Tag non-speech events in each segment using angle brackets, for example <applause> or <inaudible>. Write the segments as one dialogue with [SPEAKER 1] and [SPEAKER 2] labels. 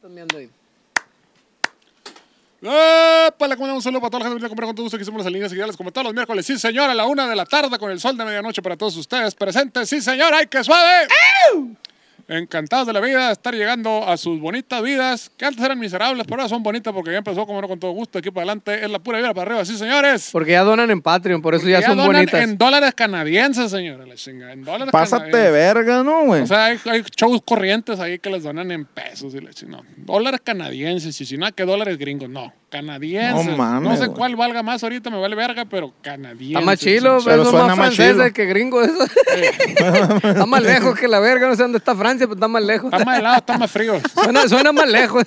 [SPEAKER 1] Tondeando ahí.
[SPEAKER 2] ¡Épale! ¿Cómo andamos? Un saludo para toda la gente que viene a comprar con todo gusto. Aquí somos las alineas ideales, como todos los miércoles. Sí, señor, a la una de la tarde con el sol de medianoche para todos ustedes presentes. Sí, señor, ¡ay, qué suave! Encantados de la vida, estar llegando a sus bonitas vidas, que antes eran miserables, pero ahora son bonitas porque ya empezó, como no, con todo gusto. Aquí para adelante es la pura vida para arriba. Sí, señores.
[SPEAKER 1] Porque ya donan en Patreon, por eso ya,
[SPEAKER 2] Ya
[SPEAKER 1] son
[SPEAKER 2] donan
[SPEAKER 1] bonitas.
[SPEAKER 2] en dólares canadienses, señora, la chinga.
[SPEAKER 1] <laughs>
[SPEAKER 2] En dólares
[SPEAKER 3] Pásate de
[SPEAKER 2] canadienses.
[SPEAKER 3] verga, ¿no, güey?
[SPEAKER 2] O sea, hay, hay shows corrientes ahí que les donan en pesos y les no, dólares canadienses y si no, que dólares gringos, no, canadienses. No,
[SPEAKER 3] No mames,
[SPEAKER 2] sé
[SPEAKER 3] güey.
[SPEAKER 2] cuál valga más ahorita, me vale verga, pero canadienses.
[SPEAKER 1] Está más chilo,
[SPEAKER 3] Pero
[SPEAKER 1] pero eso es
[SPEAKER 3] suena
[SPEAKER 1] más
[SPEAKER 3] más
[SPEAKER 1] francés
[SPEAKER 3] chilo.
[SPEAKER 1] que gringo eso. está más lejos que la verga, no sé dónde está Francia, pero está más lejos.
[SPEAKER 2] Está más helado, está más frío.
[SPEAKER 1] Suena, suena más lejos.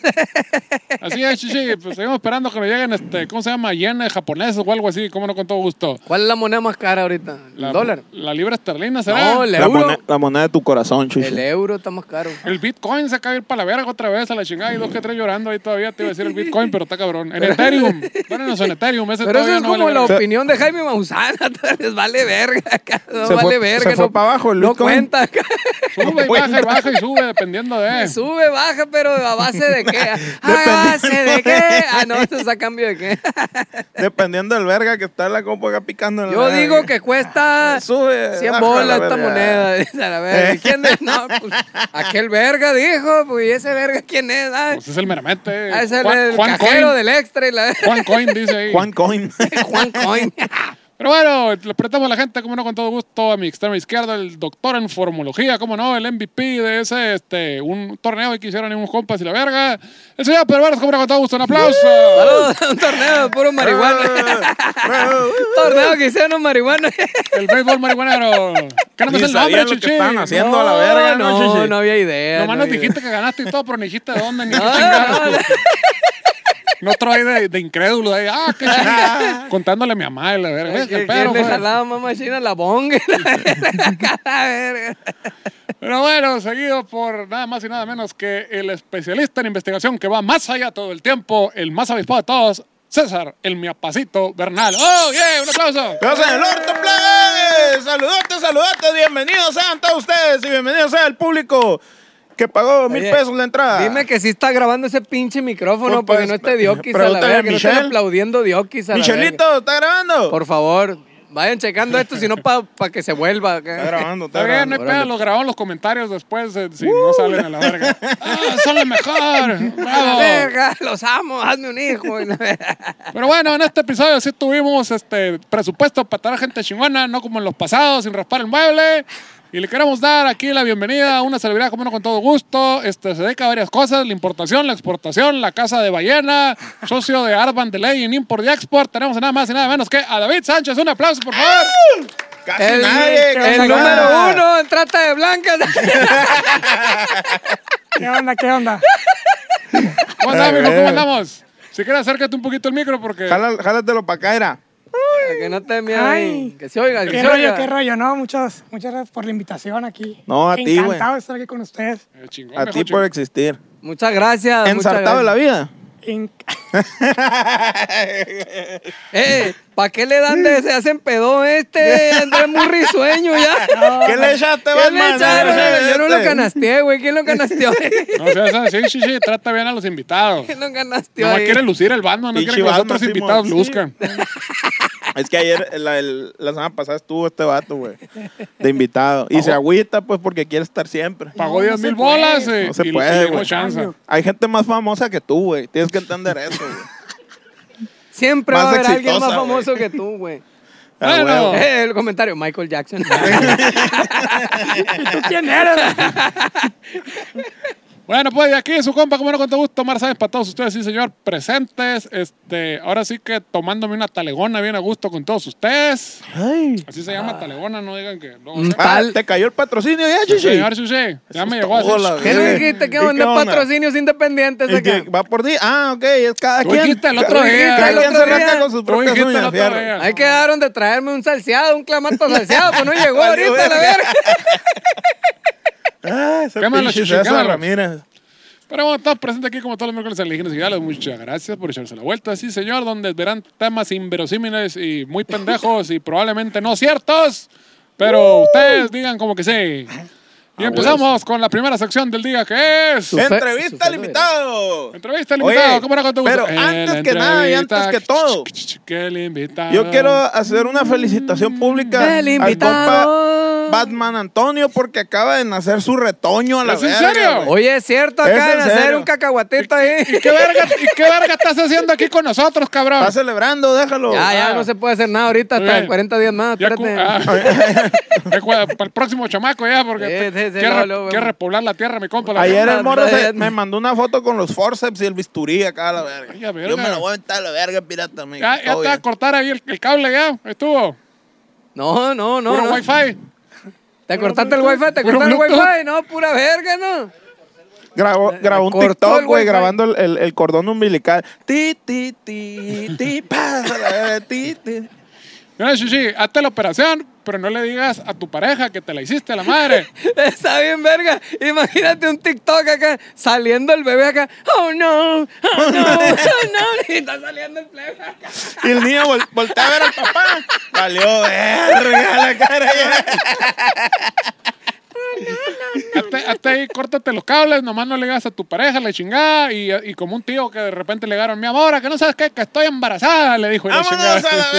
[SPEAKER 2] Así es, chichi, pues seguimos esperando que nos lleguen, este, ¿cómo se llama? Yenes japoneses o algo así, cómo no, con todo gusto.
[SPEAKER 1] ¿Cuál es la moneda más cara ahorita? ¿El
[SPEAKER 2] La,
[SPEAKER 1] dólar?
[SPEAKER 2] La libra esterlina será.
[SPEAKER 1] No, el
[SPEAKER 3] La,
[SPEAKER 1] euro.
[SPEAKER 3] moneda, la moneda de tu corazón, chucho.
[SPEAKER 1] El euro está más caro.
[SPEAKER 2] El Bitcoin se acaba de ir para la verga otra vez a la chingada. Hay dos que tres llorando ahí todavía. Te iba a decir el Bitcoin, pero está cabrón. En Ethereum. Dónenos en Ethereum. Ese
[SPEAKER 1] Pero eso
[SPEAKER 2] todavía
[SPEAKER 1] es
[SPEAKER 2] no
[SPEAKER 1] como
[SPEAKER 2] vale
[SPEAKER 1] la
[SPEAKER 2] verga.
[SPEAKER 1] opinión de Jaime <laughs> Mausana. Les vale verga. acá, No
[SPEAKER 3] Se fue-
[SPEAKER 1] vale verga.
[SPEAKER 3] se fue
[SPEAKER 1] no,
[SPEAKER 3] pa' abajo el
[SPEAKER 1] No
[SPEAKER 3] Bitcoin.
[SPEAKER 1] cuenta. acá. <laughs>
[SPEAKER 2] Sube y baja y baja y sube, dependiendo de.
[SPEAKER 1] Sube, baja, pero ¿a base de qué? ¿A base de qué? Ah, no, esto es a cambio de qué.
[SPEAKER 3] <laughs> Dependiendo del verga que está la compa acá picando en la
[SPEAKER 1] Yo
[SPEAKER 3] verga.
[SPEAKER 1] digo que
[SPEAKER 3] Ah,
[SPEAKER 1] cuesta <laughs>
[SPEAKER 3] <laughs> Sube,
[SPEAKER 1] 100
[SPEAKER 3] baja
[SPEAKER 1] bolas
[SPEAKER 3] la
[SPEAKER 1] esta
[SPEAKER 3] verga. Eh.
[SPEAKER 1] moneda. eh. dice, a la verga. ¿Y ¿Quién es? No, pues, aquel verga dijo, pues, ¿y ese verga quién es? Ah,
[SPEAKER 2] Pues es el meramente.
[SPEAKER 1] ah, <laughs> es el, el cajero del extra y la
[SPEAKER 2] <laughs> Juan Coin dice ahí.
[SPEAKER 3] <laughs> Juan <laughs> Coin.
[SPEAKER 1] <laughs> Juan Coin.
[SPEAKER 2] Pero bueno, les prestamos a la gente, como no, con todo gusto, a mi extrema izquierda, el doctor en formología, como no, el MVP de ese, este, un torneo que hicieron en un compas y la verga. El señor Pedro Vargas, como no, con todo gusto, un aplauso.
[SPEAKER 1] Saludos, un torneo de puro marihuana.
[SPEAKER 3] Eh,
[SPEAKER 1] <laughs> torneo que hicieron los marihuanos.
[SPEAKER 2] El
[SPEAKER 1] <laughs>
[SPEAKER 2] béisbol marihuanero. ¿Qué no me
[SPEAKER 3] Ni
[SPEAKER 2] sé el
[SPEAKER 3] sabían
[SPEAKER 2] nombre,
[SPEAKER 3] lo que
[SPEAKER 2] chichi?
[SPEAKER 3] estaban haciendo. Yendo a la verga, ¿no,
[SPEAKER 1] No,
[SPEAKER 3] Chichi?
[SPEAKER 1] no había idea.
[SPEAKER 2] Nomás
[SPEAKER 1] no
[SPEAKER 2] nos
[SPEAKER 1] había Ah,
[SPEAKER 2] dijiste que ganaste y todo, pero ni dijiste
[SPEAKER 1] <laughs>
[SPEAKER 2] de dónde, ni qué
[SPEAKER 1] No,
[SPEAKER 2] chingados.
[SPEAKER 1] no, no.
[SPEAKER 2] No trae de, de incrédulo, de, ah, qué
[SPEAKER 1] <laughs>
[SPEAKER 2] chingada. Contándole a mi mamá, y la verga.
[SPEAKER 1] idea.
[SPEAKER 2] "Ves, el
[SPEAKER 1] ¿Quién
[SPEAKER 2] perro,
[SPEAKER 1] le
[SPEAKER 2] fue".
[SPEAKER 1] jalaba mamá china la bonga?
[SPEAKER 2] <laughs>
[SPEAKER 1] La verga. <laughs>
[SPEAKER 2] Pero bueno, seguido por nada más y nada menos que el especialista en investigación que va más allá todo el tiempo, el más avispado de todos, César, el miapacito Bernal. ¡Oh, yeah! ¡Un aplauso!
[SPEAKER 3] ¡Vamos en el orto, plebes! ¡Saludotes, saludotes! Bienvenidos sean todos ustedes y bienvenidos sea el público que pagó mil
[SPEAKER 1] Oye,
[SPEAKER 3] pesos la entrada.
[SPEAKER 1] Dime que sí está grabando ese pinche micrófono
[SPEAKER 3] Pues,
[SPEAKER 1] porque
[SPEAKER 3] pues,
[SPEAKER 1] no esté
[SPEAKER 3] pre-
[SPEAKER 1] Diokis a la
[SPEAKER 3] pregúntale
[SPEAKER 1] verga,
[SPEAKER 3] a
[SPEAKER 1] que no estén
[SPEAKER 3] Michelle.
[SPEAKER 1] aplaudiendo Diokis a la verga.
[SPEAKER 3] Michelito, ¿está grabando?
[SPEAKER 1] Por favor, vayan checando esto, si no para que se vuelva. acá.
[SPEAKER 3] Está
[SPEAKER 1] <laughs>
[SPEAKER 3] grabando, está
[SPEAKER 2] Está bien, no
[SPEAKER 3] grabando.
[SPEAKER 2] hay pedo, los grabamos los comentarios después eh, si no salen a la verga. ¡Ah, son los mejor!
[SPEAKER 1] A la
[SPEAKER 2] ¡Bravo!
[SPEAKER 1] verga, los amo, hazme un hijo.
[SPEAKER 3] <laughs>
[SPEAKER 2] Pero bueno, en este episodio sí tuvimos este presupuesto para traer gente chingona, no como en los pasados, sin raspar el mueble. Y le queremos dar aquí la bienvenida a una celebridad como no con todo gusto. Este, se dedica a varias cosas, la importación, la exportación, la casa de ballena, socio de Arban de Ley en Import y Export. Tenemos nada más y nada menos que a David Sánchez. Un aplauso, por favor.
[SPEAKER 3] Casi
[SPEAKER 1] El,
[SPEAKER 3] nadie, casi
[SPEAKER 1] el número
[SPEAKER 3] nada.
[SPEAKER 1] uno en trata de blancas. <laughs>
[SPEAKER 4] ¿Qué onda?
[SPEAKER 3] <laughs>
[SPEAKER 4] ¿Qué onda?
[SPEAKER 2] ¿Cómo andamos,
[SPEAKER 3] A
[SPEAKER 2] mijo? ¿Cómo
[SPEAKER 3] ver.
[SPEAKER 2] andamos? Si quieres, acércate un poquito el micro porque...
[SPEAKER 3] Jala- Jálatelo para acá, era.
[SPEAKER 1] Para que no te miedo ahí.
[SPEAKER 4] Ay.
[SPEAKER 1] Que se oiga, que
[SPEAKER 4] ¿Qué
[SPEAKER 1] se
[SPEAKER 4] rollo?
[SPEAKER 1] oiga.
[SPEAKER 4] ¿Qué rollo? No, muchas, muchas gracias por la invitación aquí.
[SPEAKER 3] No, a ti, güey.
[SPEAKER 4] Encantado de estar aquí con ustedes.
[SPEAKER 2] Eh, chingón,
[SPEAKER 3] A
[SPEAKER 2] mijo,
[SPEAKER 3] ti
[SPEAKER 2] chingón.
[SPEAKER 3] por existir.
[SPEAKER 1] Ah, Muchas gracias.
[SPEAKER 3] Ensartado de la vida.
[SPEAKER 2] <laughs>
[SPEAKER 4] En-
[SPEAKER 1] Eh, ¿para qué le dan
[SPEAKER 3] <laughs>
[SPEAKER 1] de se hacen pedo este? André muy risueño ya.
[SPEAKER 3] <laughs> ¿Qué le echaste,
[SPEAKER 1] ¿Qué le
[SPEAKER 3] Batman? este.
[SPEAKER 1] echaron?
[SPEAKER 3] ¿Qué
[SPEAKER 1] Yo no
[SPEAKER 3] le
[SPEAKER 1] lo
[SPEAKER 2] este.
[SPEAKER 3] echaste?
[SPEAKER 1] canasteé, güey. ¿Quién lo canasteó? <laughs>
[SPEAKER 2] No seas así, sí, sí, trata bien a los invitados.
[SPEAKER 3] <laughs>
[SPEAKER 1] ¿Quién lo canasteó
[SPEAKER 2] No
[SPEAKER 1] ahí?
[SPEAKER 2] quiere lucir el bando, no quiere
[SPEAKER 3] Pinche
[SPEAKER 2] que los
[SPEAKER 3] bando,
[SPEAKER 2] otros
[SPEAKER 3] Simón.
[SPEAKER 2] invitados
[SPEAKER 3] Sí.
[SPEAKER 2] luzcan.
[SPEAKER 3] Es que ayer, la, el- la semana pasada estuvo este vato, güey, de invitado. Y se agüita, pues, porque quiere estar siempre.
[SPEAKER 2] Pagó
[SPEAKER 4] No,
[SPEAKER 2] 10
[SPEAKER 4] no
[SPEAKER 2] mil
[SPEAKER 4] se
[SPEAKER 2] bolas
[SPEAKER 4] puede.
[SPEAKER 2] eh,
[SPEAKER 3] No se
[SPEAKER 2] y
[SPEAKER 3] puede,
[SPEAKER 2] le llegó
[SPEAKER 3] güey.
[SPEAKER 2] chance.
[SPEAKER 4] Cambio.
[SPEAKER 3] Hay gente más famosa que tú, güey. Tienes que entender eso, güey.
[SPEAKER 1] Siempre
[SPEAKER 3] Más
[SPEAKER 1] va a haber alguien más
[SPEAKER 3] exitosa,
[SPEAKER 1] famoso que tú, güey.
[SPEAKER 2] <laughs>
[SPEAKER 3] Ah,
[SPEAKER 2] Bueno.
[SPEAKER 3] güey.
[SPEAKER 1] Eh, el comentario, Michael Jackson.
[SPEAKER 4] ¿Y <laughs> tú quién eres?
[SPEAKER 2] Bueno, pues de aquí su compa, como no con todo gusto, Mar Sáenz, para todos ustedes, sí, señor, presentes. Este, ahora sí que tomándome una talegona bien a gusto con todos ustedes.
[SPEAKER 3] Ay.
[SPEAKER 2] Así se
[SPEAKER 4] Ah.
[SPEAKER 2] llama talegona, no digan que no.
[SPEAKER 1] Mm.
[SPEAKER 2] o sea,
[SPEAKER 3] Ah,
[SPEAKER 1] Tal-
[SPEAKER 3] te cayó el patrocinio ya, chichi.
[SPEAKER 2] Señor Chuché, ya me llegó así.
[SPEAKER 1] ¿Qué le dijiste? ¿Qué onda? Patrocinios independientes
[SPEAKER 3] ¿Y
[SPEAKER 1] acá.
[SPEAKER 3] que va por ti? Ah, ok, es cada
[SPEAKER 2] Tú
[SPEAKER 3] quien.
[SPEAKER 2] dijiste el otro
[SPEAKER 3] Cada
[SPEAKER 2] día.
[SPEAKER 3] cada
[SPEAKER 1] El
[SPEAKER 3] quien
[SPEAKER 1] otro
[SPEAKER 3] se rasca
[SPEAKER 1] día.
[SPEAKER 3] con sus
[SPEAKER 2] Tú
[SPEAKER 3] propias
[SPEAKER 2] dijiste el
[SPEAKER 3] uñas,
[SPEAKER 2] otro
[SPEAKER 3] fierro.
[SPEAKER 2] día.
[SPEAKER 1] Ahí quedaron de traerme un salseado, un clamato salseado, pues no llegó
[SPEAKER 3] Valió
[SPEAKER 1] ahorita, la
[SPEAKER 3] verga.
[SPEAKER 1] verga.
[SPEAKER 3] Ah, ese
[SPEAKER 2] Quémalo,
[SPEAKER 3] pinche
[SPEAKER 2] Chuchi,
[SPEAKER 3] César
[SPEAKER 2] quémalo.
[SPEAKER 3] Ramírez.
[SPEAKER 2] Pero bueno, estamos presentes aquí como todos los miércoles en Legiones Ideales. Muchas gracias por echarse la vuelta. Sí, señor, donde verán temas inverosímiles y muy pendejos y probablemente no ciertos. Pero ustedes digan como que sí. Y
[SPEAKER 3] Ah, pues.
[SPEAKER 2] empezamos con la primera sección del día que es.
[SPEAKER 1] Sufe-
[SPEAKER 3] Entrevista al
[SPEAKER 1] sucede,
[SPEAKER 3] invitado.
[SPEAKER 2] Entrevista al invitado,
[SPEAKER 3] Oye,
[SPEAKER 2] ¿cómo era con tu gusto?
[SPEAKER 3] pero antes que nada y
[SPEAKER 2] entrevista,
[SPEAKER 3] antes que todo,
[SPEAKER 2] Que el invitado.
[SPEAKER 3] Yo quiero hacer una felicitación pública
[SPEAKER 1] El
[SPEAKER 3] al
[SPEAKER 1] invitado.
[SPEAKER 3] compa Batman Antonio porque acaba de nacer su retoño a la
[SPEAKER 2] ¿Es en
[SPEAKER 3] verga,
[SPEAKER 2] serio?
[SPEAKER 3] güey.
[SPEAKER 1] Oye, es cierto,
[SPEAKER 3] Es
[SPEAKER 1] acá
[SPEAKER 3] en
[SPEAKER 1] de hacer
[SPEAKER 3] serio.
[SPEAKER 1] un cacahuatito ahí.
[SPEAKER 2] ¿Y qué, verga, ¿Y qué verga estás haciendo aquí con nosotros, cabrón?
[SPEAKER 3] Está celebrando, déjalo.
[SPEAKER 1] <laughs> Ya, ya,
[SPEAKER 2] Ah.
[SPEAKER 1] no se puede hacer nada ahorita,
[SPEAKER 2] Muy
[SPEAKER 1] hasta
[SPEAKER 2] bien.
[SPEAKER 1] 40 días más,
[SPEAKER 2] Ya cu-
[SPEAKER 1] espérate.
[SPEAKER 3] <laughs>
[SPEAKER 2] ah. Ya cu- Para el próximo chamaco ya, porque
[SPEAKER 1] Sí,
[SPEAKER 2] te-
[SPEAKER 1] sí, sí,
[SPEAKER 2] quiere,
[SPEAKER 1] luego, luego,
[SPEAKER 2] quiere
[SPEAKER 1] vemos.
[SPEAKER 2] repoblar la tierra, mi compa. la
[SPEAKER 3] Ayer
[SPEAKER 2] verga.
[SPEAKER 3] el morro se-
[SPEAKER 1] Brian.
[SPEAKER 3] me mandó una foto con los forceps y el bisturí acá a la verga.
[SPEAKER 2] Ay, a verga.
[SPEAKER 3] Yo me la voy a aventar a la verga, pirata, amigo.
[SPEAKER 2] Ya, ya
[SPEAKER 3] Todo
[SPEAKER 2] te va a
[SPEAKER 3] bien.
[SPEAKER 2] cortar ahí el, el cable, ya. Estuvo.
[SPEAKER 1] No, no, no.
[SPEAKER 2] Puro
[SPEAKER 1] no.
[SPEAKER 2] wifi.
[SPEAKER 1] ¿Te cortaste el wifi? ¿Te
[SPEAKER 2] Puro
[SPEAKER 1] cortaste el
[SPEAKER 2] Bluetooth.
[SPEAKER 1] wifi? No, pura verga, ¿no?
[SPEAKER 3] Grabó, grabó un
[SPEAKER 1] cortó
[SPEAKER 3] TikTok,
[SPEAKER 1] el
[SPEAKER 3] güey,
[SPEAKER 1] wifi.
[SPEAKER 3] grabando el, el- el cordón umbilical. Ti, ti, ti, ti, pasa la verga, ti, ti.
[SPEAKER 2] Mira, Shishi, hazte la operación, pero no le digas a tu pareja que te la hiciste a la
[SPEAKER 3] <laughs>
[SPEAKER 2] madre.
[SPEAKER 1] <laughs> Está bien, verga. Imagínate un TikTok acá, saliendo el bebé acá. Oh, no, oh, no, oh, no.
[SPEAKER 3] <laughs>
[SPEAKER 1] Y está saliendo el plebe acá.
[SPEAKER 3] Y el niño vol- voltea a ver al papá. Valió verga la cara.
[SPEAKER 2] Hazte, hazte ahí, córtate los cables, nomás no le digas a tu pareja, la chingada. Y, y como un tío que de repente le llegaron, mi amor, ¿a que no sabes qué, que estoy embarazada, le dijo. Y, la
[SPEAKER 3] <laughs> ¡Vámonos
[SPEAKER 2] chingada.
[SPEAKER 3] a la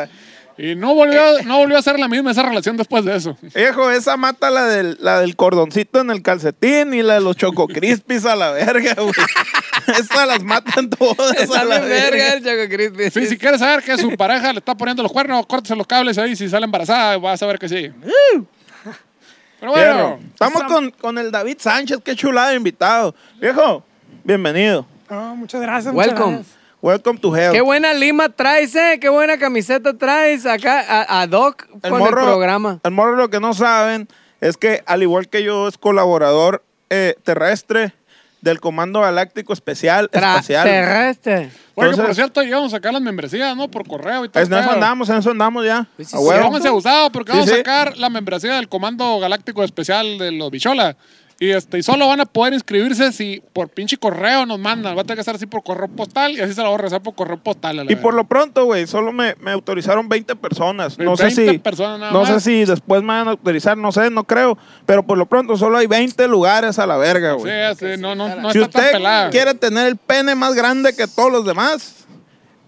[SPEAKER 3] verga!
[SPEAKER 2] <laughs> Y no volvió, no volvió a ser la misma esa relación después de eso.
[SPEAKER 3] Viejo, esa mata la del, la del cordoncito en el calcetín y la de los choco crispis a la verga, güey. <laughs> Esas las matan todas
[SPEAKER 1] Está
[SPEAKER 3] a la
[SPEAKER 1] bien, verga
[SPEAKER 3] verga.
[SPEAKER 1] el Choco Crispy.
[SPEAKER 2] Sí, si quieres saber que su pareja le está poniendo los cuernos, córtese los cables ahí. Si sale embarazada, vas a ver que sí. Pero
[SPEAKER 3] Viejo,
[SPEAKER 2] bueno,
[SPEAKER 3] estamos con, con el David Sánchez, qué chulada de invitado. Viejo, bienvenido.
[SPEAKER 4] No, muchas gracias.
[SPEAKER 1] Welcome.
[SPEAKER 4] Muchas
[SPEAKER 3] Welcome to hell.
[SPEAKER 1] Qué buena lima traes, eh. Qué buena camiseta traes acá a, a Doc
[SPEAKER 3] el
[SPEAKER 1] con
[SPEAKER 3] morro,
[SPEAKER 1] el programa.
[SPEAKER 3] el morro lo que no saben es que, al igual que yo, es colaborador eh, terrestre del Comando Galáctico Especial.
[SPEAKER 1] Tra-
[SPEAKER 3] espacial.
[SPEAKER 1] terrestre.
[SPEAKER 2] porque por
[SPEAKER 3] entonces-
[SPEAKER 2] cierto, íbamos a sacar las membresías, ¿no? Por correo y todo.
[SPEAKER 3] Es, en eso
[SPEAKER 2] pedo.
[SPEAKER 3] andamos, en eso andamos ya.
[SPEAKER 1] Sí, sí,
[SPEAKER 3] A
[SPEAKER 1] sí,
[SPEAKER 3] huevo.
[SPEAKER 2] Pónganse abusados porque
[SPEAKER 3] Sí,
[SPEAKER 2] vamos a
[SPEAKER 3] sí.
[SPEAKER 2] sacar la membresía del Comando Galáctico Especial de los Bicholas. Y, este, y solo van a poder inscribirse si por pinche correo nos mandan. Va a tener que estar así por correo postal y así se la voy a rezar por correo postal. a la
[SPEAKER 3] Y por
[SPEAKER 2] verga.
[SPEAKER 3] lo pronto, güey, solo me, me autorizaron 20 personas. No sé
[SPEAKER 2] 20
[SPEAKER 3] si.
[SPEAKER 2] personas nada
[SPEAKER 3] no
[SPEAKER 2] más.
[SPEAKER 3] sé si después me van a autorizar, no sé, no creo. Pero por lo pronto solo hay 20 lugares a la verga,
[SPEAKER 2] Sí,
[SPEAKER 3] güey.
[SPEAKER 2] sí, no, no, no
[SPEAKER 3] si
[SPEAKER 2] está tan
[SPEAKER 3] usted
[SPEAKER 2] pelada.
[SPEAKER 3] quiere tener el pene más grande que todos los demás,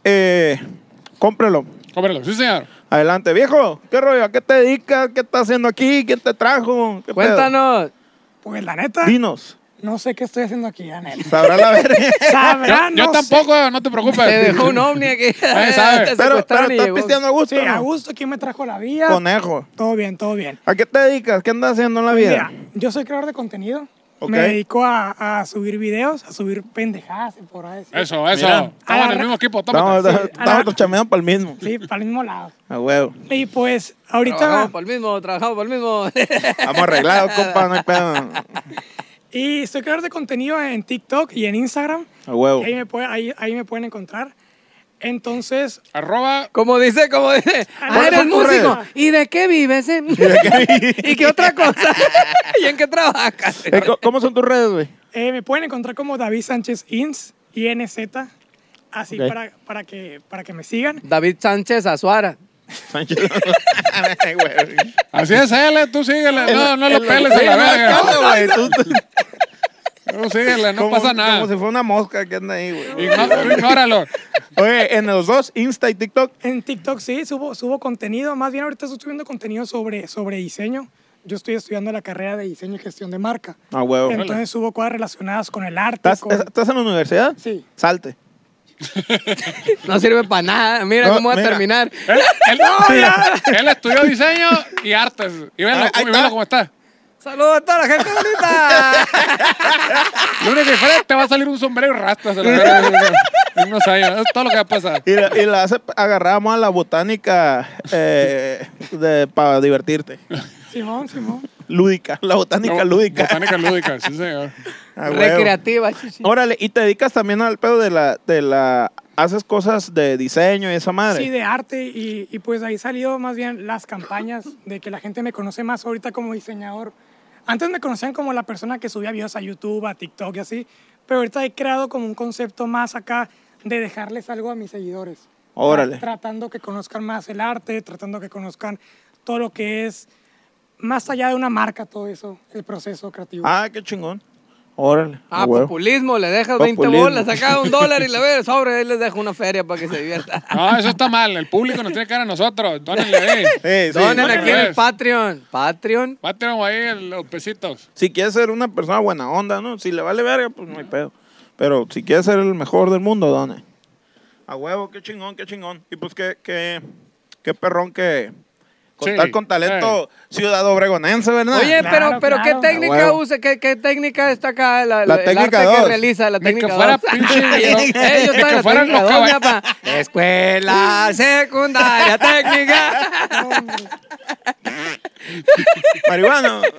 [SPEAKER 3] eh, cómprelo.
[SPEAKER 2] Cómprelo, sí, señor.
[SPEAKER 3] Adelante, viejo. ¿Qué rollo? ¿A qué te dedicas? ¿Qué estás haciendo aquí? ¿Quién te trajo? ¿Qué pedo?
[SPEAKER 1] Cuéntanos.
[SPEAKER 4] gracias. Pues la neta,
[SPEAKER 3] Dinos.
[SPEAKER 4] no sé qué estoy haciendo aquí,
[SPEAKER 3] <laughs>
[SPEAKER 4] la neta.
[SPEAKER 3] Sabrá la verga.
[SPEAKER 4] Sabrá,
[SPEAKER 2] Yo
[SPEAKER 4] no
[SPEAKER 2] tampoco, eh, no te preocupes.
[SPEAKER 3] <laughs>
[SPEAKER 1] Te
[SPEAKER 4] <laughs>
[SPEAKER 1] dejó un ovni aquí.
[SPEAKER 2] Nadie
[SPEAKER 1] <laughs>
[SPEAKER 2] sabe.
[SPEAKER 1] Te
[SPEAKER 3] pero, pero
[SPEAKER 1] secuestraron y
[SPEAKER 3] estás
[SPEAKER 1] llegó.
[SPEAKER 3] pisteando a gusto.
[SPEAKER 4] sé. Sí,
[SPEAKER 3] ¿no?
[SPEAKER 4] a gusto, ¿quién me trajo a la vida?
[SPEAKER 3] Conejo.
[SPEAKER 4] Todo bien, todo bien.
[SPEAKER 3] ¿A qué te dedicas? ¿Qué andas haciendo en la vida?
[SPEAKER 4] Mira, yo soy creador de contenido.
[SPEAKER 3] Ok.
[SPEAKER 4] Me dedico a, a subir videos, a subir pendejadas, se podrá decir.
[SPEAKER 2] Eso, eso.
[SPEAKER 3] Mira.
[SPEAKER 2] Estamos en el
[SPEAKER 4] Agarra-
[SPEAKER 2] mismo equipo,
[SPEAKER 3] Estamos,
[SPEAKER 2] tómate.
[SPEAKER 4] a la-
[SPEAKER 3] estamos chameando para el mismo.
[SPEAKER 4] Sí, para el mismo lado.
[SPEAKER 3] A huevo.
[SPEAKER 4] Y pues, ahorita.
[SPEAKER 1] Trabajamos por el mismo, trabajamos por el mismo. <laughs>
[SPEAKER 3] Estamos arreglados, compa, no hay pedo.
[SPEAKER 4] Y soy creador de contenido en TikTok y en Instagram.
[SPEAKER 3] A huevo.
[SPEAKER 4] Ahí, me puede- ahí, ahí me pueden encontrar. Entonces,
[SPEAKER 2] Arroba.
[SPEAKER 1] Como dice, como dice. Ah,
[SPEAKER 4] ¿Cuáles
[SPEAKER 1] eres
[SPEAKER 4] son tus
[SPEAKER 1] músico.
[SPEAKER 3] redes?
[SPEAKER 1] ¿Y de qué vives? <laughs> eh? ¿Y qué otra cosa? <laughs> ¿Y en qué trabajas?
[SPEAKER 3] Eh, ¿cómo- ¿Cómo son tus redes, güey?
[SPEAKER 4] eh, me pueden encontrar como David Sánchez Ins, INZ. Así
[SPEAKER 3] Ok.
[SPEAKER 4] para, para, que, para que me sigan.
[SPEAKER 1] David Sánchez Azuara.
[SPEAKER 3] Sánchez. Ay, güey.
[SPEAKER 2] Así es, él, eh, tú síguele. No, no lo
[SPEAKER 3] El-
[SPEAKER 2] peles a
[SPEAKER 3] Sí,
[SPEAKER 2] la
[SPEAKER 3] no,
[SPEAKER 2] verga.
[SPEAKER 3] alcanza, güey. Tú- tú-
[SPEAKER 2] Tú síguele, no
[SPEAKER 3] como-
[SPEAKER 2] pasa
[SPEAKER 3] Como
[SPEAKER 2] nada.
[SPEAKER 3] si fuera una mosca que anda ahí, güey.
[SPEAKER 2] Igno- tú Ignóralo.
[SPEAKER 3] Oye, en los dos, Insta y TikTok.
[SPEAKER 4] En TikTok sí, subo, subo contenido. Más bien ahorita estoy subiendo contenido sobre, sobre diseño. Yo estoy estudiando la carrera de diseño y gestión de marca.
[SPEAKER 3] A Ah, huevo.
[SPEAKER 4] Entonces subo cosas relacionadas con el arte.
[SPEAKER 3] ¿Estás,
[SPEAKER 4] con-
[SPEAKER 3] estás en la universidad?
[SPEAKER 4] Sí.
[SPEAKER 3] Salte.
[SPEAKER 1] No sirve para nada. Mira
[SPEAKER 3] No,
[SPEAKER 1] cómo va a
[SPEAKER 3] mira.
[SPEAKER 1] terminar.
[SPEAKER 2] Él, él- él estudió diseño y artes. Y velo,
[SPEAKER 3] Ah, Ahí- ahí
[SPEAKER 2] y velo
[SPEAKER 3] está.
[SPEAKER 2] cómo está.
[SPEAKER 1] Saludos a toda la gente <laughs> bonita.
[SPEAKER 2] Lo único diferente va a salir un sombrero y rastas. a la verga. En unos años. Es todo lo que va a pasar.
[SPEAKER 3] Y la, y la hace- agarramos a la botánica eh, de- para divertirte.
[SPEAKER 4] Simón, Simón.
[SPEAKER 3] Lúdica. La botánica
[SPEAKER 2] No,
[SPEAKER 3] lúdica.
[SPEAKER 2] Botánica lúdica, sí, señor.
[SPEAKER 3] <laughs>
[SPEAKER 1] Ah,
[SPEAKER 3] A huevo.
[SPEAKER 1] Recreativa. chichi.
[SPEAKER 3] Órale, y te dedicas también al pedo de la, de la, haces cosas de diseño y esa madre.
[SPEAKER 4] Sí, de arte y, y pues ahí salió más bien las campañas de que la gente me conoce más ahorita como diseñador. Antes me conocían como la persona que subía videos a YouTube, a TikTok y así, pero ahorita he creado como un concepto más acá de dejarles algo a mis seguidores.
[SPEAKER 3] Órale.
[SPEAKER 4] Tra- Tratando que conozcan más el arte, tratando que conozcan todo lo que es más allá de una marca todo eso, el proceso creativo.
[SPEAKER 3] Ah, qué chingón. Órale.
[SPEAKER 1] Ah,
[SPEAKER 3] a huevo.
[SPEAKER 1] populismo, le dejas 20
[SPEAKER 3] Populismo.
[SPEAKER 1] bolas, acá un dólar y le ves, sobre, ahí les dejo una feria para que se <laughs> divierta.
[SPEAKER 2] No, eso está mal. El público nos tiene que dar a nosotros. Dónenle pues. ahí.
[SPEAKER 3] Sí, sí.
[SPEAKER 1] Donen aquí en el
[SPEAKER 2] Dónenles.
[SPEAKER 1] Patreon. Patreon.
[SPEAKER 2] Pátenlo ahí el- los pesitos.
[SPEAKER 3] Si quieres ser una persona buena onda, ¿no? Si le vale verga, pues no hay pedo. Pero si quieres ser el mejor del mundo, done. A huevo, qué chingón, qué chingón. Y pues qué, qué, qué perrón que contar
[SPEAKER 2] Sí,
[SPEAKER 3] con talento ciudad obregonense, ¿verdad?
[SPEAKER 1] Oye,
[SPEAKER 3] <laughs>
[SPEAKER 4] Claro,
[SPEAKER 1] pero, pero
[SPEAKER 4] claro.
[SPEAKER 1] ¿qué técnica
[SPEAKER 3] Ah, huevo.
[SPEAKER 1] usa? ¿Qué, qué técnica está acá? La,
[SPEAKER 3] La
[SPEAKER 1] el
[SPEAKER 3] técnica
[SPEAKER 1] arte que
[SPEAKER 3] dos.
[SPEAKER 1] realiza, la
[SPEAKER 2] Ni que
[SPEAKER 1] técnica
[SPEAKER 2] fuera
[SPEAKER 1] dos. <laughs>
[SPEAKER 2] pinche, ¿no?
[SPEAKER 3] <laughs>
[SPEAKER 1] Eh, yo
[SPEAKER 2] Ni
[SPEAKER 1] estaba en
[SPEAKER 2] que
[SPEAKER 1] la
[SPEAKER 2] fueran
[SPEAKER 1] técnica
[SPEAKER 2] los
[SPEAKER 1] dos,
[SPEAKER 2] cabal-
[SPEAKER 1] ya, pa. <laughs> Escuela secundaria técnica.
[SPEAKER 3] marihuano.
[SPEAKER 1] <laughs>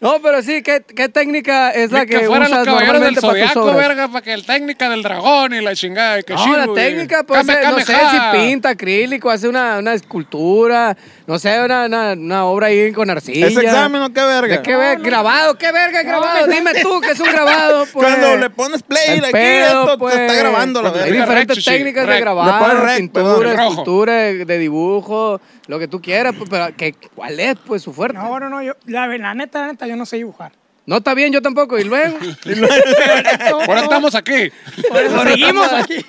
[SPEAKER 1] No, pero sí, ¿qué, qué técnica es la
[SPEAKER 2] Ni que
[SPEAKER 1] que,
[SPEAKER 2] fueran los
[SPEAKER 1] usas
[SPEAKER 2] caballeros del
[SPEAKER 1] normalmente para tus
[SPEAKER 2] zodiaco,
[SPEAKER 1] obras?
[SPEAKER 2] verga, para que el técnica del dragón y la chingada. y que
[SPEAKER 1] No,
[SPEAKER 2] shiru,
[SPEAKER 1] la
[SPEAKER 2] y-
[SPEAKER 1] técnica, pues,
[SPEAKER 2] Kame,
[SPEAKER 1] eh, no
[SPEAKER 2] kame,
[SPEAKER 1] sé,
[SPEAKER 2] ja.
[SPEAKER 1] si pinta acrílico, hace una, una escultura, no sé, una, una, una obra ahí con arcilla.
[SPEAKER 3] Ese examen, ¿no? Qué verga.
[SPEAKER 1] ¿De qué ver- grabado? ¿Qué verga es grabado? Dime tú que es un grabado, pues.
[SPEAKER 3] <laughs> Cuando le pones play,
[SPEAKER 1] El
[SPEAKER 3] aquí
[SPEAKER 1] pedo,
[SPEAKER 3] esto
[SPEAKER 1] pues.
[SPEAKER 3] te está grabando la
[SPEAKER 2] Cuando
[SPEAKER 1] Hay
[SPEAKER 2] diga
[SPEAKER 3] verga.
[SPEAKER 1] diferentes
[SPEAKER 2] rec, chichi,
[SPEAKER 1] técnicas de
[SPEAKER 2] rec.
[SPEAKER 3] Le pones
[SPEAKER 1] grabado,
[SPEAKER 3] rec,
[SPEAKER 2] perdón,
[SPEAKER 1] pintura,
[SPEAKER 2] rojo.
[SPEAKER 1] escultura, de dibujo, lo que tú quieras, pues, pero que, ¿cuál es, pues, su fuerte?
[SPEAKER 4] No, no, no, yo, la, la neta, la neta, yo no
[SPEAKER 3] <laughs>
[SPEAKER 4] sé dibujar.
[SPEAKER 1] No está bien, yo tampoco, y luego...
[SPEAKER 2] Por eso estamos aquí.
[SPEAKER 4] Por eso seguimos <laughs> aquí.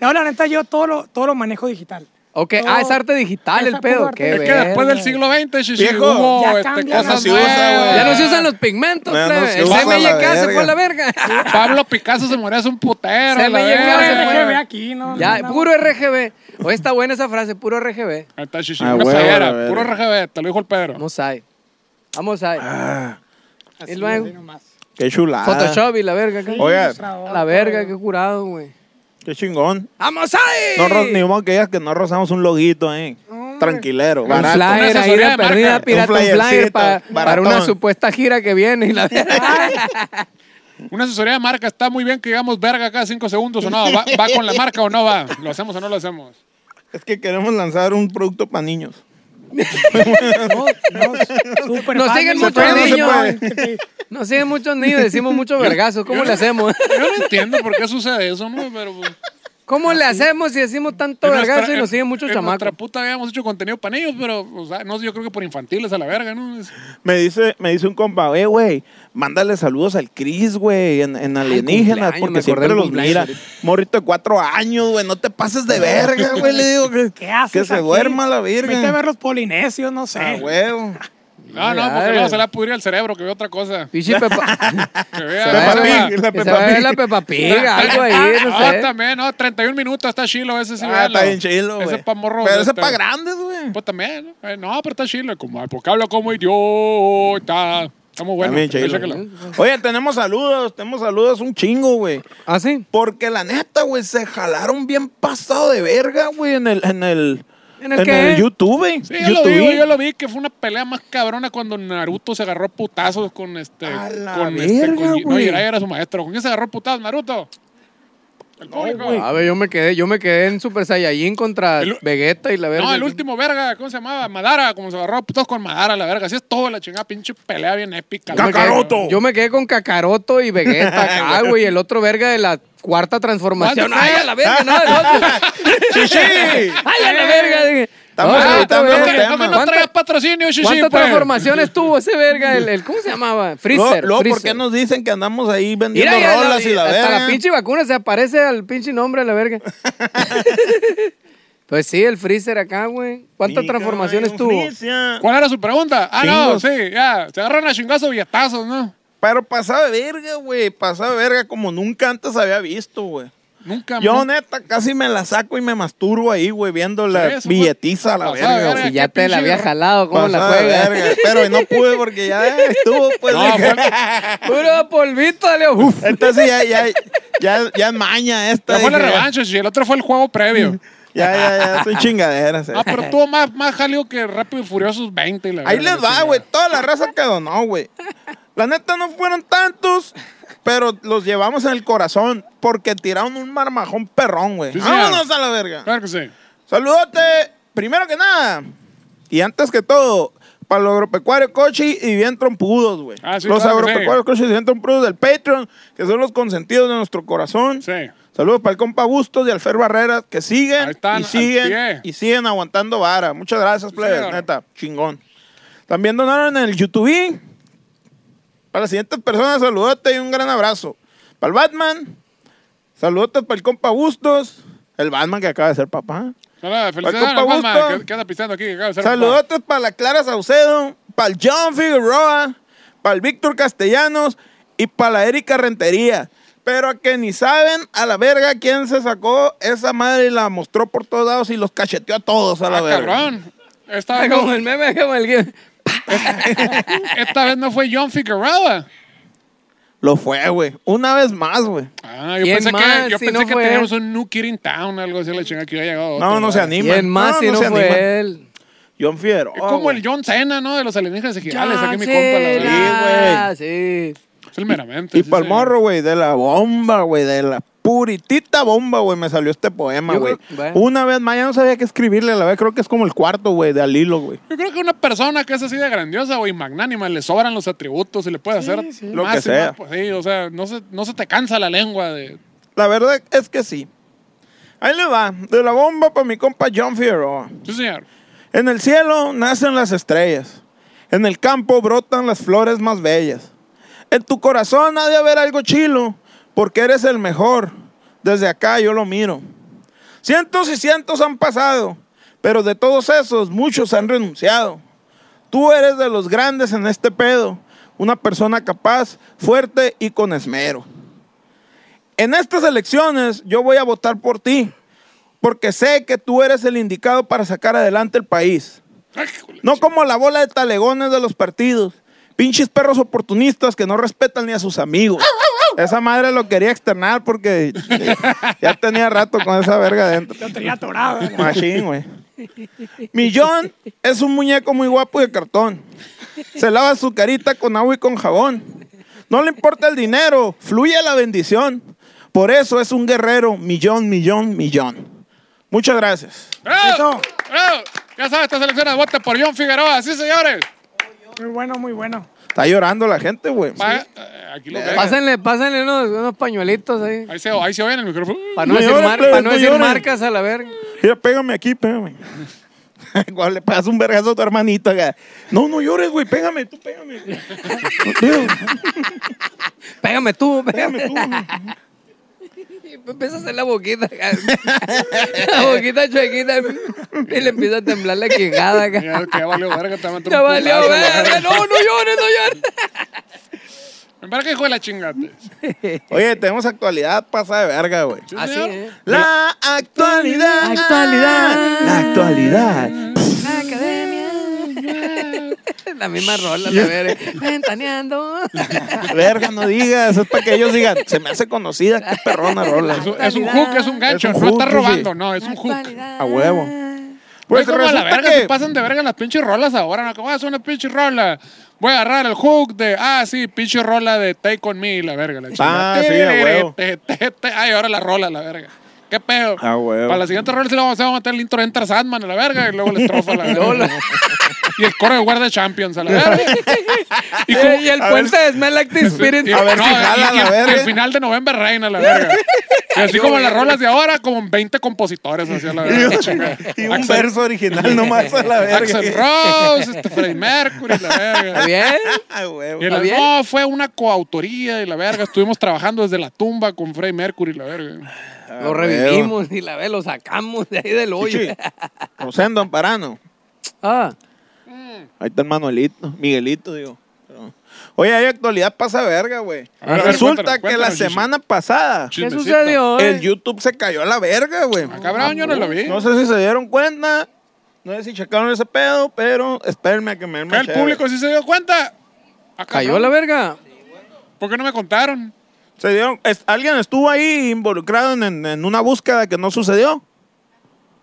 [SPEAKER 4] No, la neta, yo todo lo, todo lo manejo digital.
[SPEAKER 1] Ok,
[SPEAKER 4] Todo-
[SPEAKER 1] ah, es arte digital el
[SPEAKER 4] Esa
[SPEAKER 1] pedo,
[SPEAKER 4] pura
[SPEAKER 1] qué
[SPEAKER 2] Es
[SPEAKER 4] arte.
[SPEAKER 2] que después del
[SPEAKER 1] verga.
[SPEAKER 2] siglo XX, chichi,
[SPEAKER 3] Viejo,
[SPEAKER 2] hubo
[SPEAKER 4] ya
[SPEAKER 2] este,
[SPEAKER 4] cambia,
[SPEAKER 2] cosas
[SPEAKER 4] no se usa,
[SPEAKER 2] nuevas.
[SPEAKER 3] güey.
[SPEAKER 1] Ya no se usan los pigmentos, pues.
[SPEAKER 3] Ya no
[SPEAKER 1] plebe.
[SPEAKER 3] se
[SPEAKER 1] El
[SPEAKER 3] usa la
[SPEAKER 1] CMYK se
[SPEAKER 3] verga.
[SPEAKER 1] fue a la verga.
[SPEAKER 2] Pablo Picasso se murió hace un putero.
[SPEAKER 1] Se
[SPEAKER 2] la
[SPEAKER 1] me
[SPEAKER 2] verga.
[SPEAKER 1] llegó,
[SPEAKER 4] Puro
[SPEAKER 1] se fue.
[SPEAKER 4] RGB Ah, aquí,
[SPEAKER 1] <laughs>
[SPEAKER 4] ¿no?
[SPEAKER 1] Ya,
[SPEAKER 4] No, no.
[SPEAKER 1] puro RGB. Hoy está buena esa frase, puro RGB.
[SPEAKER 2] Ahí está chichi,
[SPEAKER 3] Ah,
[SPEAKER 2] una
[SPEAKER 3] huevo,
[SPEAKER 2] sayera,
[SPEAKER 3] la verga.
[SPEAKER 2] Puro RGB, te lo dijo el Pedro.
[SPEAKER 1] Vamos ahí. Vamos ahí.
[SPEAKER 4] Así,
[SPEAKER 1] y luego.
[SPEAKER 4] así nomás.
[SPEAKER 3] Qué chulada.
[SPEAKER 1] Photoshop y la verga. acá.
[SPEAKER 3] Oye.
[SPEAKER 4] Ilustrador,
[SPEAKER 1] A la verga,
[SPEAKER 4] todo.
[SPEAKER 1] qué curado, güey.
[SPEAKER 3] Qué chingón.
[SPEAKER 1] ¡Vamos ahí!
[SPEAKER 3] No, ro- ni modo que digas que no rozamos un loguito, eh. Tranquilero,
[SPEAKER 1] un
[SPEAKER 3] barato.
[SPEAKER 1] flyer
[SPEAKER 2] Una
[SPEAKER 1] ahí
[SPEAKER 2] asesoría
[SPEAKER 1] de
[SPEAKER 2] de
[SPEAKER 1] perdida,
[SPEAKER 2] marca.
[SPEAKER 1] pirata,
[SPEAKER 3] Un
[SPEAKER 1] un flyer
[SPEAKER 3] flyercito,
[SPEAKER 1] para, para
[SPEAKER 3] baratón.
[SPEAKER 1] una supuesta gira que viene y la verga.
[SPEAKER 2] Una asesoría de marca está muy bien que digamos verga cada cinco segundos o no. ¿Va, va con la marca o no va? ¿Lo hacemos o no lo hacemos?
[SPEAKER 3] Es que queremos lanzar un producto para niños.
[SPEAKER 4] No, <laughs> no, súper
[SPEAKER 1] Nos
[SPEAKER 4] fácil.
[SPEAKER 1] siguen
[SPEAKER 4] Se
[SPEAKER 1] muchos
[SPEAKER 4] puede, se
[SPEAKER 1] niños.
[SPEAKER 4] <laughs> puede.
[SPEAKER 1] Nos siguen muchos niños, decimos muchos vergazos. ¿Cómo le hacemos? <laughs>
[SPEAKER 2] Yo no entiendo por qué sucede eso, ¿no? Pero. pues,
[SPEAKER 1] ¿Cómo le hacemos si decimos tanto
[SPEAKER 2] en
[SPEAKER 1] vergazo
[SPEAKER 2] Ah, nuestra-
[SPEAKER 1] y nos siguen
[SPEAKER 2] en-
[SPEAKER 1] muchos
[SPEAKER 2] en
[SPEAKER 1] chamacos?
[SPEAKER 2] Nuestra puta habíamos hecho contenido para ellos, pero, o sea, no sé, yo creo que por infantiles a la verga, ¿no? Es-
[SPEAKER 3] Me dice, me dice un compa, eh, güey, mándale saludos al Cris, güey, en, en alienígenas,
[SPEAKER 1] cumpleaños, me
[SPEAKER 3] porque
[SPEAKER 1] acordé
[SPEAKER 3] siempre
[SPEAKER 1] del
[SPEAKER 3] los
[SPEAKER 1] cumpleaños
[SPEAKER 3] mira.
[SPEAKER 1] ahorita.
[SPEAKER 3] Morrito de cuatro años, güey, no te pases de verga, güey,
[SPEAKER 1] <laughs>
[SPEAKER 3] le digo que,
[SPEAKER 4] ¿Qué haces
[SPEAKER 3] que se
[SPEAKER 4] aquí?
[SPEAKER 3] duerma la
[SPEAKER 4] Vete a
[SPEAKER 3] virgen.
[SPEAKER 4] ver los polinesios, no sé.
[SPEAKER 3] Ah, huevo.
[SPEAKER 2] Ah, No,
[SPEAKER 1] Ay,
[SPEAKER 2] no, porque
[SPEAKER 1] ay.
[SPEAKER 2] luego se le pudría el cerebro, que vea otra cosa.
[SPEAKER 1] Pichi
[SPEAKER 2] <laughs>
[SPEAKER 1] Pepa.
[SPEAKER 2] Que
[SPEAKER 1] Se
[SPEAKER 2] vea.
[SPEAKER 1] va a
[SPEAKER 3] Peppa
[SPEAKER 1] ver la-
[SPEAKER 3] Pig, la
[SPEAKER 1] que se
[SPEAKER 3] Peppa
[SPEAKER 1] va a ver
[SPEAKER 3] Pig.
[SPEAKER 1] la Peppa Pig, <laughs> algo ahí, no
[SPEAKER 2] Ah,
[SPEAKER 1] sé.
[SPEAKER 2] también, no, 31 minutos está chilo, ese sí.
[SPEAKER 3] Ah,
[SPEAKER 2] véalo.
[SPEAKER 3] está bien chilo, güey.
[SPEAKER 2] Ese es pa' morros,
[SPEAKER 3] Pero ese es
[SPEAKER 2] este.
[SPEAKER 3] pa' grandes, güey.
[SPEAKER 2] Pues también, ¿no? Eh, no, pero está chilo, como, ay, porque hablo como idiota. Está muy bueno.
[SPEAKER 3] También chilo.
[SPEAKER 2] chécalo.
[SPEAKER 3] Oye, tenemos saludos, tenemos saludos un chingo, güey.
[SPEAKER 1] ¿Ah, sí?
[SPEAKER 3] Porque la neta, güey, se jalaron bien pasado de verga, güey, en el, en el,
[SPEAKER 1] ¿En el qué?
[SPEAKER 3] YouTube.
[SPEAKER 2] Sí, yo lo,
[SPEAKER 3] YouTube.
[SPEAKER 2] vi, yo lo vi, que fue una pelea más cabrona cuando Naruto se agarró a putazos con este.
[SPEAKER 3] A la
[SPEAKER 2] con este.
[SPEAKER 3] verga,
[SPEAKER 2] Con, no,
[SPEAKER 3] güey.
[SPEAKER 2] Jiraiya era su maestro. ¿Con quién se agarró a putazos, Naruto? El público.
[SPEAKER 1] A ver, yo me quedé, yo me quedé en Super Saiyajin contra
[SPEAKER 2] El u-
[SPEAKER 1] Vegeta y la verga.
[SPEAKER 2] no, el último verga, ¿cómo se llamaba? Madara, como se agarró a putazos con Madara, la verga. Así es todo, la chingada, pinche pelea bien épica.
[SPEAKER 1] Yo me quedé-
[SPEAKER 3] Kakaroto.
[SPEAKER 1] yo me quedé con Kakaroto y Vegeta
[SPEAKER 3] <laughs>
[SPEAKER 1] acá, güey, y el otro verga de la cuarta transformación.
[SPEAKER 2] ¿Cuánto?
[SPEAKER 1] ¡Ay, a la
[SPEAKER 3] Ah,
[SPEAKER 1] verga! No, el otro.
[SPEAKER 3] <laughs>
[SPEAKER 2] <laughs>
[SPEAKER 3] ¡Chichi!
[SPEAKER 1] ¡Ay, a la verga! dije.
[SPEAKER 3] Eh, Estamos
[SPEAKER 1] No,
[SPEAKER 2] Ah,
[SPEAKER 1] esta
[SPEAKER 3] evitando
[SPEAKER 2] ¿no
[SPEAKER 1] verga.
[SPEAKER 3] los
[SPEAKER 2] que- no que no
[SPEAKER 1] ¿Cuánta-
[SPEAKER 2] traigas patrocinio, chichi,
[SPEAKER 1] ¿Cuántas
[SPEAKER 2] pues?
[SPEAKER 1] transformaciones tuvo ese verga? El, el- ¿Cómo se llamaba? Freezer.
[SPEAKER 3] luego, luego, ¿por
[SPEAKER 1] Freezer.
[SPEAKER 3] qué nos dicen que andamos ahí vendiendo
[SPEAKER 1] Mira, ya
[SPEAKER 3] rolas y la
[SPEAKER 1] hasta
[SPEAKER 3] verga?
[SPEAKER 1] la pinche vacuna se aparece al pinche nombre de la
[SPEAKER 3] <laughs>
[SPEAKER 1] verga. pues sí, el freezer acá, güey. ¿Cuántas
[SPEAKER 3] Mira,
[SPEAKER 1] transformaciones
[SPEAKER 3] un
[SPEAKER 1] tuvo?
[SPEAKER 3] frisa.
[SPEAKER 2] ¿Cuál era su pregunta? Ah, no,
[SPEAKER 3] Chingos.
[SPEAKER 2] sí, ya. Se agarran a chingazos billetazos, ¿no?
[SPEAKER 3] Pero pasaba de verga, güey. Pasaba de verga como nunca antes había visto, güey.
[SPEAKER 2] Nunca
[SPEAKER 3] Yo,
[SPEAKER 2] más.
[SPEAKER 3] neta, casi me la saco y me masturbo ahí, güey, viendo
[SPEAKER 2] Sí,
[SPEAKER 3] la
[SPEAKER 2] eso fue-
[SPEAKER 3] billetiza a la
[SPEAKER 2] pasaba de
[SPEAKER 3] verga,
[SPEAKER 2] verga.
[SPEAKER 3] güey.
[SPEAKER 1] Si ya
[SPEAKER 2] qué
[SPEAKER 1] te la
[SPEAKER 2] pinche
[SPEAKER 1] había jalado, ¿cómo la
[SPEAKER 3] Pasaba de
[SPEAKER 1] juega?
[SPEAKER 3] verga. Pero no pude porque ya estuvo, pues.
[SPEAKER 2] No,
[SPEAKER 3] dije,
[SPEAKER 1] <laughs> Puro polvito, Leo. Uf.
[SPEAKER 3] Entonces ya, ya, ya, ya es maña esta.
[SPEAKER 2] Pero fue la
[SPEAKER 3] dije,
[SPEAKER 2] revancha, chichi. El otro fue el juego
[SPEAKER 3] <laughs>
[SPEAKER 2] previo.
[SPEAKER 3] Ya, ya, ya, son chingaderas. eh.
[SPEAKER 2] Ah, pero tuvo más, más jaleo que Rápido y Furiosos 20. y la
[SPEAKER 3] Ahí
[SPEAKER 2] verga,
[SPEAKER 3] les va,
[SPEAKER 2] chingada.
[SPEAKER 3] güey. Toda la raza que donó, güey. La neta no fueron tantos, pero los llevamos en el corazón porque tiraron un marmajón perrón, güey.
[SPEAKER 2] Sí, señor.
[SPEAKER 3] Vámonos a la verga.
[SPEAKER 2] Claro que sí.
[SPEAKER 3] Saludote, primero que nada. Y antes que todo, para los agropecuarios cochi y bien trompudos, güey.
[SPEAKER 2] Ah, sí,
[SPEAKER 3] los
[SPEAKER 2] claro que sí.
[SPEAKER 3] agropecuarios cochi y bien trompudos del Patreon, que son los consentidos de nuestro corazón.
[SPEAKER 2] Sí.
[SPEAKER 3] Saludos para el compa Bustos y Alfer Barreras, que siguen
[SPEAKER 2] Ahí están,
[SPEAKER 3] y
[SPEAKER 2] al
[SPEAKER 3] siguen
[SPEAKER 2] pie.
[SPEAKER 3] y siguen aguantando vara. Muchas gracias, plebes,
[SPEAKER 2] señor.
[SPEAKER 3] neta, chingón. También donaron en el YouTube. Para las siguientes personas, saludote y un gran abrazo. Para el Batman, saludotes para el compa Bustos, el Batman que acaba de ser papá.
[SPEAKER 2] Hola,
[SPEAKER 3] Oye,
[SPEAKER 2] felicidades,
[SPEAKER 3] compa,
[SPEAKER 2] Palma,
[SPEAKER 3] gusto.
[SPEAKER 2] que, que anda pisando aquí. que acaba de ser papá.
[SPEAKER 3] Saludotes para la Clara Saucedo, para el John Figueroa, para el Víctor Castellanos y para la Erika Rentería. Pero a que ni saben a la verga quién se sacó esa madre y la mostró por todos lados y los cacheteó a todos a la
[SPEAKER 2] Ah,
[SPEAKER 3] verga.
[SPEAKER 2] cabrón. Esta vez,
[SPEAKER 1] Ah, Como
[SPEAKER 2] no,
[SPEAKER 1] el meme, como el que-
[SPEAKER 2] esta vez no fue John Figueroa.
[SPEAKER 3] Lo fue, güey. Una vez más, güey.
[SPEAKER 2] Ah, yo
[SPEAKER 1] ¿Quién
[SPEAKER 2] pensé
[SPEAKER 1] más
[SPEAKER 2] que, yo
[SPEAKER 1] si
[SPEAKER 2] pensé
[SPEAKER 1] no
[SPEAKER 2] que
[SPEAKER 1] fue él?
[SPEAKER 2] teníamos un New Kid in Town, algo así, la chingada que hubiera llegado.
[SPEAKER 3] No,
[SPEAKER 2] otro,
[SPEAKER 3] no se
[SPEAKER 2] ¿verdad?
[SPEAKER 1] Y
[SPEAKER 3] animan.
[SPEAKER 1] en más si no,
[SPEAKER 3] se animan.
[SPEAKER 1] fue él.
[SPEAKER 3] John Figueroa.
[SPEAKER 2] Es como
[SPEAKER 3] güey.
[SPEAKER 2] el John Cena, ¿no? De los alienígenas
[SPEAKER 1] Ah,
[SPEAKER 2] ejidales, aquí mi compa, la verdad.
[SPEAKER 1] Chachela, Sí.
[SPEAKER 2] Es el meramente.
[SPEAKER 3] Y
[SPEAKER 2] sí,
[SPEAKER 3] para
[SPEAKER 2] sí.
[SPEAKER 3] el morro, güey, de la bomba, güey, de la puritita bomba, güey, me salió este poema,
[SPEAKER 1] Yo
[SPEAKER 3] güey.
[SPEAKER 1] creo- bueno.
[SPEAKER 3] Una vez más, ya no sabía qué escribirle, a la vez creo que es como el cuarto, güey, de al hilo, güey.
[SPEAKER 2] Yo creo que una persona que es así de grandiosa, güey, magnánima, le sobran los atributos y le puede
[SPEAKER 4] Sí,
[SPEAKER 2] hacer
[SPEAKER 4] sí.
[SPEAKER 2] más
[SPEAKER 3] Lo que
[SPEAKER 2] y
[SPEAKER 3] sea.
[SPEAKER 2] más, pues, sí, o sea, no se, no se te cansa la lengua de...
[SPEAKER 3] La verdad es que sí. Ahí le va, de la bomba para mi compa John Figueroa.
[SPEAKER 2] Sí, señor.
[SPEAKER 3] En el cielo nacen las estrellas. En el campo brotan las flores más bellas. En tu corazón ha de haber algo chilo, porque eres el mejor. Desde acá yo lo miro. Cientos y cientos han pasado, pero de todos esos muchos han renunciado. Tú eres de los grandes en este pedo, una persona capaz, fuerte y con esmero. En estas elecciones yo voy a votar por ti, porque sé que tú eres el indicado para sacar adelante el país.
[SPEAKER 2] Ay, jole.
[SPEAKER 3] No como la bola de talegones de los partidos. Pinches perros oportunistas que no respetan ni a sus amigos. Esa madre lo quería externar porque ya tenía rato con esa verga dentro.
[SPEAKER 4] Lo
[SPEAKER 3] <laughs>
[SPEAKER 4] tenía atorado. güey.
[SPEAKER 3] Machín, güey. Millón es un muñeco muy guapo de cartón. Se lava su carita con agua y con jabón. No le importa el dinero, fluye la bendición. Por eso es un guerrero, millón, millón, millón. Muchas gracias.
[SPEAKER 2] ¡Bravo!
[SPEAKER 4] Eso.
[SPEAKER 2] ¡Bravo! ¡Ah! Ya sabes, estas elecciones voten por John Figueroa. Sí, señores.
[SPEAKER 4] Muy bueno, muy bueno.
[SPEAKER 3] Está llorando la gente, güey.
[SPEAKER 2] Pa- eh, aquí lo ven.
[SPEAKER 1] Pásenle, pásenle unos, unos pañuelitos ahí.
[SPEAKER 2] Ahí se, ahí se oyen el micrófono.
[SPEAKER 1] Para no,
[SPEAKER 3] No
[SPEAKER 1] decir,
[SPEAKER 3] llores,
[SPEAKER 1] mar-
[SPEAKER 3] plebe,
[SPEAKER 1] pa' no
[SPEAKER 3] no
[SPEAKER 1] decir
[SPEAKER 3] llores.
[SPEAKER 1] marcas a la verga.
[SPEAKER 3] Mira, pégame aquí, pégame. <laughs> Igual le pasa un vergazo a tu hermanito acá. No, no llores, güey, pégame, tú pégame. <laughs> Digo,
[SPEAKER 1] Pégame tú,
[SPEAKER 3] pégame
[SPEAKER 1] pégame.
[SPEAKER 3] tú. güey.
[SPEAKER 1] <laughs> Empieza a hacer la boquita. <laughs> acá. la boquita chuequita. Y le empieza a temblar la quijada. acá.
[SPEAKER 2] Mira, que ya valió verga. Te va a meter
[SPEAKER 1] Ya
[SPEAKER 2] un
[SPEAKER 1] valió
[SPEAKER 2] putazo, la
[SPEAKER 1] verga. No, no llores, no llores.
[SPEAKER 2] Me parece que hijo de la chingate.
[SPEAKER 3] Oye, tenemos actualidad pasada de verga, güey.
[SPEAKER 2] Sí,
[SPEAKER 1] Así
[SPEAKER 2] señor.
[SPEAKER 1] es.
[SPEAKER 3] La actualidad.
[SPEAKER 1] Actualidad.
[SPEAKER 3] La actualidad. <laughs>
[SPEAKER 1] La academia. <laughs> la misma rola, la verga. Ventaneando.
[SPEAKER 3] Verga, no digas. Es para que ellos digan, se me hace conocida, qué perrona rola.
[SPEAKER 2] Es un- Es un hook, es un gancho.
[SPEAKER 3] Es un
[SPEAKER 2] no está
[SPEAKER 3] hook,
[SPEAKER 2] robando,
[SPEAKER 3] sí.
[SPEAKER 2] no, es un hook.
[SPEAKER 1] Actualidad.
[SPEAKER 3] A huevo.
[SPEAKER 2] Pues como a la
[SPEAKER 3] resulta
[SPEAKER 2] verga
[SPEAKER 3] que-
[SPEAKER 2] se pasan de verga las pinches rolas ahora, ¿no? Que voy a hacer una pinche rola. Voy a agarrar el hook de, ah, sí, pinche rola de Take On Me, la verga, la chingada.
[SPEAKER 3] Ah, sí, a huevo.
[SPEAKER 2] Te, te, te. Ay, ahora la rola, la verga. ¿Qué pedo?
[SPEAKER 3] A huevo.
[SPEAKER 2] Para la siguiente rola sí la vamos a hacer, vamos a meter el intro de Enter Sandman a la verga y luego la estrofa a
[SPEAKER 3] <laughs>
[SPEAKER 2] la
[SPEAKER 1] Luego la-
[SPEAKER 2] verga. y el coro de Guardia Champions a la verga.
[SPEAKER 1] Y, como- y el puente de Smell Like Teen Spirit.
[SPEAKER 2] Y-
[SPEAKER 3] <laughs> A ver si jala
[SPEAKER 2] y- y
[SPEAKER 3] la
[SPEAKER 2] el-
[SPEAKER 3] verga.
[SPEAKER 2] El final de November Reina, la verga. Y
[SPEAKER 3] <laughs>
[SPEAKER 2] así como las rolas de ahora, como 20 compositores hacia la verga. chingada.
[SPEAKER 3] Y un
[SPEAKER 2] Axel,
[SPEAKER 3] verso original nomás a la verga.
[SPEAKER 2] Axel Rose, este Freddie Mercury, la verga.
[SPEAKER 1] ¿Está bien?
[SPEAKER 3] <laughs> A <laughs> huevo.
[SPEAKER 2] Y el-
[SPEAKER 1] ¿Está bien?
[SPEAKER 2] no, fue una coautoría y la verga. Estuvimos trabajando desde la tumba con Freddie Mercury, la verga.
[SPEAKER 1] Lo revivimos y la vez lo sacamos de ahí del hoyo.
[SPEAKER 3] Chichi, Rosendo Amparano.
[SPEAKER 1] Ah,
[SPEAKER 3] Ahí está el Manuelito, Miguelito, digo. Pero- Oye, hay actualidad pasa verga, güey.
[SPEAKER 2] A ver, a ver,
[SPEAKER 3] Resulta
[SPEAKER 2] cuéntanos,
[SPEAKER 3] que la
[SPEAKER 2] cuéntanos, Chichi.
[SPEAKER 3] semana pasada
[SPEAKER 1] ¿qué
[SPEAKER 2] Chismecito.
[SPEAKER 1] sucedió? eh?
[SPEAKER 3] el YouTube se cayó a la verga, güey.
[SPEAKER 2] Ah, Cabrón, yo no lo vi.
[SPEAKER 3] No sé si se dieron cuenta, no sé si checaron ese pedo, pero espérenme a que me
[SPEAKER 2] ¿El público sí se dio cuenta? Ah,
[SPEAKER 1] ¿Cayó
[SPEAKER 2] cabrón,
[SPEAKER 1] la verga?
[SPEAKER 2] ¿Por qué no me contaron?
[SPEAKER 3] Se dieron, es- ¿Alguien estuvo ahí involucrado en- en, en una búsqueda que no sucedió?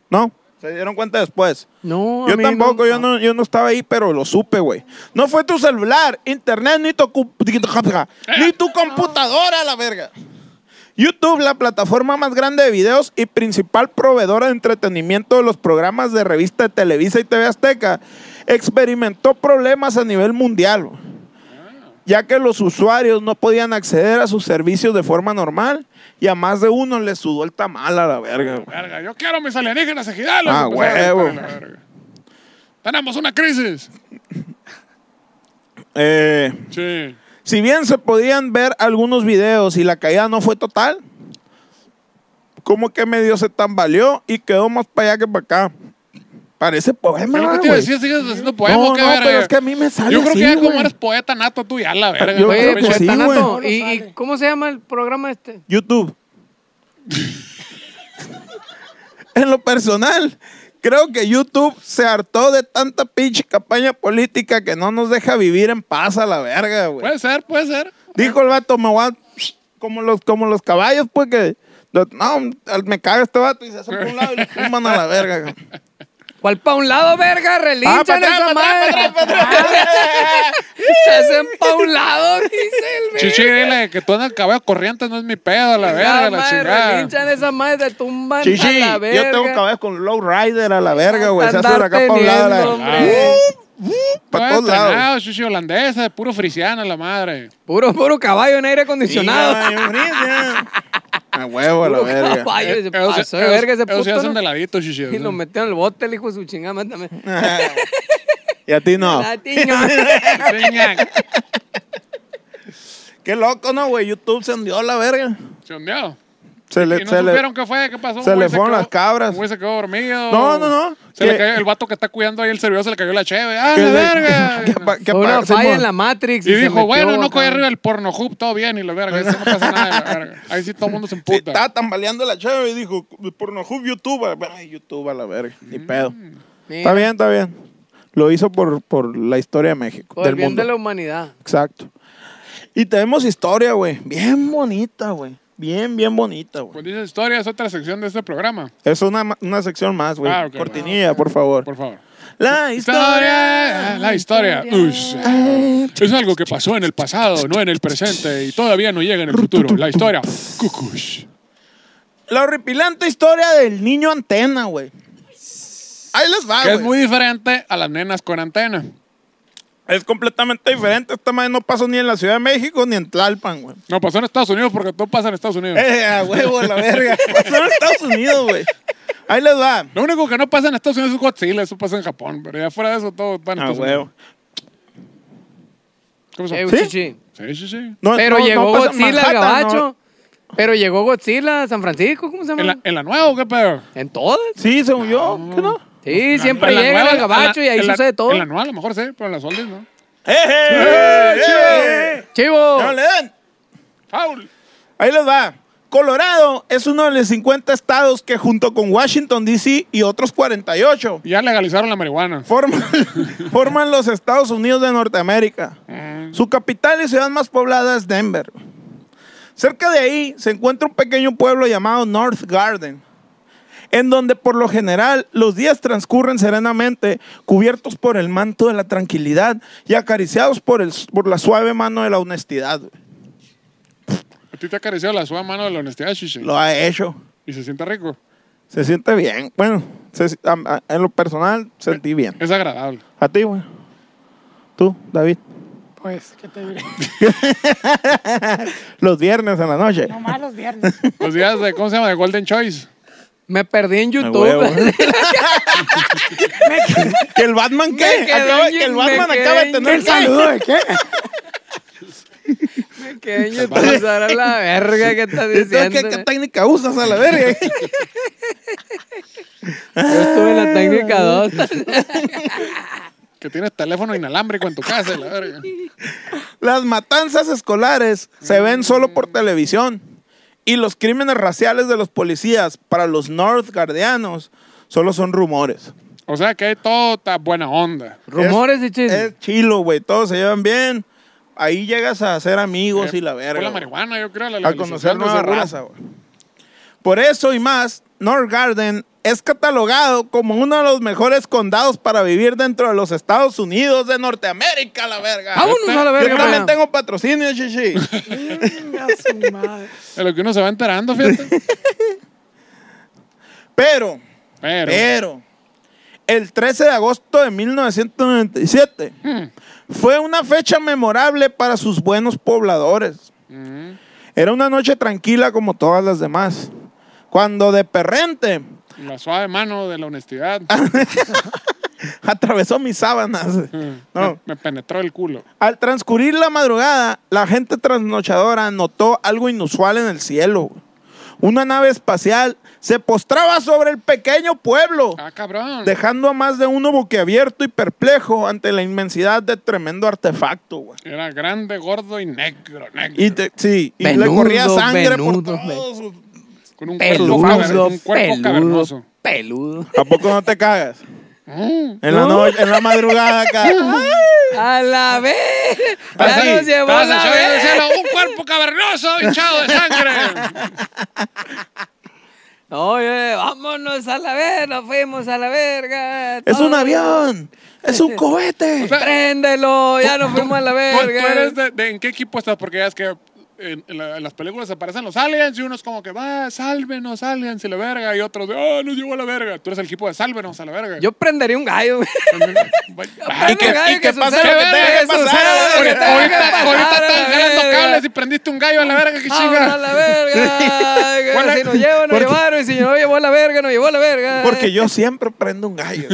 [SPEAKER 3] No, se dieron cuenta después.
[SPEAKER 1] No, a
[SPEAKER 3] Yo
[SPEAKER 1] mí
[SPEAKER 3] tampoco, Yo, no, yo no estaba ahí, pero lo supe, güey. No fue tu celular, internet, ni tu, cu- ni tu computadora, la verga. YouTube, la plataforma más grande de videos y principal proveedora de entretenimiento de los programas de revista de Televisa y TV Azteca, experimentó problemas a nivel mundial. güey. ya que los usuarios no podían acceder a sus servicios de forma normal y a más de uno les sudó el tamal a la verga. güey.
[SPEAKER 2] Verga, yo quiero mis alienígenas ejidales.
[SPEAKER 3] Ah,
[SPEAKER 2] Empezaron a
[SPEAKER 3] huevo.
[SPEAKER 2] gritar, la verga. Tenemos una crisis.
[SPEAKER 3] Eh,
[SPEAKER 2] Sí.
[SPEAKER 3] si bien se podían ver algunos videos y la caída no fue total, como que medio se tambaleó y quedó más para allá que para acá. Parece poema.
[SPEAKER 2] Yo lo que te
[SPEAKER 3] güey.
[SPEAKER 2] iba a decir, sigues haciendo poemas.
[SPEAKER 3] no,
[SPEAKER 2] qué
[SPEAKER 3] no,
[SPEAKER 2] verga.
[SPEAKER 3] pero es que a mí me sale
[SPEAKER 2] Yo creo que
[SPEAKER 3] así,
[SPEAKER 2] ya como
[SPEAKER 3] güey.
[SPEAKER 2] eres poeta nato tú ya, la verga.
[SPEAKER 3] Yo
[SPEAKER 2] güey,
[SPEAKER 3] creo
[SPEAKER 1] Oye,
[SPEAKER 3] que
[SPEAKER 1] pues
[SPEAKER 2] pinche-
[SPEAKER 3] sí,
[SPEAKER 1] está
[SPEAKER 3] güey.
[SPEAKER 1] nato.
[SPEAKER 4] No
[SPEAKER 1] ¿Y,
[SPEAKER 4] sale.
[SPEAKER 1] y cómo se llama el programa este?
[SPEAKER 3] YouTube. <laughs> en lo personal, creo que YouTube se hartó de tanta pinche campaña política que no nos deja vivir en paz a la verga, güey.
[SPEAKER 2] Puede ser, puede ser.
[SPEAKER 3] Dijo el vato, me voy a... Como los, como los caballos, pues, que... No, me caga este vato y se hace por un lado y le tumban a la verga. cabrón.
[SPEAKER 1] ¿Cuál pa' un lado, verga?
[SPEAKER 3] Ah, pa'
[SPEAKER 1] Relinchan
[SPEAKER 3] atrás,
[SPEAKER 1] esa
[SPEAKER 3] pa' atrás,
[SPEAKER 1] madre. Ah,
[SPEAKER 3] pa' atrás, pa' atrás.
[SPEAKER 1] Se hacen pa' un lado, dice el verga.
[SPEAKER 2] Chichi, dile que tú andas caballo corriente, no es mi pedo, la verga, la
[SPEAKER 1] madre,
[SPEAKER 2] chingada.
[SPEAKER 1] relinchan esa madre, te tumban a
[SPEAKER 3] Ah, Chichi,
[SPEAKER 1] la
[SPEAKER 3] yo
[SPEAKER 1] verga.
[SPEAKER 3] tengo caballos con low rider a la verga, güey. Se hace por acá para un lado. Ah,
[SPEAKER 1] Andar teniendo, hombre.
[SPEAKER 3] Para
[SPEAKER 2] Todo
[SPEAKER 3] uh, todos lados.
[SPEAKER 2] entrenado, chichi holandesa, puro frisiana, la madre.
[SPEAKER 1] Puro, puro caballo en aire acondicionado.
[SPEAKER 3] A huevo a la
[SPEAKER 1] Puro <laughs>
[SPEAKER 3] verga.
[SPEAKER 1] caballo, se
[SPEAKER 2] Eh,
[SPEAKER 1] pasó de
[SPEAKER 2] ellos-
[SPEAKER 1] verga ese
[SPEAKER 2] ellos se
[SPEAKER 1] puto, ¿no?
[SPEAKER 2] hacen de ladito, chichi.
[SPEAKER 1] Y lo metió en el bote el hijo de su chingada. madre también. <laughs>
[SPEAKER 3] y a ti no.
[SPEAKER 1] Ah, tiño.
[SPEAKER 3] <laughs>
[SPEAKER 1] <laughs>
[SPEAKER 2] Señac.
[SPEAKER 3] Qué loco, ¿no, güey? YouTube se hundió a la verga.
[SPEAKER 2] Se hundió.
[SPEAKER 3] Se
[SPEAKER 2] Y
[SPEAKER 3] le,
[SPEAKER 2] no
[SPEAKER 3] se le-
[SPEAKER 2] supieron qué fue, qué pasó.
[SPEAKER 3] se
[SPEAKER 2] Un güey
[SPEAKER 3] le fueron
[SPEAKER 2] quedó-
[SPEAKER 3] las cabras.
[SPEAKER 2] un güey se quedó dormido.
[SPEAKER 3] No, no, no.
[SPEAKER 2] Se le
[SPEAKER 3] Que-
[SPEAKER 2] cayó el vato que está cuidando ahí el servidor, se le cayó la cheve. ¡Ah,
[SPEAKER 3] que
[SPEAKER 2] la
[SPEAKER 3] se- <laughs>
[SPEAKER 2] verga!
[SPEAKER 3] que pa- que
[SPEAKER 1] Fue
[SPEAKER 3] pa-
[SPEAKER 1] una
[SPEAKER 3] Simón.
[SPEAKER 1] falla en la Matrix.
[SPEAKER 2] Y
[SPEAKER 1] se
[SPEAKER 2] dijo,
[SPEAKER 1] metió
[SPEAKER 2] bueno, no
[SPEAKER 1] acá.
[SPEAKER 2] caí arriba del Pornhub, todo bien, y la verga, eso no pasa nada, la verga. Ahí sí todo el mundo se
[SPEAKER 3] Sí,
[SPEAKER 2] emputa.
[SPEAKER 3] estaba tambaleando la chave y dijo, Pornohub, YouTube. Ay, YouTube a la verga. Ni pedo. Está
[SPEAKER 1] Mira.
[SPEAKER 3] bien, está bien. Lo hizo por, por la historia de México,
[SPEAKER 1] Por el
[SPEAKER 3] del
[SPEAKER 1] bien
[SPEAKER 3] mundo.
[SPEAKER 1] de la humanidad.
[SPEAKER 3] Exacto. Y tenemos historia, güey. Bien bonita, güey. Bien, bien bonita, güey.
[SPEAKER 2] Cuando dices Pues historia, es otra sección de este programa,
[SPEAKER 3] Es una, ma- una sección más, güey.
[SPEAKER 2] Ah, ok.
[SPEAKER 3] Cortinilla, por favor.
[SPEAKER 2] por favor.
[SPEAKER 3] La
[SPEAKER 2] Historia, la historia. Ush. Es algo que pasó en el pasado, no en el presente, y todavía no llega en el futuro. La historia, cucush.
[SPEAKER 3] La horripilante historia del niño antena, güey. Ahí les va,
[SPEAKER 2] Que
[SPEAKER 3] Ah, güey.
[SPEAKER 2] es muy diferente a las nenas con antena.
[SPEAKER 3] Es completamente diferente. Esta madre no pasó ni en la Ciudad de México ni en Tlalpan, güey.
[SPEAKER 2] No, pasó en Estados Unidos porque todo pasa en Estados Unidos.
[SPEAKER 3] Eh, a huevo, la verga. Pasó en Estados Unidos, güey. Ahí les va.
[SPEAKER 2] Lo único que no pasa en Estados Unidos es Godzilla, eso pasa en Japón, pero ya fuera de eso todo está en
[SPEAKER 3] A
[SPEAKER 2] Estados
[SPEAKER 3] Ah, huevo.
[SPEAKER 2] Unidos. ¿Qué pasó?
[SPEAKER 1] Eh,
[SPEAKER 3] ¿Sí?
[SPEAKER 1] chichi.
[SPEAKER 2] Sí, sí, sí.
[SPEAKER 3] No,
[SPEAKER 1] Pero
[SPEAKER 3] no, no
[SPEAKER 1] llegó
[SPEAKER 3] pasa en
[SPEAKER 1] Godzilla, el
[SPEAKER 3] Manhattan,
[SPEAKER 1] gabacho.
[SPEAKER 3] no.
[SPEAKER 1] Pero llegó Godzilla a San Francisco, ¿cómo se
[SPEAKER 2] ¿En
[SPEAKER 1] llama?
[SPEAKER 2] la,
[SPEAKER 1] En,
[SPEAKER 2] en la nueva o qué pedo?
[SPEAKER 1] todas.
[SPEAKER 3] Sí, según yo. ¿Qué no?
[SPEAKER 1] Sí, siempre
[SPEAKER 2] En la
[SPEAKER 1] llega
[SPEAKER 2] nueva,
[SPEAKER 1] el gabacho
[SPEAKER 2] en
[SPEAKER 1] y
[SPEAKER 2] la-
[SPEAKER 1] ahí
[SPEAKER 2] en la-
[SPEAKER 1] sucede todo.
[SPEAKER 2] En la nueva a lo mejor sí, pero en las oldies no.
[SPEAKER 3] ¡Eh, eh, eh, eh, eh!
[SPEAKER 1] Chivo.
[SPEAKER 3] ¡No le den!
[SPEAKER 2] Paul.
[SPEAKER 3] Ahí les va. Colorado es uno de los 50 estados que junto con Washington, D.C. y otros 48
[SPEAKER 2] Ya legalizaron la marihuana.
[SPEAKER 3] forman, <laughs> forman los Estados Unidos de Norteamérica.
[SPEAKER 2] Mm.
[SPEAKER 3] Su capital y ciudad más poblada es Denver. Cerca de ahí se encuentra un pequeño pueblo llamado North Garden, en donde por lo general los días transcurren serenamente, cubiertos por el manto de la tranquilidad y acariciados por, el, por la suave mano de la honestidad.
[SPEAKER 2] A ti te ha acariciado la suave mano de la honestidad, Shishi.
[SPEAKER 3] Lo ha hecho.
[SPEAKER 2] Y se siente rico.
[SPEAKER 3] Se siente bien. Bueno, se- a- a- en lo personal sentí bien.
[SPEAKER 2] Es agradable.
[SPEAKER 3] A ti, güey. Tú, David.
[SPEAKER 4] Pues, ¿qué
[SPEAKER 1] <laughs>
[SPEAKER 4] te diré?
[SPEAKER 3] Los viernes en la noche.
[SPEAKER 4] No malos viernes.
[SPEAKER 2] Los días de, Pues ¿cómo se llama? De Golden Choice.
[SPEAKER 1] Me perdí en
[SPEAKER 3] A huevo.
[SPEAKER 1] <laughs> YouTube.
[SPEAKER 3] ¿Que el Batman qué?
[SPEAKER 1] Me quedé
[SPEAKER 3] Acaba-
[SPEAKER 1] en-
[SPEAKER 3] que el
[SPEAKER 1] me
[SPEAKER 3] Batman
[SPEAKER 1] quedé
[SPEAKER 3] acaba de
[SPEAKER 1] en-
[SPEAKER 3] tener
[SPEAKER 1] ¿Qué
[SPEAKER 3] el saludo.
[SPEAKER 4] ¿De qué?
[SPEAKER 1] que en YouTube será la verga que
[SPEAKER 3] <laughs>
[SPEAKER 1] estás
[SPEAKER 3] Entonces,
[SPEAKER 1] diciendo.
[SPEAKER 3] ¿Qué, qué técnica usas a la
[SPEAKER 1] <laughs>
[SPEAKER 3] verga?
[SPEAKER 1] Yo estuve en la técnica 2.
[SPEAKER 3] <laughs>
[SPEAKER 2] Que tienes teléfono inalámbrico en tu casa. y La verga.
[SPEAKER 3] Las matanzas escolares se ven solo
[SPEAKER 1] Mm.
[SPEAKER 3] por televisión. Y los crímenes raciales de los policías para los North Guardianos solo son rumores.
[SPEAKER 2] O sea que hay todo está buena onda.
[SPEAKER 1] Rumores y chismes.
[SPEAKER 3] Es chilo, güey. Todos se llevan bien. Ahí llegas a ser amigos y la verga.
[SPEAKER 2] Por la
[SPEAKER 3] güey.
[SPEAKER 2] marihuana, yo creo. La
[SPEAKER 3] a
[SPEAKER 2] legalización
[SPEAKER 3] conocer
[SPEAKER 2] de
[SPEAKER 3] nueva
[SPEAKER 2] seguro.
[SPEAKER 3] raza, güey. Por eso y más, North Garden es catalogado como uno de los mejores condados para vivir dentro de los Estados Unidos de Norteamérica, la verga.
[SPEAKER 1] Vámonos a la
[SPEAKER 3] Yo
[SPEAKER 1] verga,
[SPEAKER 3] también
[SPEAKER 1] pana.
[SPEAKER 3] tengo patrocinio,
[SPEAKER 1] <laughs>
[SPEAKER 3] chichi.
[SPEAKER 4] Venga, su madre.
[SPEAKER 2] De lo que uno se va enterando,
[SPEAKER 3] <laughs> Eh.
[SPEAKER 2] fíjate.
[SPEAKER 3] Pero,
[SPEAKER 2] Pero.
[SPEAKER 3] pero, el 13 de agosto de 1997.
[SPEAKER 1] Hmm.
[SPEAKER 3] Fue una fecha memorable para sus buenos pobladores.
[SPEAKER 1] Hmm.
[SPEAKER 3] Era una noche tranquila como todas las demás. Cuando de perrente
[SPEAKER 2] La suave mano de la honestidad
[SPEAKER 3] Ah, <laughs> atravesó mis sábanas. No.
[SPEAKER 2] me penetró el culo.
[SPEAKER 3] Al transcurrir la madrugada, la gente trasnochadora notó algo inusual en el cielo. güey. Una nave espacial se postraba sobre el pequeño pueblo,
[SPEAKER 2] Ah, cabrón.
[SPEAKER 3] dejando a más de uno boquiabierto y perplejo ante la inmensidad de tremendo artefacto. güey.
[SPEAKER 2] Era grande, gordo y negro, negro.
[SPEAKER 3] Y, te- sí, y le
[SPEAKER 1] Venudo,
[SPEAKER 3] corría sangre
[SPEAKER 1] venudo,
[SPEAKER 3] por todos. sus-
[SPEAKER 2] con un cuerpo, caver-
[SPEAKER 1] Peludo,
[SPEAKER 2] un cuerpo
[SPEAKER 1] peludo,
[SPEAKER 2] cavernoso.
[SPEAKER 1] peludo.
[SPEAKER 3] ¿A poco no te cagas? En la noche, en la madrugada, acá.
[SPEAKER 1] A la vez.
[SPEAKER 3] Así,
[SPEAKER 1] Ya nos llevó a
[SPEAKER 2] Estabas
[SPEAKER 1] la
[SPEAKER 2] echado en el
[SPEAKER 1] vez.
[SPEAKER 2] cielo, un cuerpo cavernoso hinchado
[SPEAKER 1] <laughs>
[SPEAKER 2] de sangre.
[SPEAKER 1] Oye, vámonos a la verga, nos fuimos a la verga.
[SPEAKER 3] Es un
[SPEAKER 1] Todo-
[SPEAKER 3] avión, es un cohete.
[SPEAKER 1] Préndelo, ya nos fuimos a la
[SPEAKER 2] ¿Tú, tú eres
[SPEAKER 1] verga.
[SPEAKER 2] de, de- en qué equipo estás? Porque ya es que en, en la- en las películas aparecen los aliens y unos como que, va, sálvenos, aliens y la verga. Y otros de, oh, nos llevó a la verga. Tú eres el equipo de sálvenos a la verga. <laughs>
[SPEAKER 1] Yo prendería un gallo. güey.
[SPEAKER 2] Ay,
[SPEAKER 1] Prende
[SPEAKER 3] qué-
[SPEAKER 1] un gallo
[SPEAKER 3] y qué
[SPEAKER 1] suceda
[SPEAKER 3] pasa?
[SPEAKER 1] lo
[SPEAKER 3] ¿Qué verga?
[SPEAKER 1] tenga
[SPEAKER 3] ¿Qué pasa?
[SPEAKER 1] suceda lo que
[SPEAKER 3] Ahorita-
[SPEAKER 1] tenga que
[SPEAKER 2] <laughs> ahorita,
[SPEAKER 1] pasar, a
[SPEAKER 2] ahorita estás
[SPEAKER 1] la
[SPEAKER 2] jalando
[SPEAKER 1] verga.
[SPEAKER 2] cables y prendiste un gallo a la verga, qué
[SPEAKER 1] <laughs> Vámonos a
[SPEAKER 2] chinga.
[SPEAKER 1] la
[SPEAKER 2] <laughs>
[SPEAKER 1] verga.
[SPEAKER 2] ¿Cuál es?
[SPEAKER 1] Si nos llevan, nos
[SPEAKER 3] Porque-
[SPEAKER 1] llevaron. Y si no llevó a la verga, nos llevó a la verga.
[SPEAKER 3] Porque
[SPEAKER 1] <laughs>
[SPEAKER 3] yo siempre prendo un gallo.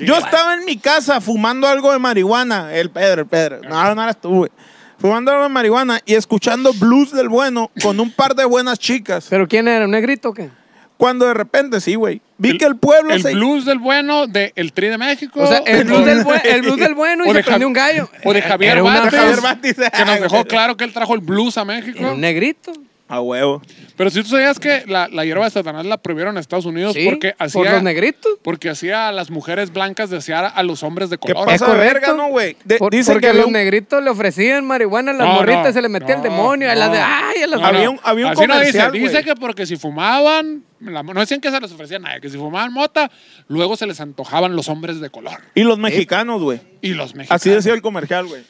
[SPEAKER 3] yo estaba en mi casa fumando algo de marihuana. El Pedro, el Pedro. No, no eras tú, güey. Fumando algo de marihuana y escuchando blues del bueno con un par de buenas chicas.
[SPEAKER 1] ¿Pero quién era? ¿Un negrito o qué?
[SPEAKER 3] Cuando de repente, sí, güey. Vi que el pueblo
[SPEAKER 2] El
[SPEAKER 3] se.
[SPEAKER 2] blues del bueno de El Tri de México.
[SPEAKER 1] O sea, el blues,
[SPEAKER 2] O-
[SPEAKER 1] del, buen- el blues
[SPEAKER 2] <laughs>
[SPEAKER 1] del bueno y
[SPEAKER 2] o
[SPEAKER 1] se
[SPEAKER 2] de
[SPEAKER 1] prendió
[SPEAKER 2] Jav-
[SPEAKER 1] un gallo. Eh,
[SPEAKER 2] O de Javier
[SPEAKER 1] Era una-
[SPEAKER 2] Bates,
[SPEAKER 3] Javier Bates.
[SPEAKER 2] que
[SPEAKER 1] eh.
[SPEAKER 2] nos dejó claro que él trajo el blues a
[SPEAKER 1] Era
[SPEAKER 2] México.
[SPEAKER 1] un negrito.
[SPEAKER 3] A huevo.
[SPEAKER 2] Pero si tú sabías que la, la hierba de Satanás la prohibieron en Estados Unidos
[SPEAKER 1] Sí,
[SPEAKER 2] porque
[SPEAKER 1] por
[SPEAKER 2] hacía...
[SPEAKER 1] los negritos.
[SPEAKER 2] Porque hacía a las mujeres blancas desear a los hombres de
[SPEAKER 3] ¿Qué
[SPEAKER 2] color.
[SPEAKER 3] pasa de
[SPEAKER 1] correcto.
[SPEAKER 3] verga, no, güey? De-
[SPEAKER 1] Por-
[SPEAKER 3] dicen
[SPEAKER 1] porque
[SPEAKER 3] que había
[SPEAKER 1] los
[SPEAKER 3] un-
[SPEAKER 1] negritos le ofrecían marihuana a las
[SPEAKER 2] No,
[SPEAKER 1] morritas
[SPEAKER 2] no,
[SPEAKER 1] se le metía
[SPEAKER 2] no,
[SPEAKER 1] el demonio. a las de,
[SPEAKER 2] no.
[SPEAKER 1] ay, a las
[SPEAKER 2] No,
[SPEAKER 3] Había
[SPEAKER 2] no.
[SPEAKER 3] un- había un
[SPEAKER 2] Así no
[SPEAKER 3] comercial,
[SPEAKER 2] dice,
[SPEAKER 3] güey.
[SPEAKER 2] dice que porque si fumaban, la- no decían que se les ofrecía nada, que si fumaban mota, luego se les antojaban los hombres de color.
[SPEAKER 3] Y los mexicanos, güey.
[SPEAKER 2] Y los mexicanos.
[SPEAKER 3] Así decía el comercial, güey.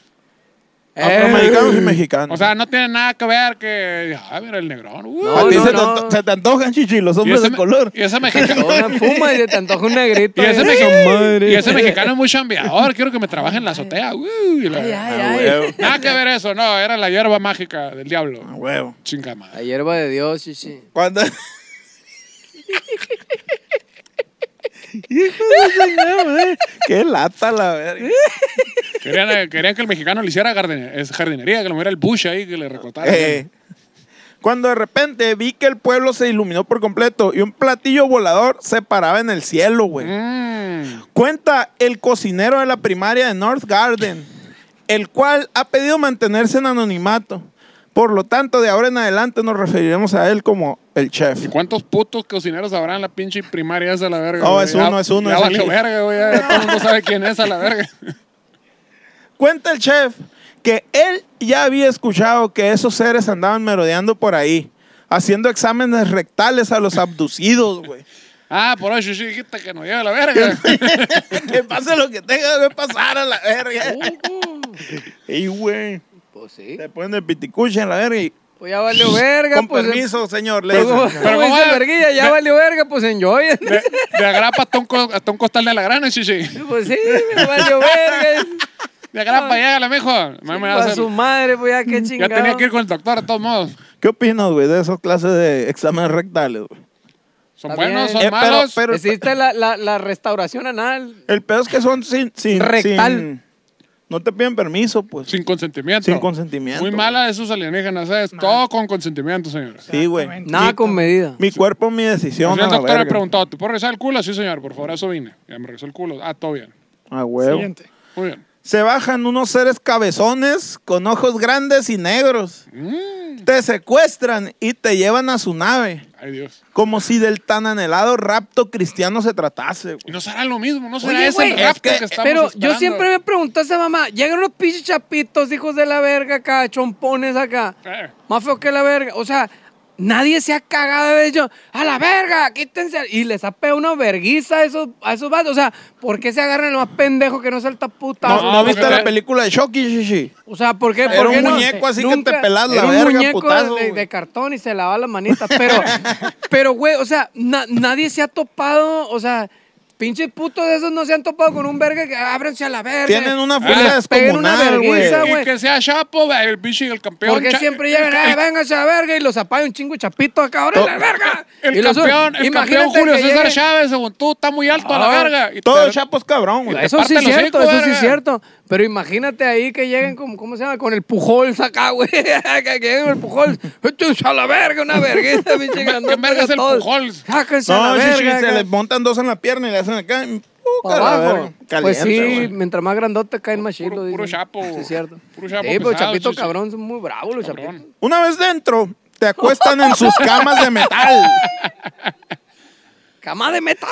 [SPEAKER 1] Eh,
[SPEAKER 3] Afroamericanos y mexicanos.
[SPEAKER 2] O sea, no tiene nada que ver que. Ah, mira el negrón. uh.
[SPEAKER 1] No,
[SPEAKER 3] a ti
[SPEAKER 1] no,
[SPEAKER 3] se,
[SPEAKER 1] no.
[SPEAKER 3] Te, se te antojan, chichi, los
[SPEAKER 2] Y
[SPEAKER 3] hombres
[SPEAKER 2] ese
[SPEAKER 3] de
[SPEAKER 2] me-
[SPEAKER 3] color.
[SPEAKER 2] Y ese
[SPEAKER 3] <laughs>
[SPEAKER 2] mexicano.
[SPEAKER 1] no me fuma y se te antoja un negrito.
[SPEAKER 2] Y ese,
[SPEAKER 1] Ay, <laughs>
[SPEAKER 2] mexi-
[SPEAKER 1] madre.
[SPEAKER 2] y ese mexicano es muy chambeador, quiero que me trabaje en la azotea. uh, y la-
[SPEAKER 1] Ay, ay,
[SPEAKER 3] A
[SPEAKER 1] ay.
[SPEAKER 3] huevo.
[SPEAKER 2] Nada que ver eso, no, era la hierba mágica del
[SPEAKER 3] A
[SPEAKER 2] diablo.
[SPEAKER 3] huevo.
[SPEAKER 2] Chinga madre.
[SPEAKER 1] La hierba de Dios, sí, sí.
[SPEAKER 3] Cuando. <laughs> Qué lata la verga.
[SPEAKER 2] Querían, eh, querían que el mexicano le hiciera gardene- es jardinería, que lo moviera el bush ahí, que le recortara.
[SPEAKER 3] Eh, cuando de repente vi que el pueblo se iluminó por completo y un platillo volador se paraba en el cielo, güey.
[SPEAKER 2] Mm.
[SPEAKER 3] Cuenta el cocinero de la primaria de North Garden, el cual ha pedido mantenerse en anonimato. Por lo tanto, de ahora en adelante nos referiremos a él como el chef.
[SPEAKER 2] ¿Y cuántos putos cocineros habrá en la pinche primaria esa la verga?
[SPEAKER 3] No,
[SPEAKER 2] güey?
[SPEAKER 3] Oh, es
[SPEAKER 2] Ya-
[SPEAKER 3] uno, es uno,
[SPEAKER 2] Ya
[SPEAKER 3] es
[SPEAKER 2] valió
[SPEAKER 3] el-
[SPEAKER 2] verga, güey. ya todo el mundo sabe quién es a la verga.
[SPEAKER 3] Cuenta el chef que él ya había escuchado que esos seres andaban merodeando por ahí, haciendo exámenes rectales a los abducidos, güey. <laughs>
[SPEAKER 2] Ah, por eso sí dijiste que nos lleve a la verga.
[SPEAKER 3] que pase lo que tenga que pasar a la verga. <laughs> Y, güey,
[SPEAKER 1] Pues sí.
[SPEAKER 3] le ponen el piticuche en la verga y...
[SPEAKER 1] Pues ya valió verga.
[SPEAKER 3] Con
[SPEAKER 1] pues,
[SPEAKER 3] permiso, señor, le
[SPEAKER 1] Pero como,
[SPEAKER 3] dicen.
[SPEAKER 2] Pero
[SPEAKER 1] como
[SPEAKER 2] ¿cómo
[SPEAKER 1] dice
[SPEAKER 2] va?
[SPEAKER 1] el verguilla, ya
[SPEAKER 2] Me-
[SPEAKER 1] valió verga, pues enjoy.
[SPEAKER 2] <laughs> De, de agrapa hasta un, co- hasta un costal de la grana, chichi.
[SPEAKER 1] <laughs> Pues sí, me valió verga.
[SPEAKER 2] De agrapa, llégale, mijo. No <laughs> me vas a
[SPEAKER 1] A su madre, pues ya qué
[SPEAKER 2] ya
[SPEAKER 1] chingado.
[SPEAKER 2] tenía que ir con el doctor, de todos modos.
[SPEAKER 3] ¿Qué opinas, güey, de esas clases de exámenes rectales, güey?
[SPEAKER 2] ¿Son
[SPEAKER 1] Está
[SPEAKER 2] buenos?
[SPEAKER 1] bien.
[SPEAKER 2] ¿Son
[SPEAKER 3] Eh, pero-
[SPEAKER 2] malos?
[SPEAKER 3] pero-
[SPEAKER 1] Existe la, la, la restauración anal.
[SPEAKER 3] El pedo es que son sin... sin
[SPEAKER 1] Rectal.
[SPEAKER 3] sin- no te piden permiso, pues.
[SPEAKER 2] sin consentimiento.
[SPEAKER 3] Sin consentimiento.
[SPEAKER 2] Muy mala de esos alienígenas, ¿sabes? Todo con consentimiento, señores.
[SPEAKER 3] Sí, güey.
[SPEAKER 4] Exactamente.
[SPEAKER 1] Nada con medida.
[SPEAKER 3] Mi cuerpo, mi decisión,
[SPEAKER 2] Entonces,
[SPEAKER 3] a
[SPEAKER 2] el
[SPEAKER 3] la
[SPEAKER 2] doctor me
[SPEAKER 3] verga.
[SPEAKER 2] preguntó, ¿te puedo revisar el culo? Sí, señor, por favor, eso vine. Ya me revisó el culo. Ah, todo bien.
[SPEAKER 3] A huevo.
[SPEAKER 4] Siguiente.
[SPEAKER 2] Muy bien.
[SPEAKER 3] Se bajan unos seres cabezones con ojos grandes y negros. Te secuestran y te llevan a su nave.
[SPEAKER 2] Ay, Dios.
[SPEAKER 3] Como si del tan anhelado rapto cristiano se tratase. güey.
[SPEAKER 2] Y no será lo mismo, no será
[SPEAKER 1] Oye,
[SPEAKER 2] ese
[SPEAKER 1] güey,
[SPEAKER 2] el rapto
[SPEAKER 3] es que-
[SPEAKER 2] que, estamos
[SPEAKER 1] Pero
[SPEAKER 2] esperando?
[SPEAKER 1] yo siempre me pregunto a esa mamá, llegan unos pinches chapitos, hijos de la verga acá, chompones acá,
[SPEAKER 2] Eh.
[SPEAKER 1] más feos que la verga. O sea, Nadie se ha cagado de haber dicho, a la verga, quítense. Y les ha pegado una verguiza a esos, a esos vatos. O sea, ¿por qué se agarran los más pendejos que no salta puta?
[SPEAKER 3] ¿No, no
[SPEAKER 2] no,
[SPEAKER 3] viste
[SPEAKER 2] porque-
[SPEAKER 3] la película de Shocky, Shishi?
[SPEAKER 1] O sea, ¿por qué?
[SPEAKER 3] Era
[SPEAKER 1] por
[SPEAKER 3] un
[SPEAKER 1] qué no?
[SPEAKER 3] muñeco así que te pelas la
[SPEAKER 1] era un
[SPEAKER 3] verga,
[SPEAKER 1] muñeco
[SPEAKER 3] putazo,
[SPEAKER 1] de, de
[SPEAKER 3] güey.
[SPEAKER 1] cartón y se lavaba las manitas. Pero,
[SPEAKER 3] <laughs>
[SPEAKER 1] pero, güey, o sea, na- nadie se ha topado, o sea, pinches putos de esos no se han topado con un verga que "Ah, ábranse a la verga.
[SPEAKER 3] Tienen una
[SPEAKER 1] Que
[SPEAKER 3] fuerza
[SPEAKER 1] les peguen una
[SPEAKER 3] descomunal, güey.
[SPEAKER 1] vergüenza,
[SPEAKER 2] Y que sea Chapo, el bicho y el campeón.
[SPEAKER 1] Porque
[SPEAKER 2] cha-
[SPEAKER 1] siempre llegan, eh, vénganse a la verga, y los apaga un chingo de chapito acá, ahora la verga.
[SPEAKER 2] <laughs> El
[SPEAKER 1] Y los suben.
[SPEAKER 2] campeón, el campeón
[SPEAKER 1] Imagínate
[SPEAKER 2] Julio
[SPEAKER 1] que
[SPEAKER 2] César
[SPEAKER 1] lleguen-
[SPEAKER 2] Chávez, según tú, está muy alto a la
[SPEAKER 1] Ah,
[SPEAKER 2] verga. Y
[SPEAKER 3] Todo
[SPEAKER 2] te-
[SPEAKER 3] Chapo es cabrón, güey.
[SPEAKER 1] Eso sí
[SPEAKER 2] parte
[SPEAKER 1] es
[SPEAKER 2] los
[SPEAKER 1] cierto,
[SPEAKER 2] hocico,
[SPEAKER 1] eso sí es
[SPEAKER 2] verga.
[SPEAKER 1] cierto. Pero imagínate ahí que lleguen como, ¿cómo se llama? Con el pujol acá, <laughs> güey. que lleguen con el pujol. Échense a la verga, una
[SPEAKER 2] <laughs>
[SPEAKER 1] verguita, pinche grandota.
[SPEAKER 2] verga es el
[SPEAKER 1] todos.
[SPEAKER 2] Pujols?
[SPEAKER 1] Sáquense a
[SPEAKER 3] No,
[SPEAKER 1] la
[SPEAKER 3] Shishi,
[SPEAKER 1] verga.
[SPEAKER 3] se
[SPEAKER 1] acá,
[SPEAKER 3] les montan dos en la pierna y le hacen acá. y,
[SPEAKER 1] pa'
[SPEAKER 3] puta la verga.
[SPEAKER 1] abajo. pues
[SPEAKER 3] Caliente,
[SPEAKER 1] sí,
[SPEAKER 3] güey.
[SPEAKER 1] mientras más grandote caen más chilos.
[SPEAKER 2] puro
[SPEAKER 1] dicen.
[SPEAKER 2] chapo,
[SPEAKER 1] Sí, es cierto.
[SPEAKER 2] puro chapo
[SPEAKER 1] Sí, pues
[SPEAKER 2] pesado,
[SPEAKER 1] chapito
[SPEAKER 2] sí, sí.
[SPEAKER 1] cabrón, son muy bravos los chapitos.
[SPEAKER 2] Cabrón.
[SPEAKER 3] Una vez dentro, te acuestan en
[SPEAKER 2] <laughs>
[SPEAKER 3] sus camas de metal.
[SPEAKER 1] ¡Cama de metal!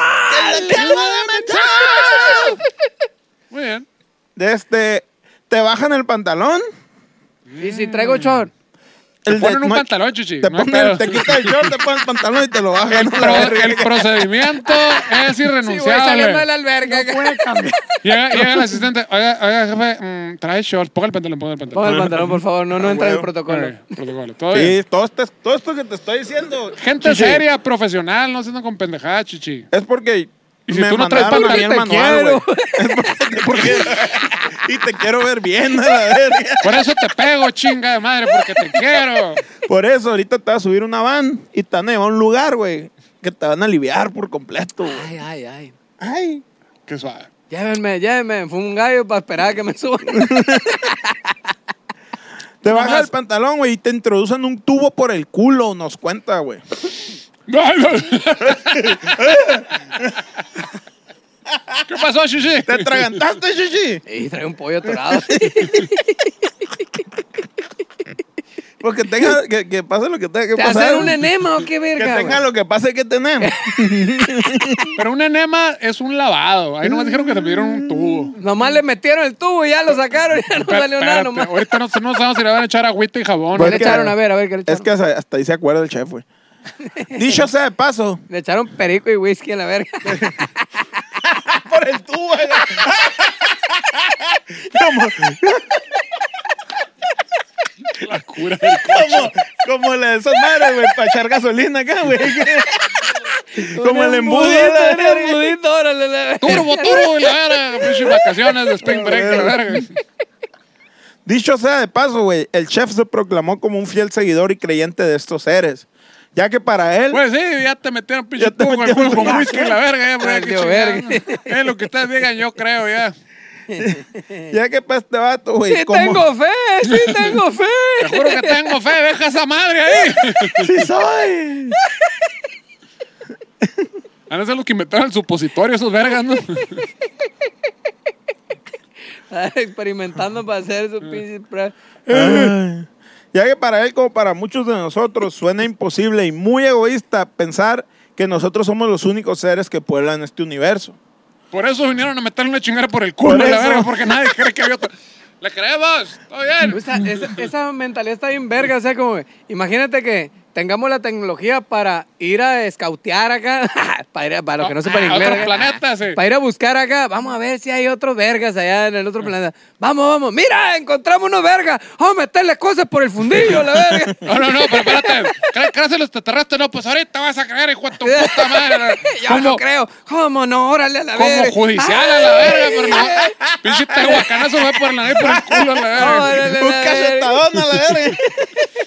[SPEAKER 2] Muy bien.
[SPEAKER 3] <laughs> De este, te bajan el pantalón.
[SPEAKER 1] Y si traigo
[SPEAKER 2] Mm.
[SPEAKER 1] short.
[SPEAKER 2] Te
[SPEAKER 3] el de-
[SPEAKER 2] ponen un
[SPEAKER 3] no-
[SPEAKER 2] pantalón, chichi.
[SPEAKER 3] Te,
[SPEAKER 2] no hay
[SPEAKER 3] ponen-
[SPEAKER 2] pedo.
[SPEAKER 3] te quita el short, te ponen el pantalón y te lo bajan.
[SPEAKER 2] El,
[SPEAKER 3] a la
[SPEAKER 2] pro-
[SPEAKER 3] verga.
[SPEAKER 2] el procedimiento es
[SPEAKER 1] Sí, güey, saliendo de la
[SPEAKER 2] irrenunciable.
[SPEAKER 1] alberga. acá.
[SPEAKER 4] Puede cambiar.
[SPEAKER 2] Llega, llega el asistente. Oiga, oiga jefe, mm, trae shorts. Ponga el pantalón, ponga el
[SPEAKER 1] Ponga
[SPEAKER 2] pantalón.
[SPEAKER 1] el pantalón, por favor, no, no entra en el
[SPEAKER 3] huevo.
[SPEAKER 1] protocolo.
[SPEAKER 2] Ok, protocolo. Todo bien.
[SPEAKER 3] Sí, todo, este- todo esto que te
[SPEAKER 2] <laughs>
[SPEAKER 3] estoy diciendo.
[SPEAKER 2] Gente
[SPEAKER 3] chichi,
[SPEAKER 2] seria, profesional, no siendo con pendejadas, chichi.
[SPEAKER 3] Es porque.
[SPEAKER 2] Y si tú no traes
[SPEAKER 3] mandaron a mí
[SPEAKER 1] pantalón,
[SPEAKER 3] el
[SPEAKER 1] te
[SPEAKER 3] manual, güey. <laughs> Es porque. porque- <laughs> y te quiero ver bien, a la verga.
[SPEAKER 2] Por eso te
[SPEAKER 3] <laughs>
[SPEAKER 2] pego, chinga de madre, porque te quiero.
[SPEAKER 3] Por eso, ahorita te vas a subir una van y te van a llevar a un lugar, güey. Que te van a aliviar por completo, güey.
[SPEAKER 1] Ay, ay, ay.
[SPEAKER 3] Ay.
[SPEAKER 2] Qué suave.
[SPEAKER 1] Llévenme, llévenme. Fue un gallo para esperar a que me suban.
[SPEAKER 3] Te baja el pantalón, güey, y te introducen un tubo por el culo, nos cuenta, güey.
[SPEAKER 2] No,
[SPEAKER 3] <laughs>
[SPEAKER 2] no. ¿Qué pasó, chichi?
[SPEAKER 3] ¿Te atragantaste, <laughs> Shishi?
[SPEAKER 1] Y trae un pollo atorado.
[SPEAKER 3] Porque tenga, que, que pase lo que tenga que
[SPEAKER 1] ¿Te
[SPEAKER 3] pasar.
[SPEAKER 1] hacen un enema o qué
[SPEAKER 3] que
[SPEAKER 1] verga?
[SPEAKER 3] tenga
[SPEAKER 1] güey?
[SPEAKER 3] lo que pase que <laughs> tenemos.
[SPEAKER 2] Pero un enema es un lavado. Ahí nomás dijeron que te pidieron un
[SPEAKER 3] Mm.
[SPEAKER 2] tubo.
[SPEAKER 1] Nomás le metieron el tubo y ya lo sacaron, ya no salió nada
[SPEAKER 2] Espérate,
[SPEAKER 1] nomás.
[SPEAKER 2] Ahorita no, no sabemos si le van a echar agüita y jabón.
[SPEAKER 1] ¿Qué
[SPEAKER 3] Pues
[SPEAKER 1] le
[SPEAKER 3] es que-
[SPEAKER 1] echaron? A ver, a ver, ¿qué le
[SPEAKER 3] es
[SPEAKER 1] echaron?
[SPEAKER 3] que hasta, hasta ahí se acuerda el chef, güey. Dicho sea de paso.
[SPEAKER 1] Le echaron perico y whisky a la verga.
[SPEAKER 3] <laughs> Por el tubo, güey. <laughs> como,
[SPEAKER 2] La cura del cu-
[SPEAKER 3] <laughs> como, como la de esas madres, güey, para echar gasolina acá, <laughs> güey. como
[SPEAKER 1] <laughs>
[SPEAKER 3] el embudo. la
[SPEAKER 1] Un
[SPEAKER 3] verga.
[SPEAKER 1] embudito, órale, la verga.
[SPEAKER 2] Turbo, turbo y la verga. Pinche vacaciones de Spring Break, la verga.
[SPEAKER 3] Dicho sea de paso, güey, el chef se proclamó como un fiel seguidor y creyente de estos seres. Ya que para él.
[SPEAKER 2] Pues sí, ya te metieron pinche
[SPEAKER 3] Ya te
[SPEAKER 2] tubo con el
[SPEAKER 3] metieron
[SPEAKER 2] culo con
[SPEAKER 3] un-
[SPEAKER 2] whisky y la verga. Ya, pues, ya, qué
[SPEAKER 1] Valió
[SPEAKER 2] chingada.
[SPEAKER 1] verga.
[SPEAKER 2] Es lo que ustedes digan, yo creo ya.
[SPEAKER 3] Ya que para este vato, güey.
[SPEAKER 1] Sí
[SPEAKER 3] como-
[SPEAKER 1] tengo fe, sí tengo
[SPEAKER 2] Te
[SPEAKER 1] fe. <laughs>
[SPEAKER 2] juro que tengo fe, deja esa madre ahí.
[SPEAKER 3] <laughs> ¡Sí soy!
[SPEAKER 2] Han de ser los que inventaron el supositorio, esos vergas, ¿no?
[SPEAKER 1] Experimentando para hacer esos pinches pruebas.
[SPEAKER 3] Ay. Ya que para él, como para muchos de nosotros, suena imposible y muy egoísta pensar que nosotros somos los únicos seres que pueblan este universo.
[SPEAKER 2] Por eso vinieron a meterle una chingada por el culo,
[SPEAKER 3] Por
[SPEAKER 2] la
[SPEAKER 3] eso.
[SPEAKER 2] verga, porque nadie cree que había otra. ¡Le creemos! ¡Todo bien!
[SPEAKER 1] O sea, esa, esa mentalidad está bien verga. O sea, como, que, imagínate que tengamos la tecnología para ir a escautear acá. <laughs> para, ir a- para los que no
[SPEAKER 2] Ah,
[SPEAKER 1] sepan
[SPEAKER 2] a
[SPEAKER 1] inglés.
[SPEAKER 2] otros
[SPEAKER 1] acá.
[SPEAKER 2] planetas, sí.
[SPEAKER 1] Para ir a buscar acá. Vamos a ver si hay otros vergas allá en el
[SPEAKER 2] Ah.
[SPEAKER 1] otro planeta. Vamos, vamos. Mira, encontramos unos vergas. Vamos a meterle cosas por el fundillo, la verga. <laughs>
[SPEAKER 2] No, no, no, pero espérate. ¿Crees, crees en los extraterrestres? No, pues ahorita vas a creer, hijo de tu puta madre.
[SPEAKER 1] <laughs> Yo
[SPEAKER 2] Como-
[SPEAKER 1] no creo. ¿Cómo no? Órale a la verga.
[SPEAKER 2] Como judicial a la verga,
[SPEAKER 1] <laughs>
[SPEAKER 2] pero no. Pinche tehuacanazo va por la nariz por el culo a la verga.
[SPEAKER 1] Órale a
[SPEAKER 3] ¡Un
[SPEAKER 1] la verga.
[SPEAKER 3] cachetadón a la verga!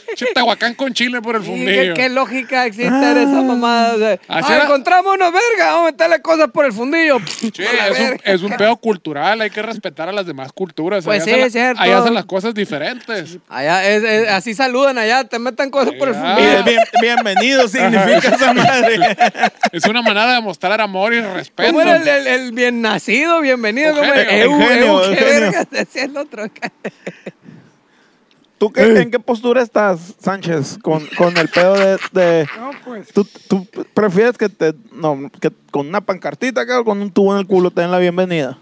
[SPEAKER 2] Pinche tehuacán con chile por el
[SPEAKER 1] Sí, ¿Qué,
[SPEAKER 2] fundillo.
[SPEAKER 1] qué lógica existe en esa mamada? O sea,
[SPEAKER 2] Así
[SPEAKER 1] ah,
[SPEAKER 2] era-
[SPEAKER 1] encontramos unos vergas, vamos a meterle cosas por el fundillo. <laughs>
[SPEAKER 2] Sí,
[SPEAKER 1] A la
[SPEAKER 2] es un,
[SPEAKER 1] verga.
[SPEAKER 2] es un pedo cultural, hay que respetar a las demás culturas.
[SPEAKER 1] Pues
[SPEAKER 2] allá
[SPEAKER 1] sí,
[SPEAKER 2] hacen la-
[SPEAKER 1] es cierto.
[SPEAKER 2] Allá hacen las cosas diferentes.
[SPEAKER 1] Allá, es, es- así saludan allá, te meten cosas por el
[SPEAKER 2] Allá.
[SPEAKER 1] fundillo.
[SPEAKER 3] Bien- bienvenido significa esa madre.
[SPEAKER 2] <laughs> Es una manera de mostrar amor y respeto.
[SPEAKER 1] ¿Cómo era el, el- el bien nacido? Bienvenido. ¿Cómo era? Eu,
[SPEAKER 2] Eugenio,
[SPEAKER 3] Eugenio,
[SPEAKER 1] eu, ¿Qué
[SPEAKER 3] Eugenio.
[SPEAKER 1] verga <laughs> te hacía el otro acá?
[SPEAKER 3] ¿Tú qué, en qué postura estás, Sánchez, con, con el pedo de... de-
[SPEAKER 4] No, pues.
[SPEAKER 3] ¿tú, tú prefieres que te... No, que con una pancartita acá o con un tubo en el culo te den la bienvenida?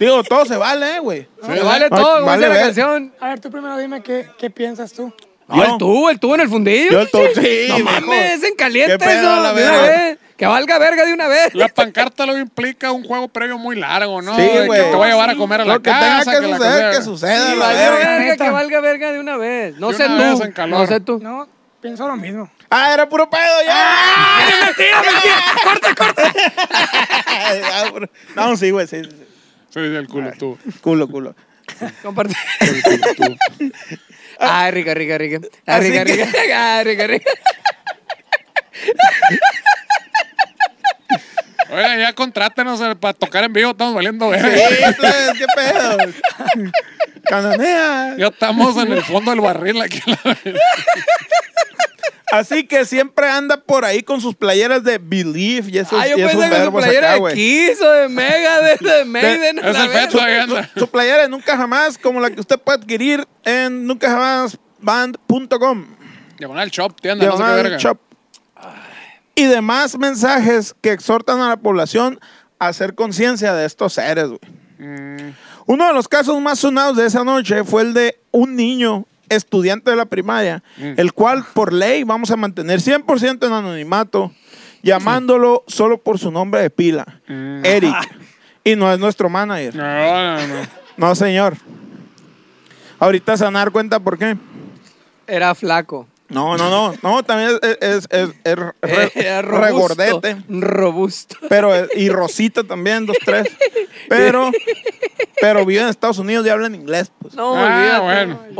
[SPEAKER 3] Digo, todo se vale, eh, güey.
[SPEAKER 1] Se vale todo, como
[SPEAKER 3] Vale
[SPEAKER 1] dice la
[SPEAKER 3] ver.
[SPEAKER 1] canción.
[SPEAKER 4] A ver, tú primero dime qué, qué piensas tú.
[SPEAKER 1] No, el tubo, el tubo en el fundillo.
[SPEAKER 3] Yo el tubo, sí,
[SPEAKER 1] No
[SPEAKER 3] viejo.
[SPEAKER 1] mames, en caliente
[SPEAKER 3] Qué pedo,
[SPEAKER 1] eso.
[SPEAKER 3] la
[SPEAKER 1] de una
[SPEAKER 3] verga.
[SPEAKER 1] vez. Que valga verga de una
[SPEAKER 3] <laughs>
[SPEAKER 1] vez.
[SPEAKER 2] La pancarta lo implica un juego previo muy largo, ¿no?
[SPEAKER 3] Sí,
[SPEAKER 2] De que
[SPEAKER 3] güey.
[SPEAKER 2] te voy a llevar a comer a la
[SPEAKER 3] Lo que tenga
[SPEAKER 2] casa.
[SPEAKER 3] que
[SPEAKER 2] la
[SPEAKER 3] suceder,
[SPEAKER 2] cosa-
[SPEAKER 3] que suceda,
[SPEAKER 1] Que
[SPEAKER 3] la
[SPEAKER 1] valga
[SPEAKER 3] verga.
[SPEAKER 1] verga,
[SPEAKER 4] Neta.
[SPEAKER 1] que valga verga de una vez. No
[SPEAKER 2] De
[SPEAKER 1] sé
[SPEAKER 2] una vez en
[SPEAKER 1] tú.
[SPEAKER 2] calor.
[SPEAKER 1] No sé tú.
[SPEAKER 4] No, pienso lo mismo.
[SPEAKER 3] Ah, era puro pedo ya.
[SPEAKER 4] mentira,
[SPEAKER 3] <laughs>
[SPEAKER 4] mentira. Corta, corta.
[SPEAKER 3] Ah, puro- no, sí, güey, sí, sí, sí.
[SPEAKER 2] Sí, el culo tú.
[SPEAKER 3] Culo, culo. <laughs>
[SPEAKER 1] Comparte.
[SPEAKER 3] Ah,
[SPEAKER 1] Ay, rica, rica, rica. Ay,
[SPEAKER 3] Así
[SPEAKER 1] rica,
[SPEAKER 3] que-
[SPEAKER 1] <laughs> rica. Ay, ah, rica,
[SPEAKER 3] <laughs>
[SPEAKER 1] rica.
[SPEAKER 2] Oiga, ya contrátenos eh, para tocar en vivo, estamos valiendo eh.
[SPEAKER 3] Sí,
[SPEAKER 2] verga.
[SPEAKER 3] plebes, qué pedo. Cananea.
[SPEAKER 2] Ya estamos en el fondo del barril aquí. la-
[SPEAKER 3] Así que siempre anda por ahí con sus playeras de Believe y esos,
[SPEAKER 1] Ah, yo
[SPEAKER 3] y esos
[SPEAKER 1] pensé que su
[SPEAKER 3] verbos
[SPEAKER 1] playera
[SPEAKER 3] acá,
[SPEAKER 1] de
[SPEAKER 3] güey.
[SPEAKER 1] Kiss o de Mega, de, de Maiden. a
[SPEAKER 2] es
[SPEAKER 1] la
[SPEAKER 2] el
[SPEAKER 1] verga.
[SPEAKER 2] feto ahí anda.
[SPEAKER 3] Su playera de Nunca Jamás, como la que usted puede adquirir en nuncajamásband.com.
[SPEAKER 2] Diagonal shop, tienda, no sé qué
[SPEAKER 3] diagonal
[SPEAKER 2] verga.
[SPEAKER 3] shop. Y demás mensajes que exhortan a la población a hacer conciencia de estos seres, güey.
[SPEAKER 2] Mm.
[SPEAKER 3] Uno de los casos más sonados de esa noche fue el de un niño estudiante de la primaria,
[SPEAKER 2] Mm.
[SPEAKER 3] el cual por ley vamos a mantener 100% en anonimato, llamándolo solo por su nombre de pila,
[SPEAKER 2] Mm.
[SPEAKER 3] Eric.
[SPEAKER 2] <laughs>
[SPEAKER 3] Y no es nuestro manager.
[SPEAKER 2] No, no, no.
[SPEAKER 3] No, señor. Ahorita se van a dar cuenta por qué.
[SPEAKER 1] Era flaco.
[SPEAKER 3] No, no, no. <laughs> No, también es, es, es- <laughs> es re-
[SPEAKER 1] <laughs> Era robusto.
[SPEAKER 3] regordete.
[SPEAKER 1] Robusto.
[SPEAKER 3] Pero, es- y Rosita también, dos, tres. Pero, pero vive en Estados Unidos y habla en inglés, pues.
[SPEAKER 1] No, olvídate.
[SPEAKER 2] Ah, bueno. Eso,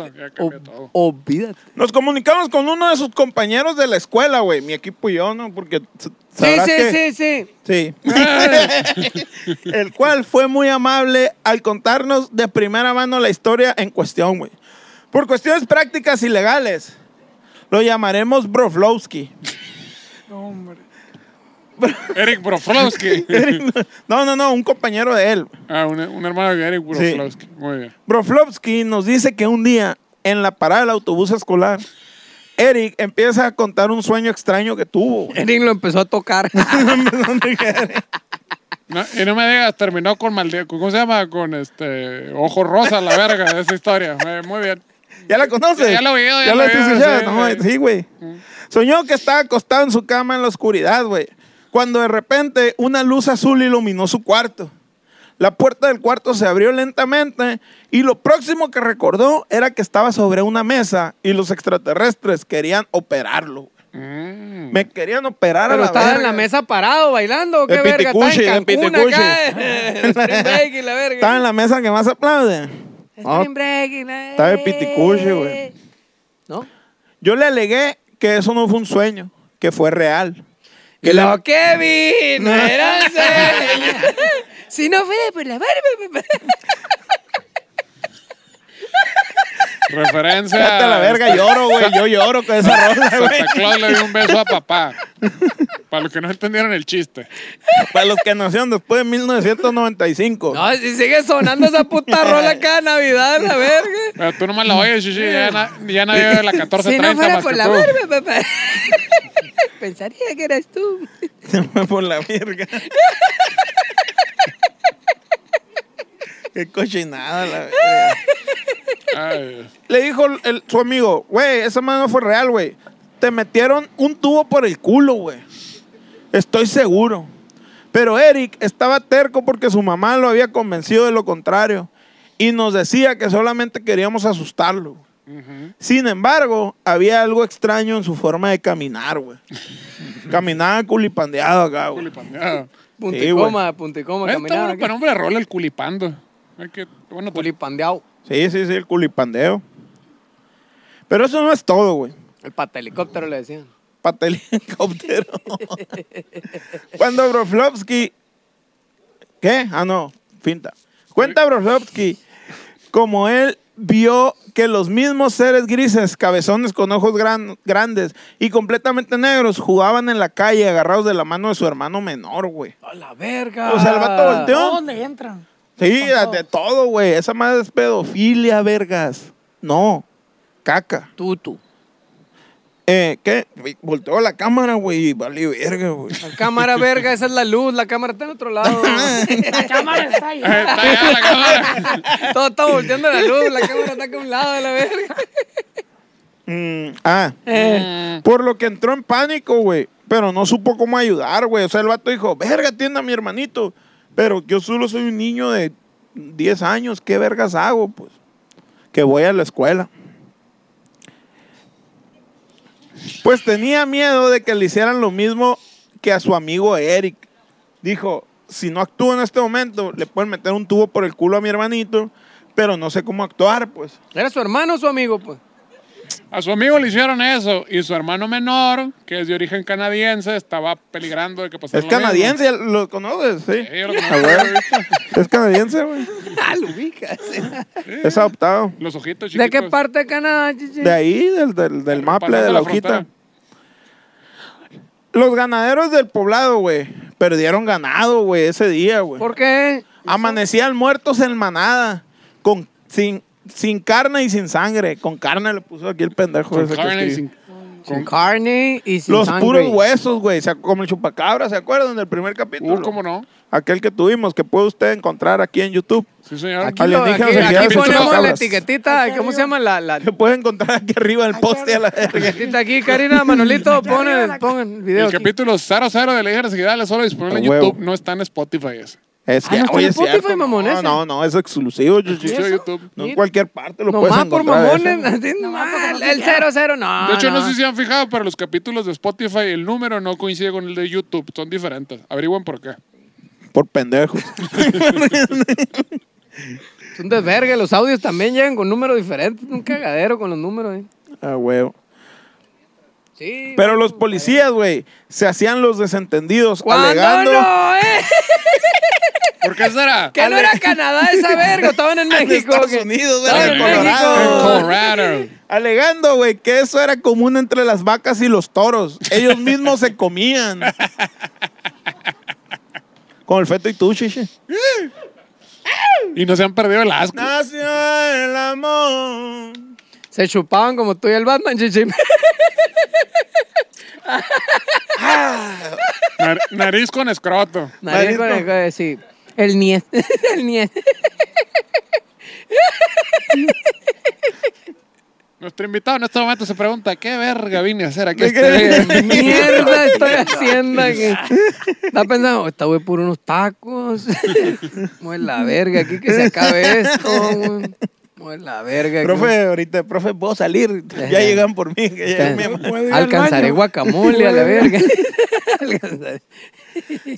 [SPEAKER 1] Olvídate.
[SPEAKER 2] ya cambió
[SPEAKER 1] Ob-
[SPEAKER 2] todo.
[SPEAKER 1] olvídate.
[SPEAKER 3] Nos comunicamos con uno de sus compañeros de la escuela, güey. Mi equipo y yo, ¿no? Porque s-
[SPEAKER 1] Sí,
[SPEAKER 3] sabrás
[SPEAKER 1] sí,
[SPEAKER 3] que-
[SPEAKER 1] sí, sí.
[SPEAKER 3] Sí. el cual fue muy amable al contarnos de primera mano la historia en cuestión, güey. Por cuestiones prácticas y legales, lo llamaremos Broflowski.
[SPEAKER 4] No, hombre.
[SPEAKER 2] Eric
[SPEAKER 3] <laughs>
[SPEAKER 2] Broflowski.
[SPEAKER 3] No, no, no, un compañero de él.
[SPEAKER 2] Ah, un, un hermano de Eric Broflowski. Muy bien.
[SPEAKER 3] Broflovsky nos dice que un día, en la parada del autobús escolar, Eric empieza a contar un sueño extraño que tuvo. güey.
[SPEAKER 1] Eric lo empezó a
[SPEAKER 3] <laughs>
[SPEAKER 1] tocar.
[SPEAKER 2] No, y no me digas, terminó con malde... ¿Cómo se llama? Con este... Ojo rosa, la verga, de esa historia. Eh, muy bien.
[SPEAKER 3] ¿Ya la conoces?
[SPEAKER 2] Ya la he oído, ya
[SPEAKER 3] ¿Ya
[SPEAKER 2] la
[SPEAKER 3] la
[SPEAKER 2] he oído,
[SPEAKER 3] escuchado?
[SPEAKER 2] sí,
[SPEAKER 3] No,
[SPEAKER 2] sí.
[SPEAKER 3] Sí, güey. Soñó que estaba acostado en su cama en la oscuridad, güey. Cuando de repente una luz azul iluminó su cuarto. La puerta del cuarto se abrió lentamente y lo próximo que recordó era que estaba sobre una mesa y los extraterrestres querían operarlo.
[SPEAKER 2] Mm.
[SPEAKER 3] Me querían operar a
[SPEAKER 1] Pero
[SPEAKER 3] la
[SPEAKER 1] estaba en la
[SPEAKER 3] verga.
[SPEAKER 1] mesa parado, bailando. ¿o ¿Qué
[SPEAKER 3] El
[SPEAKER 1] verga? Estaba
[SPEAKER 3] piticuchi,
[SPEAKER 1] en
[SPEAKER 3] el
[SPEAKER 1] Cancún
[SPEAKER 3] piticuchi.
[SPEAKER 1] acá. eh, <laughs> Spring break y la verga.
[SPEAKER 3] Estaba en la mesa que más aplaude. No,
[SPEAKER 1] Spring break y la-
[SPEAKER 3] estaba de piticuchi, güey.
[SPEAKER 1] ¿No?
[SPEAKER 3] yo le alegué que eso no fue un sueño, que fue real.
[SPEAKER 1] Que
[SPEAKER 3] Que
[SPEAKER 1] lo
[SPEAKER 3] la-
[SPEAKER 1] que vino <laughs> eran señas. Si no fuera por la barba.
[SPEAKER 2] Referencia...
[SPEAKER 3] Hasta la verga, lloro, güey. Yo lloro con esa <laughs> rola, güey.
[SPEAKER 2] Santa Claus le dio un beso a papá. Para los que no entendieron el chiste.
[SPEAKER 3] Para los que nacieron después de 1995. <laughs>
[SPEAKER 1] No, si sigue sonando esa puta rola cada Navidad, la verga.
[SPEAKER 2] Pero tú nomás la oyes, Shishi. Ya, na- ya nadie ve la 1430
[SPEAKER 1] Si no fuera
[SPEAKER 2] más
[SPEAKER 1] por
[SPEAKER 2] que
[SPEAKER 1] la
[SPEAKER 2] tú.
[SPEAKER 1] barba, papá. <laughs> Pensaría que eras tú.
[SPEAKER 3] Por la <laughs> verga. Qué cochinada la verga.
[SPEAKER 2] Ay,
[SPEAKER 3] Le dijo el- su amigo, güey, esa mano fue real, güey. Te metieron un tubo por el culo, güey. Estoy seguro. Pero Eric estaba terco porque su mamá lo había convencido de lo contrario y nos decía que solamente queríamos asustarlo. Sin embargo, había algo extraño en su forma de caminar, güey. Caminaba culipandeado acá, güey.
[SPEAKER 2] culipandeado.
[SPEAKER 1] Punto
[SPEAKER 3] Sí,
[SPEAKER 1] y
[SPEAKER 3] güey.
[SPEAKER 1] coma, punto y coma,
[SPEAKER 2] Está
[SPEAKER 1] caminaba.
[SPEAKER 2] bueno
[SPEAKER 1] acá.
[SPEAKER 2] para hombre rola el culipando. Hay que, bueno, pues, te-
[SPEAKER 1] Pulipandeado.
[SPEAKER 3] Sí, sí, sí, el culipandeo. Pero eso no es todo, güey.
[SPEAKER 1] El pata helicóptero le decían.
[SPEAKER 3] Pata helicóptero. <laughs> Cuando Broflovsky. ¿Qué? Ah, no, finta. Cuenta Broflovsky como él vio que los mismos seres grises, cabezones con ojos gran- grandes y completamente negros, jugaban en la calle agarrados de la mano de su hermano menor, güey.
[SPEAKER 1] ¡A la verga!
[SPEAKER 3] O sea, el vato volteó.
[SPEAKER 4] ¿Dónde entran?
[SPEAKER 3] Sí,
[SPEAKER 4] Con
[SPEAKER 3] de todo, güey. Esa madre es pedofilia, vergas. No, caca.
[SPEAKER 1] Tutu.
[SPEAKER 3] Eh, ¿Qué? Volteó la cámara, güey, y valió verga, güey.
[SPEAKER 1] La cámara verga, esa es la luz, la cámara está en otro
[SPEAKER 3] <laughs>
[SPEAKER 1] lado.
[SPEAKER 4] La cámara está ahí.
[SPEAKER 2] Está allá la cámara.
[SPEAKER 1] Todo está volteando la luz, la cámara está acá a un lado de la verga.
[SPEAKER 3] mm, ah,
[SPEAKER 1] Eh, <laughs>
[SPEAKER 3] por lo que entró en pánico, güey. Pero no supo cómo ayudar, güey. O sea, el vato dijo, verga, atienda a mi hermanito. Pero yo solo soy un niño de 10 años. ¿Qué vergas hago? Pues que voy a la escuela. Pues tenía miedo de que le hicieran lo mismo que a su amigo Eric. Dijo, si no actúo en este momento, le pueden meter un tubo por el culo a mi hermanito, pero no sé cómo actuar, pues.
[SPEAKER 1] ¿Era su hermano o su amigo,
[SPEAKER 3] <laughs>
[SPEAKER 1] pues?
[SPEAKER 2] A su amigo le hicieron eso y su hermano menor, que es de origen canadiense, estaba peligrando de que pasara
[SPEAKER 3] Es
[SPEAKER 2] lo mismo.
[SPEAKER 3] canadiense, ¿lo conoces? Sí.
[SPEAKER 2] Sí, yo lo conozco,
[SPEAKER 3] Ah,
[SPEAKER 2] lo
[SPEAKER 3] güey.
[SPEAKER 2] he visto.
[SPEAKER 3] Es canadiense, güey.
[SPEAKER 1] Ah, lo ubicas.
[SPEAKER 3] Es adoptado.
[SPEAKER 2] Los ojitos chiquitos.
[SPEAKER 1] ¿De qué parte de Canadá, chichi?
[SPEAKER 3] De ahí, del, del, del maple,
[SPEAKER 2] Pasando
[SPEAKER 3] de la
[SPEAKER 2] la frontera.
[SPEAKER 3] hojita. Los ganaderos del poblado, güey, perdieron ganado, güey, ese día, güey.
[SPEAKER 1] ¿Por qué?
[SPEAKER 3] Amanecían muertos en manada, con, sin, sin carne y sin sangre. Con carne le puso Pues, aquí el pendejo.
[SPEAKER 2] Con
[SPEAKER 3] ese que
[SPEAKER 2] carne y
[SPEAKER 3] escribió.
[SPEAKER 2] sin-
[SPEAKER 1] Con carne y sin
[SPEAKER 3] Los
[SPEAKER 1] sangre.
[SPEAKER 3] puros huesos, güey, se ac- como el chupacabra, ¿se acuerdan del primer capítulo?
[SPEAKER 2] Uh, cómo no.
[SPEAKER 3] Aquel que tuvimos, que puede usted encontrar aquí en YouTube.
[SPEAKER 2] Sí, señor.
[SPEAKER 1] Aquí, lo- aquí-
[SPEAKER 3] Alienígenas
[SPEAKER 1] aquí
[SPEAKER 3] enviados sin
[SPEAKER 1] ponemos la
[SPEAKER 3] chupacabras.
[SPEAKER 1] etiquetita,
[SPEAKER 4] Aquí
[SPEAKER 1] ¿cómo se llama?
[SPEAKER 4] arriba.
[SPEAKER 1] La, la
[SPEAKER 3] Que puede encontrar aquí arriba el
[SPEAKER 4] Aquí
[SPEAKER 3] poste a la
[SPEAKER 4] arriba.
[SPEAKER 3] verga.
[SPEAKER 1] etiquetita aquí, Karina, Manolito,
[SPEAKER 4] Aquí
[SPEAKER 1] pon
[SPEAKER 4] arriba
[SPEAKER 1] el,
[SPEAKER 4] la-
[SPEAKER 1] pon el video.
[SPEAKER 2] El
[SPEAKER 1] aquí.
[SPEAKER 2] capítulo 00 de la hija de solo disponible en
[SPEAKER 3] A huevo.
[SPEAKER 2] YouTube. No está en Spotify ese.
[SPEAKER 3] Es
[SPEAKER 1] Ah,
[SPEAKER 3] que,
[SPEAKER 1] no está en
[SPEAKER 3] oye, es
[SPEAKER 1] Spotify,
[SPEAKER 3] cierto.
[SPEAKER 1] mamón,
[SPEAKER 3] no,
[SPEAKER 1] ese.
[SPEAKER 3] no, no, es exclusivo, Chuchi.
[SPEAKER 2] Exclusivo de YouTube.
[SPEAKER 3] No en cualquier parte lo puedes
[SPEAKER 1] Nomás por
[SPEAKER 3] encontrar. ¿eh?
[SPEAKER 1] mamones, <laughs>
[SPEAKER 3] ese.
[SPEAKER 1] así nomás,
[SPEAKER 4] Nomás porque no
[SPEAKER 1] el
[SPEAKER 4] quería.
[SPEAKER 1] 00, Ah, no.
[SPEAKER 2] De hecho, no. sé si han fijado, pero los capítulos de Spotify, el número no coincide con el de YouTube. Son diferentes. Averigüen por qué.
[SPEAKER 3] Por pendejo.
[SPEAKER 1] <laughs> Es un desvergue, los audios también llegan con números diferentes, un cagadero con los números. eh.
[SPEAKER 3] ah, huevo.
[SPEAKER 1] Sí.
[SPEAKER 3] Pero los policías, güey, se hacían los desentendidos
[SPEAKER 1] ¿Cuándo
[SPEAKER 3] alegando.
[SPEAKER 1] no, eh?
[SPEAKER 2] ¿Por qué
[SPEAKER 3] <laughs>
[SPEAKER 2] será?
[SPEAKER 1] Que no era Canadá esa verga, estaban en
[SPEAKER 3] En
[SPEAKER 1] México.
[SPEAKER 3] Estados
[SPEAKER 1] que-
[SPEAKER 3] Unidos,
[SPEAKER 1] Estaban
[SPEAKER 3] verga,
[SPEAKER 1] en
[SPEAKER 3] Colorado.
[SPEAKER 2] En
[SPEAKER 1] México.
[SPEAKER 2] Colorado.
[SPEAKER 3] Alegando, güey, que eso era común entre las vacas y los toros.
[SPEAKER 1] <laughs>
[SPEAKER 3] Ellos mismos se comían. Con el feto y tú, chiche.
[SPEAKER 2] Y no se han perdido el
[SPEAKER 3] <laughs>
[SPEAKER 2] asco.
[SPEAKER 3] Nació el amor.
[SPEAKER 1] Se chupaban como tú y el Batman, chichi. <laughs>
[SPEAKER 2] Nar- nariz con escroto.
[SPEAKER 1] Nariz con el, eh, sí. El niez. <laughs> el niez.
[SPEAKER 2] Nuestro invitado en este momento se pregunta, ¿qué verga vine a hacer aquí?
[SPEAKER 3] ¿De
[SPEAKER 2] este
[SPEAKER 1] <laughs>
[SPEAKER 3] qué?
[SPEAKER 2] día?
[SPEAKER 1] Mierda estoy haciendo aquí. Está pensando, "Oh, esta voy por unos tacos. <laughs> Mueve la verga, aquí que se acabe esto. güey. Mueve la <laughs> verga. aquí.
[SPEAKER 3] Profe, ahorita, profe, puedo salir. Ya llegan por mí. que ya me-
[SPEAKER 4] Puedo ir al
[SPEAKER 1] Alcanzaré
[SPEAKER 4] baño.
[SPEAKER 1] guacamole a la verga. <laughs> Alcanzaré.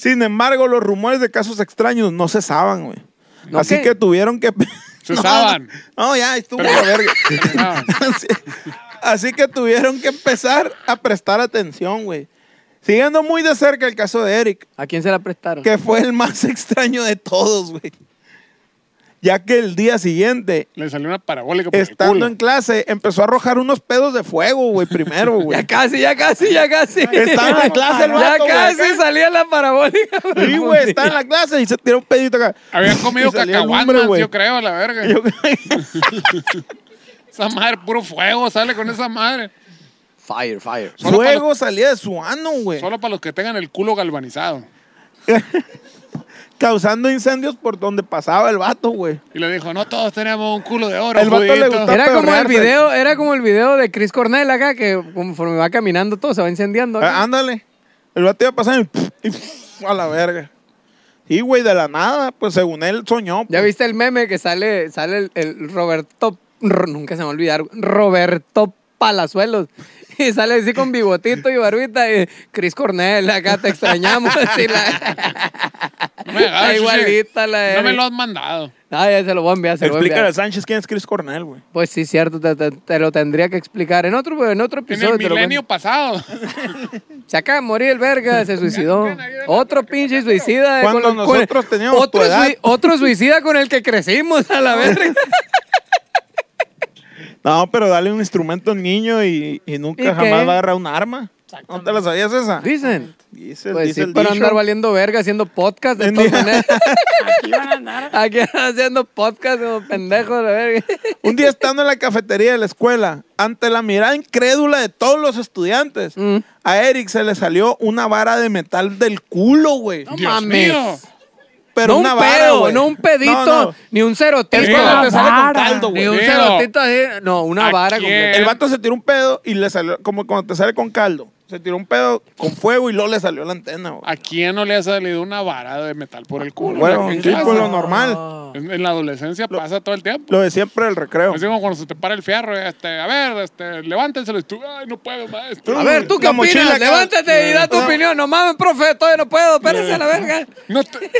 [SPEAKER 3] Sin embargo, los rumores de casos extraños no cesaban, güey.
[SPEAKER 1] ¿No
[SPEAKER 3] Así
[SPEAKER 1] qué?
[SPEAKER 3] que tuvieron que.
[SPEAKER 2] <laughs> Cesaban.
[SPEAKER 3] <laughs> No, no, ya, estuvo la verga.
[SPEAKER 2] Terminaban.
[SPEAKER 3] <laughs> Así, así que tuvieron que empezar a prestar atención, güey. Siguiendo muy de cerca el caso de Eric,
[SPEAKER 1] ¿A quién se la prestaron?
[SPEAKER 3] que fue el más <laughs> extraño de todos, güey. Ya que el día siguiente,
[SPEAKER 2] Le salió una parabólica por el
[SPEAKER 3] estando
[SPEAKER 2] culo. <laughs>
[SPEAKER 3] en clase, empezó a arrojar unos pedos de fuego,
[SPEAKER 1] <laughs>
[SPEAKER 3] güey, primero,
[SPEAKER 1] Ya
[SPEAKER 3] güey.
[SPEAKER 1] casi, ya casi, ya casi.
[SPEAKER 3] Estaba en la clase el
[SPEAKER 1] Ya
[SPEAKER 3] vato, güey,
[SPEAKER 1] casi
[SPEAKER 3] acá.
[SPEAKER 1] salía la parabólica.
[SPEAKER 3] Sí, güey, está en la clase y se tiró un pedito acá.
[SPEAKER 2] Habían comido
[SPEAKER 3] Y salía el
[SPEAKER 2] cacahuanas,
[SPEAKER 3] hombre, güey.
[SPEAKER 2] yo creo, la verga.
[SPEAKER 3] Yo-
[SPEAKER 2] Esa madre, puro fuego, sale con esa madre.
[SPEAKER 1] Fire, fire.
[SPEAKER 2] Solo para
[SPEAKER 3] <laughs> Fuego salía de su ano, güey.
[SPEAKER 2] Solo para los que tengan el culo galvanizado.
[SPEAKER 3] Causando incendios por donde pasaba el vato, güey.
[SPEAKER 2] Y le dijo, no todos tenemos un culo de oro,
[SPEAKER 3] El vato le
[SPEAKER 2] judito".
[SPEAKER 3] gustaba-
[SPEAKER 1] Era como el
[SPEAKER 3] perrearse.
[SPEAKER 1] video, era como el video de Chris Cornell acá, que conforme va caminando todo se va incendiando. acá.
[SPEAKER 3] Ah, ándale. El vato iba pasando y, y- a la verga. Y, güey, de la nada, pues según él soñó.
[SPEAKER 1] ¿Ya
[SPEAKER 3] pues.
[SPEAKER 1] viste el meme que sale, sale el, el Roberto, Ro- nunca se me va a olvidar, Roberto Palazuelos? Y sale así con bigotito y barbita y Chris Cornell, acá te extrañamos. <laughs> así la- <laughs>
[SPEAKER 2] No me
[SPEAKER 1] Está
[SPEAKER 2] agarres,
[SPEAKER 1] igualita
[SPEAKER 2] sí.
[SPEAKER 1] la
[SPEAKER 2] No
[SPEAKER 1] verga.
[SPEAKER 2] me lo han mandado.
[SPEAKER 1] Ah, ya se lo voy a enviar, se lo voy a
[SPEAKER 3] Explícale a
[SPEAKER 1] enviar.
[SPEAKER 3] Sánchez quién es Chris Cornell, güey.
[SPEAKER 1] Pues sí, cierto, te, te- te lo tendría que explicar. En otro, en otro
[SPEAKER 2] En
[SPEAKER 1] episodio
[SPEAKER 2] el
[SPEAKER 1] te lo
[SPEAKER 2] milenio
[SPEAKER 1] cuento.
[SPEAKER 2] pasado.
[SPEAKER 1] Se acaba de morir el verga, se suicidó.
[SPEAKER 2] ven, ayúdame,
[SPEAKER 1] Otro pinche suicida. eh,
[SPEAKER 3] Cuando
[SPEAKER 1] con el- con el-
[SPEAKER 3] nosotros teníamos
[SPEAKER 1] otro,
[SPEAKER 3] tu edad.
[SPEAKER 1] sui- otro suicida con el que crecimos a la
[SPEAKER 3] <laughs>
[SPEAKER 1] verga.
[SPEAKER 3] No, pero dale un instrumento al niño y, y nunca
[SPEAKER 1] ¿Y
[SPEAKER 3] jamás
[SPEAKER 1] qué?
[SPEAKER 3] va a agarrar un arma. ¿No te la sabías esa?
[SPEAKER 1] Dicen.
[SPEAKER 3] Dice,
[SPEAKER 1] pues
[SPEAKER 3] dice
[SPEAKER 1] sí,
[SPEAKER 3] el
[SPEAKER 1] para
[SPEAKER 3] dicho.
[SPEAKER 1] andar valiendo verga haciendo podcast de
[SPEAKER 3] En
[SPEAKER 1] todas
[SPEAKER 3] día- <laughs>
[SPEAKER 1] maneras.
[SPEAKER 4] Aquí van a andar.
[SPEAKER 1] <laughs> Aquí haciendo podcast como pendejo de la verga.
[SPEAKER 3] Un día estando en la cafetería de la escuela, ante la mirada incrédula de todos los estudiantes,
[SPEAKER 1] Mm.
[SPEAKER 3] a Eric se le salió una vara de metal del culo, güey.
[SPEAKER 1] No
[SPEAKER 2] <laughs> Dios
[SPEAKER 1] mames.
[SPEAKER 2] mío.
[SPEAKER 3] pero
[SPEAKER 1] no
[SPEAKER 3] una
[SPEAKER 1] un
[SPEAKER 3] vara,
[SPEAKER 1] pedo,
[SPEAKER 3] güey.
[SPEAKER 1] no un pedito,
[SPEAKER 3] No, no.
[SPEAKER 1] ni un
[SPEAKER 3] Es
[SPEAKER 1] cerotito.
[SPEAKER 3] cuando
[SPEAKER 2] Una
[SPEAKER 3] te sale con
[SPEAKER 4] vara.
[SPEAKER 3] caldo,
[SPEAKER 1] Ni
[SPEAKER 3] güey.
[SPEAKER 1] un
[SPEAKER 2] Digo.
[SPEAKER 1] cerotito así. No, una
[SPEAKER 2] ¿A
[SPEAKER 1] vara.
[SPEAKER 2] quién?
[SPEAKER 1] completa.
[SPEAKER 3] El vato se tiró un pedo y le salió, como cuando te sale con caldo. Se tiró un pedo con fuego y luego le salió la antena, güey.
[SPEAKER 2] ¿A quién no le ha salido una vara de metal por el culo?
[SPEAKER 3] Bueno,
[SPEAKER 2] ¿En
[SPEAKER 3] un
[SPEAKER 2] qué
[SPEAKER 3] tipo
[SPEAKER 2] casa?
[SPEAKER 3] lo normal.
[SPEAKER 1] Ah.
[SPEAKER 2] En, en la adolescencia pasa todo el tiempo.
[SPEAKER 3] Lo de siempre del recreo.
[SPEAKER 2] Es como cuando se te para el fierro, este, a ver, este, levántenselo y tú, ay, no puedo, maestro.
[SPEAKER 1] A ver, ¿tú qué
[SPEAKER 3] La mochila
[SPEAKER 1] opinas?
[SPEAKER 3] acá.
[SPEAKER 1] Levántate y da tu
[SPEAKER 3] Ah.
[SPEAKER 1] opinión. No mames, profe, todavía no puedo. Espérese a la verga.
[SPEAKER 2] No te-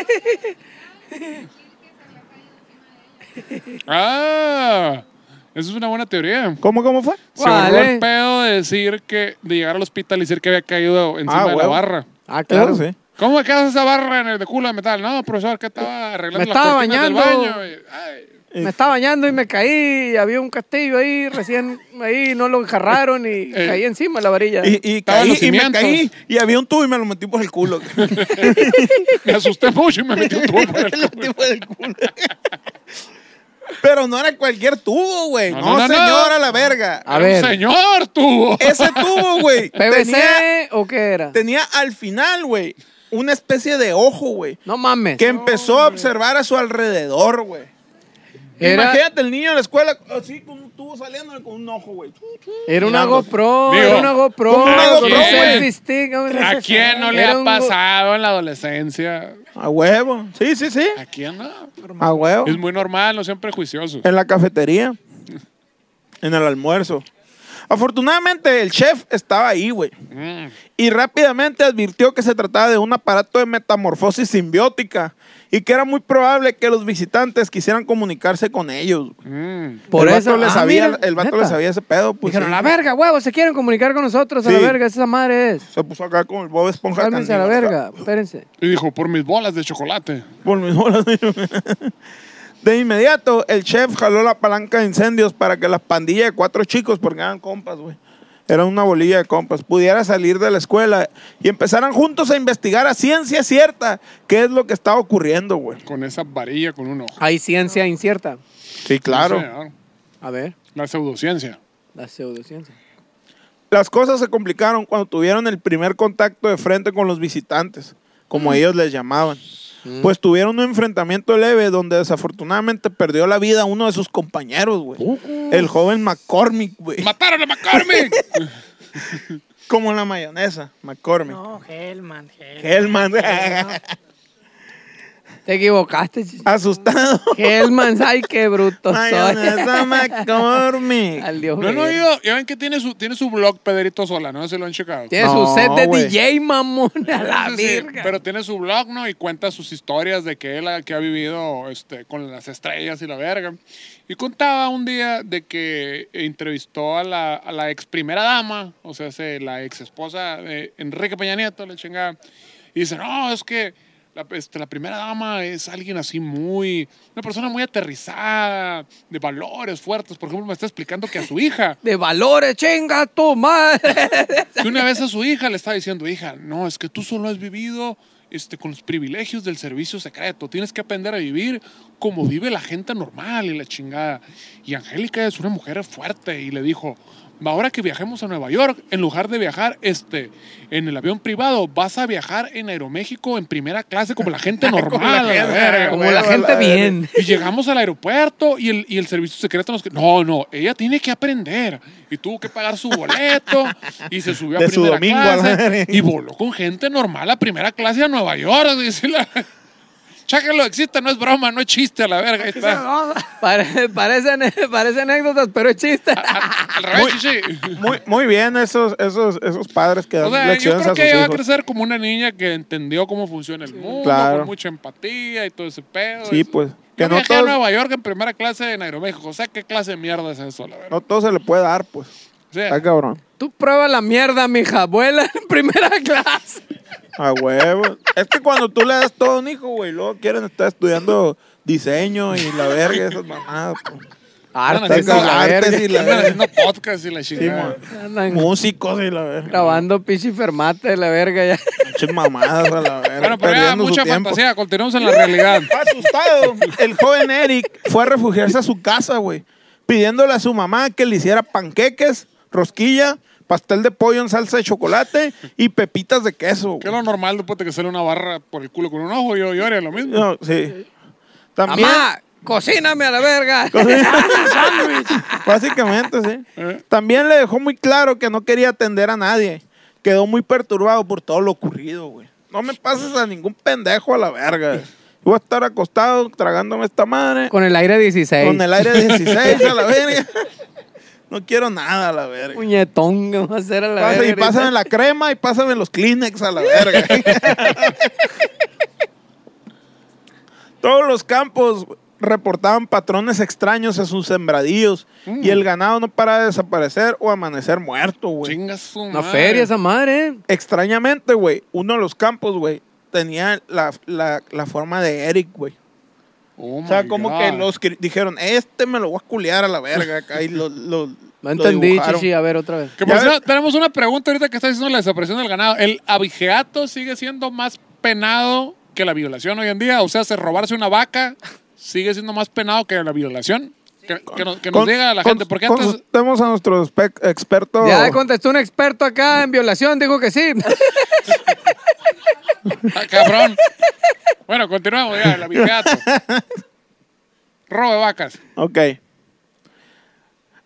[SPEAKER 2] ah, eso es una buena teoría.
[SPEAKER 3] ¿Cómo, cómo fue?
[SPEAKER 2] Se borró
[SPEAKER 1] Vale.
[SPEAKER 2] el pedo de decir que, de llegar al hospital y decir que había caído encima
[SPEAKER 3] Ah,
[SPEAKER 2] de la
[SPEAKER 3] huevo.
[SPEAKER 2] barra.
[SPEAKER 1] Ah,
[SPEAKER 3] Claro, sí.
[SPEAKER 2] ¿Cómo me quedas esa barra en el de culo de metal? No, profesor, que estaba arreglando
[SPEAKER 1] Me
[SPEAKER 2] las
[SPEAKER 1] estaba
[SPEAKER 2] cortinas del
[SPEAKER 1] bañando.
[SPEAKER 2] baño. y- ay.
[SPEAKER 1] Me estaba bañando y me caí. y había un castillo ahí, recién ahí, no lo enjarraron y caí encima de la varilla.
[SPEAKER 3] Y, y
[SPEAKER 2] Estaban
[SPEAKER 3] caí
[SPEAKER 2] los
[SPEAKER 3] y me
[SPEAKER 2] cimientos.
[SPEAKER 3] caí y había un tubo y me lo metí por
[SPEAKER 2] <laughs>
[SPEAKER 3] el culo.
[SPEAKER 2] Me asusté mucho y me metí un tubo por
[SPEAKER 1] <laughs>
[SPEAKER 2] <laughs> el
[SPEAKER 3] Lo metí por el culo. <laughs> Pero no era cualquier tubo, güey.
[SPEAKER 2] No,
[SPEAKER 3] No,
[SPEAKER 2] no, Ah. no, no.
[SPEAKER 3] señora, la verga.
[SPEAKER 1] A
[SPEAKER 2] Era un
[SPEAKER 1] ver.
[SPEAKER 2] señor tuvo.
[SPEAKER 3] Ese
[SPEAKER 2] <laughs>
[SPEAKER 3] tubo, güey.
[SPEAKER 1] ¿PVC
[SPEAKER 3] tenía,
[SPEAKER 1] o qué era?
[SPEAKER 3] tenía al final, güey, una especie de ojo, güey.
[SPEAKER 1] No mames.
[SPEAKER 3] Que empezó a observar a su alrededor, güey.
[SPEAKER 1] Era,
[SPEAKER 3] Imagínate el niño en la escuela así con un tubo saliendo con un ojo, güey.
[SPEAKER 1] era una
[SPEAKER 3] Mirando.
[SPEAKER 1] GoPro,
[SPEAKER 2] Digo,
[SPEAKER 1] era una GoPro.
[SPEAKER 3] ¿cómo una
[SPEAKER 1] con
[SPEAKER 3] GoPro,
[SPEAKER 1] un
[SPEAKER 2] güey?
[SPEAKER 1] selfie stick, hombre. <laughs>
[SPEAKER 2] ¿A quién no le
[SPEAKER 1] Era
[SPEAKER 2] ha
[SPEAKER 1] un go-
[SPEAKER 2] pasado en la adolescencia?
[SPEAKER 3] A huevo. Sí, sí, sí.
[SPEAKER 2] ¿A quién no?
[SPEAKER 3] A
[SPEAKER 1] Oh.
[SPEAKER 3] huevo.
[SPEAKER 2] Es muy normal, no sean prejuiciosos.
[SPEAKER 3] En la cafetería. En el almuerzo. Afortunadamente el chef estaba ahí, güey.
[SPEAKER 1] Eh.
[SPEAKER 2] Mm.
[SPEAKER 3] Y rápidamente advirtió que se trataba de un aparato de metamorfosis simbiótica y que era muy probable que los visitantes quisieran comunicarse con ellos. güey.
[SPEAKER 2] Mm.
[SPEAKER 1] Por
[SPEAKER 3] el
[SPEAKER 1] eso
[SPEAKER 3] vato le
[SPEAKER 1] ah,
[SPEAKER 3] sabía,
[SPEAKER 1] mira,
[SPEAKER 3] el vato
[SPEAKER 1] neta.
[SPEAKER 3] le sabía ese pedo, pues.
[SPEAKER 1] Dijeron, "Ah,
[SPEAKER 3] sí.
[SPEAKER 1] la verga, huevo, se quieren comunicar con nosotros, a la
[SPEAKER 3] Sí.
[SPEAKER 1] verga, esa madre es.
[SPEAKER 3] Se puso acá con el Bob Esponja.
[SPEAKER 1] Cálmense a la
[SPEAKER 3] canino,
[SPEAKER 1] verga,
[SPEAKER 3] acá.
[SPEAKER 1] espérense.
[SPEAKER 2] Y dijo, por mis bolas de chocolate.
[SPEAKER 3] Por mis bolas. <laughs> De inmediato, el chef jaló la palanca de incendios para que la pandilla de cuatro chicos, porque eran compas, güey. Era una bolilla de compas, pudiera salir de la escuela y empezaran juntos a investigar a ciencia cierta qué es lo que estaba ocurriendo, güey.
[SPEAKER 2] Con esa varilla, con un ojo.
[SPEAKER 1] Hay ciencia incierta.
[SPEAKER 3] Sí, claro.
[SPEAKER 2] Sí, señor.
[SPEAKER 1] A ver,
[SPEAKER 2] La pseudociencia.
[SPEAKER 1] la pseudociencia.
[SPEAKER 3] Las cosas se complicaron cuando tuvieron el primer contacto de frente con los visitantes, como
[SPEAKER 2] Mm.
[SPEAKER 3] ellos les llamaban. Pues tuvieron un enfrentamiento leve donde desafortunadamente perdió la vida uno de sus compañeros, güey.
[SPEAKER 2] Uh.
[SPEAKER 3] El joven McCormick, güey.
[SPEAKER 2] ¡Mataron
[SPEAKER 1] <laughs>
[SPEAKER 2] a McCormick!
[SPEAKER 3] como la mayonesa, McCormick.
[SPEAKER 4] No, Hellman, Hellman.
[SPEAKER 3] <laughs> Hellman.
[SPEAKER 1] Te equivocaste, ch-
[SPEAKER 3] <laughs> Asustado.
[SPEAKER 1] Hellman, ay, qué bruto soy.
[SPEAKER 3] mayonesa McCormick.
[SPEAKER 1] eh. Al Dios
[SPEAKER 2] No han
[SPEAKER 1] mío.
[SPEAKER 2] oído. Ya ven que tiene su, tiene su blog Pedrito Sola, no sé si lo han checado.
[SPEAKER 1] Tiene
[SPEAKER 3] No,
[SPEAKER 1] su set de
[SPEAKER 3] güey.
[SPEAKER 1] DJ, mamón, a <laughs> la
[SPEAKER 2] Sí, sí,
[SPEAKER 1] verga.
[SPEAKER 2] pero tiene su blog, ¿no? Y cuenta sus historias de que él ha, que ha vivido este, con las estrellas y la verga. Y contaba un día de que entrevistó a la, a la ex primera dama, o sea, se- la ex esposa de Enrique Peña Nieto, la chingada. Y dice, no, es que la, este, la primera dama es alguien así muy, una persona muy aterrizada, de valores fuertes. Por ejemplo, me está explicando que a su hija
[SPEAKER 1] De valores, chinga tu madre.
[SPEAKER 2] <laughs> que una vez a su hija le estaba diciendo, hija, no, es que tú solo has vivido este, con los privilegios del servicio secreto. Tienes que aprender a vivir como vive la gente normal y la chingada. Y Angélica es una mujer fuerte y le dijo, "Va, ahora que viajemos a Nueva York, en lugar de viajar este, en el avión privado, vas a viajar en Aeroméxico en primera clase <laughs> como la gente normal. a la verga".
[SPEAKER 1] Como la
[SPEAKER 3] Huevo, a
[SPEAKER 1] gente
[SPEAKER 3] la verga.
[SPEAKER 1] bien.
[SPEAKER 2] Y llegamos al aeropuerto y el, y el servicio secreto nos... No, no, ella tiene que aprender. Y tuvo que pagar su boleto y se subió a
[SPEAKER 3] De su
[SPEAKER 2] primera
[SPEAKER 3] domingo a la
[SPEAKER 2] clase.
[SPEAKER 3] verga.
[SPEAKER 2] Y voló con gente normal a primera clase a Nueva York. Dice la... <laughs> Cháquenlo, existe, no es broma, no es chiste a la verga. Ahí
[SPEAKER 1] <laughs>
[SPEAKER 2] está.
[SPEAKER 1] Pare- parecen, parecen anécdotas, pero es chiste.
[SPEAKER 2] Al revés, sí,
[SPEAKER 3] <laughs>
[SPEAKER 2] sí.
[SPEAKER 3] Muy, muy bien esos, esos, esos padres que dan
[SPEAKER 2] O sea, yo
[SPEAKER 3] lecciones
[SPEAKER 2] creo
[SPEAKER 3] a sus
[SPEAKER 2] que ella va a
[SPEAKER 3] hijos.
[SPEAKER 2] crecer como una niña que entendió cómo funciona el mundo,
[SPEAKER 3] Claro.
[SPEAKER 2] con mucha empatía y todo ese pedo.
[SPEAKER 3] Sí,
[SPEAKER 2] Eso.
[SPEAKER 3] pues.
[SPEAKER 2] Yo
[SPEAKER 3] Que no
[SPEAKER 2] viajé a
[SPEAKER 3] todos,
[SPEAKER 2] Nueva York en primera clase en Aeroméxico. O sea, ¿qué clase de mierda es eso, la verdad?
[SPEAKER 3] no todos se le puede dar, pues.
[SPEAKER 2] O sea,
[SPEAKER 3] Está cabrón.
[SPEAKER 1] Tú prueba la mierda, mija abuela, en primera clase.
[SPEAKER 3] A huevo. Es que cuando tú le das todo a un hijo, güey, luego quieren estar estudiando diseño y la verga, esas mamadas. pues.
[SPEAKER 1] Artes,
[SPEAKER 3] Andan
[SPEAKER 1] y la
[SPEAKER 3] artes
[SPEAKER 1] verga.
[SPEAKER 3] y la
[SPEAKER 2] Andan
[SPEAKER 3] verga.
[SPEAKER 2] haciendo podcast y la chingada.
[SPEAKER 3] Sí,
[SPEAKER 1] Andan
[SPEAKER 3] Músicos y la verga.
[SPEAKER 1] grabando pichi fermate, la verga ya.
[SPEAKER 3] Muchas mamadas a la verga.
[SPEAKER 2] bueno, pero ya
[SPEAKER 3] perdiendo su
[SPEAKER 2] mucha
[SPEAKER 3] tiempo.
[SPEAKER 2] fantasía. Continuamos en la realidad.
[SPEAKER 3] Asustado, el joven Eric fue a refugiarse a su casa, güey, pidiéndole a su mamá que le hiciera panqueques, rosquilla, pastel de pollo en salsa de chocolate y pepitas de queso.
[SPEAKER 2] Que es lo
[SPEAKER 3] güey.
[SPEAKER 2] normal después de que sale una barra por el culo con un ojo, yo, yo haría lo mismo.
[SPEAKER 3] No, sí. También,
[SPEAKER 1] Mamá, cocíname a la verga.
[SPEAKER 3] <laughs> básicamente, sí.
[SPEAKER 2] Eh.
[SPEAKER 3] También le dejó muy claro que no quería atender a nadie. Quedó muy perturbado por todo lo ocurrido, güey. No me pases a ningún pendejo a la verga. Voy a estar acostado tragándome esta madre.
[SPEAKER 1] Con el aire 16.
[SPEAKER 3] Con el aire 16 a la verga. No quiero nada a la verga.
[SPEAKER 1] puñetón que va a hacer a la
[SPEAKER 3] Pasa-
[SPEAKER 1] verga.
[SPEAKER 3] y pásame la crema y pásame los Kleenex a
[SPEAKER 2] <laughs>
[SPEAKER 3] la verga. Todos los campos reportaban patrones extraños en sus sembradíos y el ganado no para de desaparecer o amanecer muerto, güey.
[SPEAKER 2] Mm. Chinga su
[SPEAKER 1] Una
[SPEAKER 2] madre.
[SPEAKER 1] feria esa madre. ¿eh?
[SPEAKER 3] Extrañamente, güey, uno de los campos, güey, tenía la, la- la forma de Eric, güey.
[SPEAKER 2] Oh
[SPEAKER 3] O sea,
[SPEAKER 2] my
[SPEAKER 3] como
[SPEAKER 2] God.
[SPEAKER 3] que los cri- dijeron, este me lo voy a culiar a la verga acá y lo, lo,
[SPEAKER 1] No
[SPEAKER 3] lo
[SPEAKER 1] entendí,
[SPEAKER 3] dibujaron.
[SPEAKER 1] chichi. A ver, otra vez.
[SPEAKER 2] Que por
[SPEAKER 3] Ya
[SPEAKER 2] cierto,
[SPEAKER 3] ves-
[SPEAKER 2] tenemos una pregunta ahorita que está diciendo la desaparición del ganado. ¿El abigeato sigue siendo más penado que la violación hoy en día? O sea, ¿se robarse una vaca sigue siendo más penado que la violación? Que, que nos, que nos
[SPEAKER 3] Con-
[SPEAKER 2] diga la
[SPEAKER 3] con-
[SPEAKER 2] gente, porque antes...
[SPEAKER 3] Consultemos a nuestro espe- experto.
[SPEAKER 1] Ya contestó un experto acá en violación, dijo que sí. <laughs>
[SPEAKER 2] Ah, cabrón. bueno, continuamos ya, el abigeato. Robo de vacas.
[SPEAKER 3] Ok.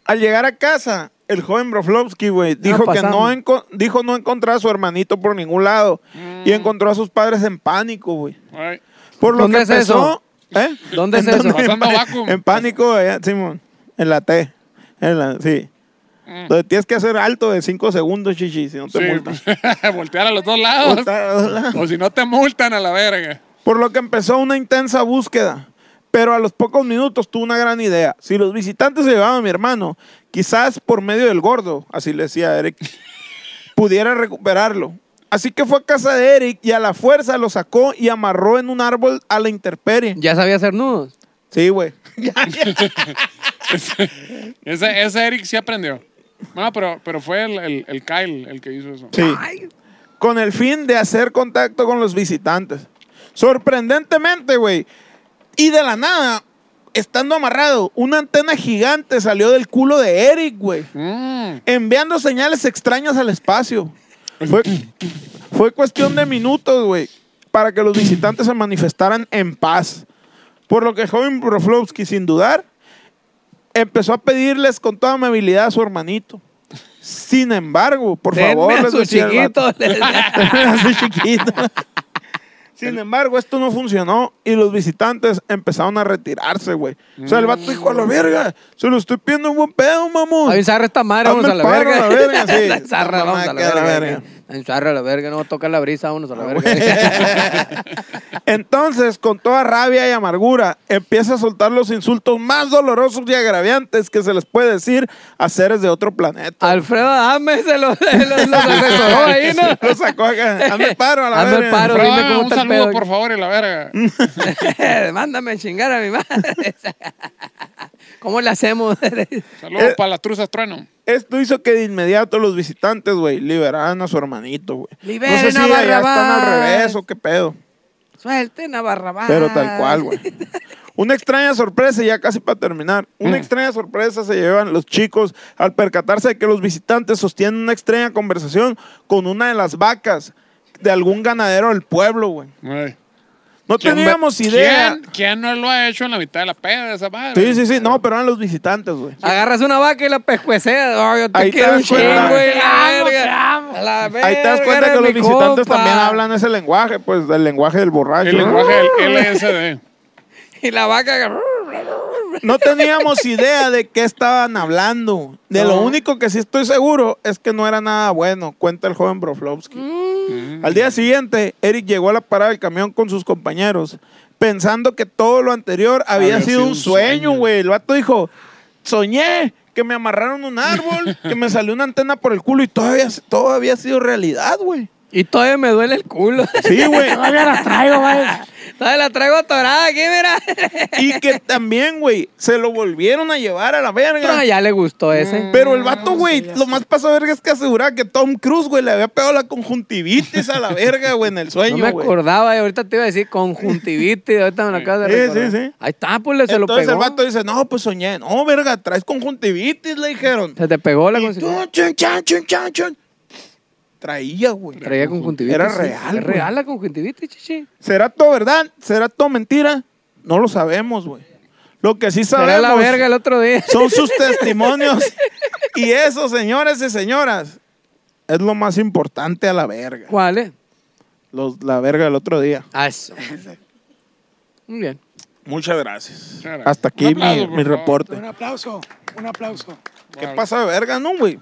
[SPEAKER 3] Al llegar a casa, el joven Broflovsky, güey, dijo que
[SPEAKER 1] pasamos.
[SPEAKER 3] no, enco- dijo no encontrar a su hermanito por ningún lado
[SPEAKER 1] Mm.
[SPEAKER 3] y encontró a sus padres en pánico, güey.
[SPEAKER 2] Ay,
[SPEAKER 3] Por lo
[SPEAKER 1] ¿Dónde
[SPEAKER 3] que
[SPEAKER 1] es
[SPEAKER 3] empezó, ¿eh?
[SPEAKER 1] ¿Dónde es
[SPEAKER 3] ¿En
[SPEAKER 1] eso?
[SPEAKER 3] dónde?
[SPEAKER 2] Pasando
[SPEAKER 3] en,
[SPEAKER 2] vacuum.
[SPEAKER 3] <laughs> en pánico, allá, Simón. En la T. En la, sí. Donde tienes que hacer alto de 5 segundos, chichi, si no te
[SPEAKER 2] Mm. sí, pues, <laughs>
[SPEAKER 3] multan.
[SPEAKER 2] voltear a los dos lados. O si no te multan a la verga.
[SPEAKER 3] Por lo que empezó una intensa búsqueda. Pero a los pocos minutos tuvo una gran idea. Si los visitantes se llevaban a mi hermano, quizás por medio del gordo, así le decía Eric, pudiera recuperarlo. Así que fue a casa de Eric y a la fuerza lo sacó y amarró en un árbol a la intemperie.
[SPEAKER 1] Ya sabía hacer nudos.
[SPEAKER 3] Sí, güey.
[SPEAKER 2] Ese, ese Eric sí aprendió. No, pero, pero fue el, el- el Kyle el que hizo eso.
[SPEAKER 3] Sí. Con el fin de hacer contacto con los visitantes. Sorprendentemente, güey. Y de la nada, estando amarrado, una antena gigante salió del culo de Eric, güey.
[SPEAKER 2] Mm.
[SPEAKER 3] enviando señales extrañas al espacio. Fue, fue cuestión de minutos, güey, para que los visitantes se manifestaran en paz. Por lo que el joven Broflovsky, sin dudar, empezó a pedirles con toda amabilidad a su hermanito. Sin embargo, por
[SPEAKER 1] Denme
[SPEAKER 3] favor,
[SPEAKER 1] a
[SPEAKER 3] les
[SPEAKER 1] su
[SPEAKER 3] decía el
[SPEAKER 1] <laughs>
[SPEAKER 3] vato. <laughs>
[SPEAKER 1] chiquito. le decía.
[SPEAKER 3] A su chiquito. Sin embargo, esto no funcionó y los visitantes empezaron a retirarse, güey. O sea, el vato dijo a la verga, se lo estoy pidiendo un buen pedo, mamón.
[SPEAKER 1] Ay, ensarra esta madre,
[SPEAKER 3] Hazme
[SPEAKER 1] vámonos a la
[SPEAKER 3] el paro,
[SPEAKER 1] verga.
[SPEAKER 3] la
[SPEAKER 1] <laughs>
[SPEAKER 3] verga, sí.
[SPEAKER 1] La ensarra,
[SPEAKER 3] Esta
[SPEAKER 1] vamos a la
[SPEAKER 3] mamá que a la
[SPEAKER 1] verga.
[SPEAKER 3] verga. Ah,
[SPEAKER 1] Ensarra a la verga, no toca la brisa, vámonos a la verga.
[SPEAKER 3] <laughs> Entonces, con toda rabia y amargura, empieza a soltar los insultos más dolorosos y agraviantes que se les puede decir a seres de otro
[SPEAKER 1] <laughs>
[SPEAKER 3] planeta.
[SPEAKER 1] Alfredo Adame se los, <laughs> se los, los asesoró ahí, ¿no?
[SPEAKER 3] <laughs> Lo sacó acá. Hazme el paro a
[SPEAKER 1] <laughs>
[SPEAKER 3] la
[SPEAKER 1] Hazme el
[SPEAKER 3] verga.
[SPEAKER 1] paro. Pero
[SPEAKER 2] Pero
[SPEAKER 1] dime
[SPEAKER 2] dame
[SPEAKER 1] cómo
[SPEAKER 2] un
[SPEAKER 1] está el
[SPEAKER 2] saludo,
[SPEAKER 1] pedo.
[SPEAKER 2] por favor, y la verga.
[SPEAKER 1] <laughs>
[SPEAKER 3] Mm.
[SPEAKER 1] Mándame a chingar a mi madre. <laughs> ¿Cómo le hacemos? <laughs>
[SPEAKER 2] Saludos
[SPEAKER 3] Eh.
[SPEAKER 2] para las truzas trueno.
[SPEAKER 3] Esto hizo que de inmediato los visitantes, güey, liberaran a su hermanito, güey.
[SPEAKER 1] Liberen
[SPEAKER 3] no sé si
[SPEAKER 1] a
[SPEAKER 3] allá están
[SPEAKER 1] Barrabás.
[SPEAKER 3] al revés o qué pedo.
[SPEAKER 1] Suelten a Barrabás.
[SPEAKER 3] Pero tal cual, güey. Ah, <laughs> Una extraña sorpresa, y ya casi para terminar. Una extraña sorpresa se llevan los chicos al percatarse de que los visitantes sostienen una extraña conversación con una de las vacas de algún ganadero del pueblo, güey.
[SPEAKER 2] Ay.
[SPEAKER 3] No
[SPEAKER 2] ¿Quién-
[SPEAKER 3] teníamos idea.
[SPEAKER 2] ¿Quién, quién no lo ha hecho en la mitad de la peda de esa madre?
[SPEAKER 3] Sí, sí, sí. No, pero eran los visitantes, güey.
[SPEAKER 1] <laughs> Agarras una vaca y la pescueceas. Oh, yo te
[SPEAKER 3] Ahí te
[SPEAKER 1] quiero un
[SPEAKER 3] das cuenta.
[SPEAKER 1] chingo, güey.
[SPEAKER 4] Te
[SPEAKER 1] La
[SPEAKER 4] amo, te
[SPEAKER 1] verga.
[SPEAKER 4] amo.
[SPEAKER 1] A la
[SPEAKER 3] Ahí te das
[SPEAKER 1] verga,
[SPEAKER 3] cuenta
[SPEAKER 1] eres
[SPEAKER 3] que
[SPEAKER 1] mi
[SPEAKER 3] los visitantes
[SPEAKER 1] compa.
[SPEAKER 3] también hablan ese lenguaje, pues el lenguje del borracho.
[SPEAKER 2] El
[SPEAKER 3] ¿no?
[SPEAKER 2] lenguaje del LSD.
[SPEAKER 1] Y la vaca.
[SPEAKER 3] No teníamos idea de qué estaban hablando. De lo único que sí estoy seguro es que no era nada bueno, cuenta el joven Broflovsky. Al día siguiente, Eric llegó a la parada del camión con sus compañeros, pensando que todo lo anterior había, sido, un sueño, güey. El vato dijo, soñé que me amarraron un árbol, que me salió una antena por el culo y todavía, todo había sido realidad, güey.
[SPEAKER 1] Y todavía me duele el culo. <laughs>
[SPEAKER 3] Sí, güey.
[SPEAKER 4] Todavía las traigo, güey.
[SPEAKER 1] Todavía la traigo atorada aquí,
[SPEAKER 3] <laughs>
[SPEAKER 1] mira.
[SPEAKER 3] Y que también, güey, se lo volvieron a llevar a la verga.
[SPEAKER 1] Ah, ya le gustó ese.
[SPEAKER 3] Pero el vato,
[SPEAKER 4] Mm, sí,
[SPEAKER 3] güey,
[SPEAKER 4] ya
[SPEAKER 3] lo
[SPEAKER 4] sé.
[SPEAKER 3] más pasó verga es que aseguraba que Tom Cruise, güey, le había pegado la conjuntivitis a la verga, güey, en el
[SPEAKER 1] No
[SPEAKER 3] sueño,
[SPEAKER 1] me
[SPEAKER 3] güey.
[SPEAKER 1] acordaba, y ahorita te iba a decir conjuntivitis, ahorita me lo acabas de
[SPEAKER 3] Sí,
[SPEAKER 1] recordar.
[SPEAKER 3] sí, sí.
[SPEAKER 1] Ahí está, pues le- se
[SPEAKER 3] Entonces
[SPEAKER 1] lo
[SPEAKER 3] el
[SPEAKER 1] pegó.
[SPEAKER 3] vato dice, no, pues soñé. No, verga, traes conjuntivitis, le dijeron.
[SPEAKER 1] Se te pegó la
[SPEAKER 3] Y tú,
[SPEAKER 1] conjuntivitis.
[SPEAKER 3] chun, chan, chun, chan, chun. Traía, güey.
[SPEAKER 1] Traía conjuntivitis.
[SPEAKER 3] Era
[SPEAKER 1] sí.
[SPEAKER 3] real,
[SPEAKER 1] Es
[SPEAKER 3] güey.
[SPEAKER 1] real la conjuntivitis, chichi.
[SPEAKER 3] ¿Será todo verdad? ¿Será todo mentira? No lo sabemos, güey. Lo que sí
[SPEAKER 1] Será
[SPEAKER 3] sabemos
[SPEAKER 1] la verga el otro día.
[SPEAKER 3] son sus testimonios. y eso, señores y señoras, es lo más importante a la verga.
[SPEAKER 1] <laughs> ¿Cuál es?
[SPEAKER 3] Los- la verga del otro día.
[SPEAKER 1] Ah, eso. Muy bien.
[SPEAKER 3] Muchas gracias.
[SPEAKER 2] gracias.
[SPEAKER 3] Hasta aquí
[SPEAKER 2] Un aplauso,
[SPEAKER 3] mi,
[SPEAKER 2] por
[SPEAKER 3] mi
[SPEAKER 2] favor.
[SPEAKER 3] reporte.
[SPEAKER 4] Un aplauso, un aplauso.
[SPEAKER 3] ¿Qué pasa de verga, no, güey?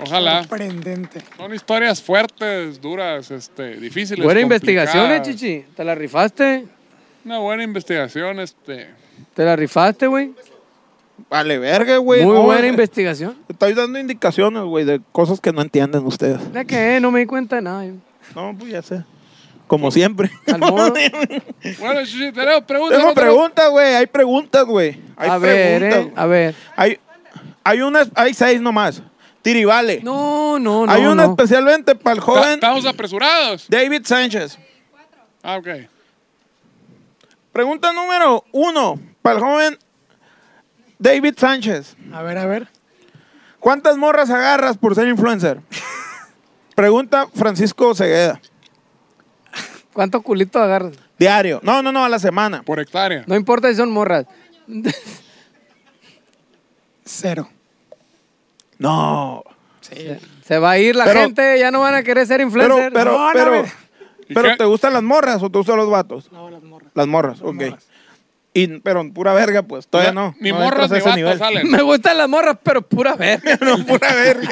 [SPEAKER 2] Ojalá.
[SPEAKER 4] Sorprendente.
[SPEAKER 2] Son historias fuertes, duras, este, difíciles.
[SPEAKER 1] Buena
[SPEAKER 2] complicadas.
[SPEAKER 1] investigación, eh, chichi. Te la rifaste.
[SPEAKER 2] Una buena investigación, este.
[SPEAKER 1] Te la rifaste, güey.
[SPEAKER 3] Vale, verga, güey.
[SPEAKER 1] Muy
[SPEAKER 3] Pues, no, eh.
[SPEAKER 1] buena
[SPEAKER 3] güey.
[SPEAKER 1] investigación.
[SPEAKER 3] Estoy dando indicaciones, güey, de cosas que no entienden ustedes.
[SPEAKER 1] ¿De qué? No me di cuenta de nada. yo.
[SPEAKER 3] No, pues ya sé. Como siempre. <laughs>
[SPEAKER 1] Al modo.
[SPEAKER 2] Bueno, Chichi, tenemos preguntas.
[SPEAKER 3] Tengo
[SPEAKER 2] ¿no?
[SPEAKER 3] preguntas, güey. Hay preguntas, güey. Hay
[SPEAKER 1] A ver,
[SPEAKER 3] preguntas.
[SPEAKER 1] eh.
[SPEAKER 3] güey.
[SPEAKER 1] A ver.
[SPEAKER 3] Hay, hay unas, hay seis nomás. Tirivale.
[SPEAKER 1] No, no, no.
[SPEAKER 3] hay una
[SPEAKER 1] no.
[SPEAKER 3] especialmente para el
[SPEAKER 2] Ta-
[SPEAKER 3] joven
[SPEAKER 2] Estamos apresurados.
[SPEAKER 3] David Sánchez.
[SPEAKER 2] Ah, ok.
[SPEAKER 3] Pregunta número uno para el joven David Sánchez.
[SPEAKER 4] A ver, a ver.
[SPEAKER 3] ¿Cuántas morras agarras por ser influencer? Pregunta Francisco Cegueda.
[SPEAKER 1] ¿Cuántos culitos agarras?
[SPEAKER 3] Diario. No, no, no, a la semana.
[SPEAKER 2] Por hectárea.
[SPEAKER 1] No importa si son morras.
[SPEAKER 4] Cero.
[SPEAKER 3] No.
[SPEAKER 1] Se va a ir la
[SPEAKER 3] Pero-
[SPEAKER 1] gente, ya no van a querer ser
[SPEAKER 3] Pero,
[SPEAKER 1] influencers.
[SPEAKER 3] pero,
[SPEAKER 4] No, no,
[SPEAKER 3] pero,
[SPEAKER 4] güey.
[SPEAKER 3] pero
[SPEAKER 2] ¿Qué?
[SPEAKER 3] ¿te gustan las morras o te gustan los vatos?
[SPEAKER 4] No, las morras.
[SPEAKER 3] Las morras, ok.
[SPEAKER 4] morras.
[SPEAKER 3] Y, pero pura verga, pues, todavía no.
[SPEAKER 2] Ni
[SPEAKER 3] no
[SPEAKER 2] morros
[SPEAKER 3] entras a
[SPEAKER 2] ni
[SPEAKER 3] ese
[SPEAKER 2] vatos
[SPEAKER 3] nivel.
[SPEAKER 2] salen.
[SPEAKER 1] Me gustan las morras, pero pura verga.
[SPEAKER 3] <laughs> no,
[SPEAKER 2] <laughs>
[SPEAKER 3] pura verga.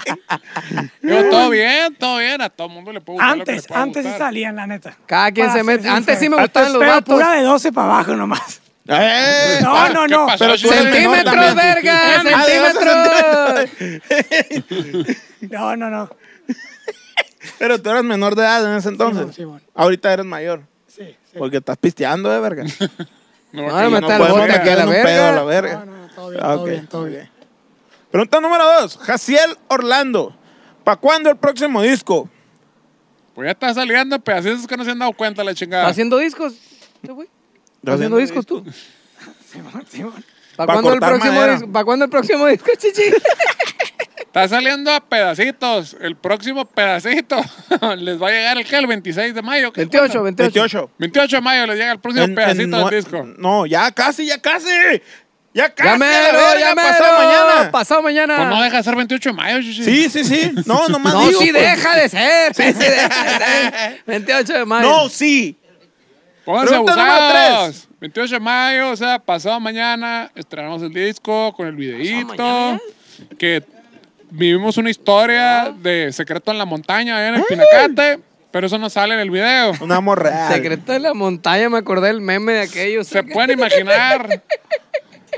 [SPEAKER 3] <laughs>
[SPEAKER 2] Yo, todo bien, todo bien. A todo mundo le puedo gustar lo que
[SPEAKER 4] Antes,
[SPEAKER 2] le pueda
[SPEAKER 4] antes sí
[SPEAKER 2] gustar.
[SPEAKER 4] salían, la neta.
[SPEAKER 1] Cada quien
[SPEAKER 4] Para
[SPEAKER 1] se
[SPEAKER 4] ser
[SPEAKER 1] mete. Antes sí
[SPEAKER 4] sincero.
[SPEAKER 1] me gustaban los
[SPEAKER 4] Pero
[SPEAKER 1] vatos.
[SPEAKER 4] pura de 12 para abajo nomás.
[SPEAKER 3] Eh,
[SPEAKER 4] No, no,
[SPEAKER 2] ¿Qué
[SPEAKER 4] no.
[SPEAKER 2] pasó,
[SPEAKER 3] Pero tú
[SPEAKER 2] Chichi?
[SPEAKER 3] eres menor
[SPEAKER 1] ¡Centímetros,
[SPEAKER 3] también.
[SPEAKER 1] verga!
[SPEAKER 3] Ah, de <laughs>
[SPEAKER 1] ¡Centímetros!
[SPEAKER 3] dos a
[SPEAKER 4] No, no, no.
[SPEAKER 3] Pero tú eras menor de edad en ese entonces.
[SPEAKER 4] Simón, Simón.
[SPEAKER 3] Ahorita eres mayor.
[SPEAKER 4] Sí, sí.
[SPEAKER 3] Porque estás pisteando, de
[SPEAKER 4] <laughs>
[SPEAKER 3] verga.
[SPEAKER 2] No,
[SPEAKER 1] No,
[SPEAKER 2] aquí
[SPEAKER 1] me
[SPEAKER 2] no
[SPEAKER 1] está el
[SPEAKER 2] podemos
[SPEAKER 1] bote
[SPEAKER 2] ir.
[SPEAKER 1] aquí a la
[SPEAKER 3] en un
[SPEAKER 1] verga.
[SPEAKER 3] pedo a la verga.
[SPEAKER 4] No, no, todo bien,
[SPEAKER 3] Ah,
[SPEAKER 4] todo
[SPEAKER 3] ok,
[SPEAKER 4] bien, todo
[SPEAKER 3] ok.
[SPEAKER 4] bien.
[SPEAKER 3] Pregunta número dos. Jaciel Orlando. ¿Para cuándo el próximo disco?
[SPEAKER 2] Pues ya está saliendo pedacitos que no se han dado cuenta la
[SPEAKER 1] ¿Está
[SPEAKER 3] Ah.
[SPEAKER 2] chingada.
[SPEAKER 1] haciendo discos? este güey? ¿Está haciendo discos tú?
[SPEAKER 4] Simón, Simón.
[SPEAKER 1] ¿Para
[SPEAKER 3] Pa'
[SPEAKER 1] cuándo el
[SPEAKER 3] cortar
[SPEAKER 1] próximo
[SPEAKER 3] madera.
[SPEAKER 1] disco? ¿Para cuándo el próximo disco,
[SPEAKER 3] <laughs>
[SPEAKER 1] chichi?
[SPEAKER 2] Está saliendo a pedacitos. El próximo pedacito <laughs> les va a llegar el que el 26 de mayo. ¿qué
[SPEAKER 1] 28,
[SPEAKER 2] cuenta?
[SPEAKER 1] 28.
[SPEAKER 3] 28.
[SPEAKER 2] 28 de mayo les llega el próximo
[SPEAKER 3] En- en
[SPEAKER 2] pedacito
[SPEAKER 3] nue-
[SPEAKER 2] del disco.
[SPEAKER 3] No, ya casi, ya casi. Ya casi.
[SPEAKER 1] Ya
[SPEAKER 3] a
[SPEAKER 1] mero,
[SPEAKER 3] la verga,
[SPEAKER 1] ya mero.
[SPEAKER 3] pasado mañana.
[SPEAKER 1] Pasado mañana.
[SPEAKER 2] Pues no deja de ser 28 de mayo, Chichi.
[SPEAKER 3] Ah. sí, sí, sí. No, nomás
[SPEAKER 1] No,
[SPEAKER 3] digo,
[SPEAKER 1] sí
[SPEAKER 3] pues.
[SPEAKER 1] deja de ser. Sí, sí deja <laughs> de ser. 28 de mayo.
[SPEAKER 3] No, sí.
[SPEAKER 2] Pónganse
[SPEAKER 3] Pregunta número
[SPEAKER 2] abusados. 28 de mayo, o sea, pasado mañana, estrenamos el disco con el videíto.
[SPEAKER 1] mañana
[SPEAKER 2] Que vivimos una historia de Secreto en la Montaña, allá en el Pinacate, pero eso no sale en
[SPEAKER 1] <laughs>
[SPEAKER 2] el video.
[SPEAKER 3] Un amor real.
[SPEAKER 1] Secreto de la montaña, me acordé del meme de aquellos.
[SPEAKER 2] Se pueden imaginar.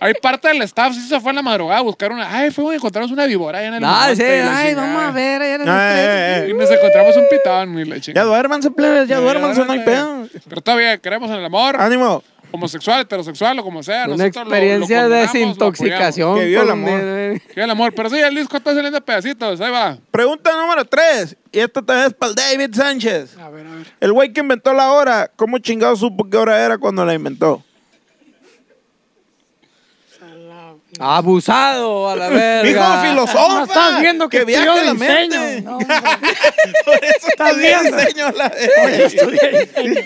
[SPEAKER 2] Hay parte del staff, sí se fue en la madrugada a buscar una. Ay, fuimos y encontramos una víbora allá en el
[SPEAKER 1] Ay, Ah, sí,
[SPEAKER 2] monte, y la
[SPEAKER 1] ay,
[SPEAKER 2] chingada.
[SPEAKER 1] vamos a ver. allá en el
[SPEAKER 3] Ah, eh,
[SPEAKER 2] Y
[SPEAKER 3] eh, eh.
[SPEAKER 2] nos encontramos un pitón, y la
[SPEAKER 3] Ya
[SPEAKER 2] chingada.
[SPEAKER 3] duérmanse, plebes, ya duérmanse, no hay pedo.
[SPEAKER 2] Pero todavía creemos en el amor,
[SPEAKER 3] Ánimo.
[SPEAKER 2] homosexual, heterosexual o como sea.
[SPEAKER 1] Ah. Una
[SPEAKER 2] nosotros lo- lo
[SPEAKER 1] experiencia de
[SPEAKER 2] condenamos, lo
[SPEAKER 1] desintoxicación.
[SPEAKER 3] Que viva el
[SPEAKER 1] con-
[SPEAKER 3] amor.
[SPEAKER 1] eh,
[SPEAKER 2] apoyamos. Que el amor, pero sí, el disco está saliendo a pedacitos, ahí va.
[SPEAKER 3] Pregunta número 3. Y esta también es para el David Sánchez.
[SPEAKER 4] A ver, a ver.
[SPEAKER 3] El güey que inventó la hora, ¿cómo chingado supo qué hora era cuando la inventó?
[SPEAKER 1] Abusado a
[SPEAKER 3] <laughs>
[SPEAKER 1] la
[SPEAKER 3] Hijo
[SPEAKER 1] verga.
[SPEAKER 3] filósofo.
[SPEAKER 4] No estás viendo que,
[SPEAKER 3] viaja
[SPEAKER 4] estudió
[SPEAKER 3] la
[SPEAKER 4] diseño.
[SPEAKER 3] mente. <laughs>
[SPEAKER 4] No, hombre,
[SPEAKER 3] Por eso
[SPEAKER 4] Estás
[SPEAKER 3] estudié
[SPEAKER 4] viendo.
[SPEAKER 3] diseño, la
[SPEAKER 4] yo
[SPEAKER 3] verga.
[SPEAKER 4] estudié diseño.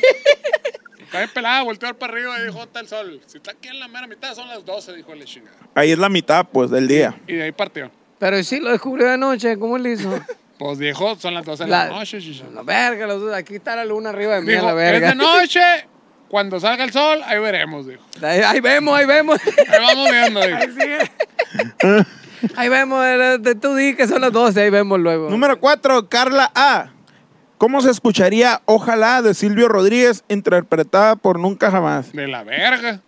[SPEAKER 2] Está bien pelada, volteó para arriba y dijo, está el sol. Si está aquí en la mera mitad, son las 12, dijo la chingada.
[SPEAKER 3] Ahí es la mitad, pues, del día.
[SPEAKER 2] Y de ahí partió.
[SPEAKER 1] Pero sí lo descubrió anoche, ¿cómo lo hizo?
[SPEAKER 2] Pues dijo, son las 12 de la,
[SPEAKER 1] La-
[SPEAKER 2] noche. chicha.
[SPEAKER 1] La verga, los dos, aquí está la luna arriba de mí, a
[SPEAKER 2] Dijo,
[SPEAKER 1] la
[SPEAKER 2] es
[SPEAKER 1] verga.
[SPEAKER 2] de noche, cuando salga el sol, ahí veremos, dijo.
[SPEAKER 1] <laughs> Ahí, ahí vemos, ahí vemos. <laughs>
[SPEAKER 2] Ahí vamos viendo, dijo.
[SPEAKER 4] Ahí sigue.
[SPEAKER 1] Ahí vemos, eh, te- tú di que son las 12, ahí vemos luego.
[SPEAKER 3] Número 4, Carla A. ¿Cómo se escucharía Ojalá de Silvio Rodríguez interpretada por Nunca Jamás?
[SPEAKER 2] De la verga.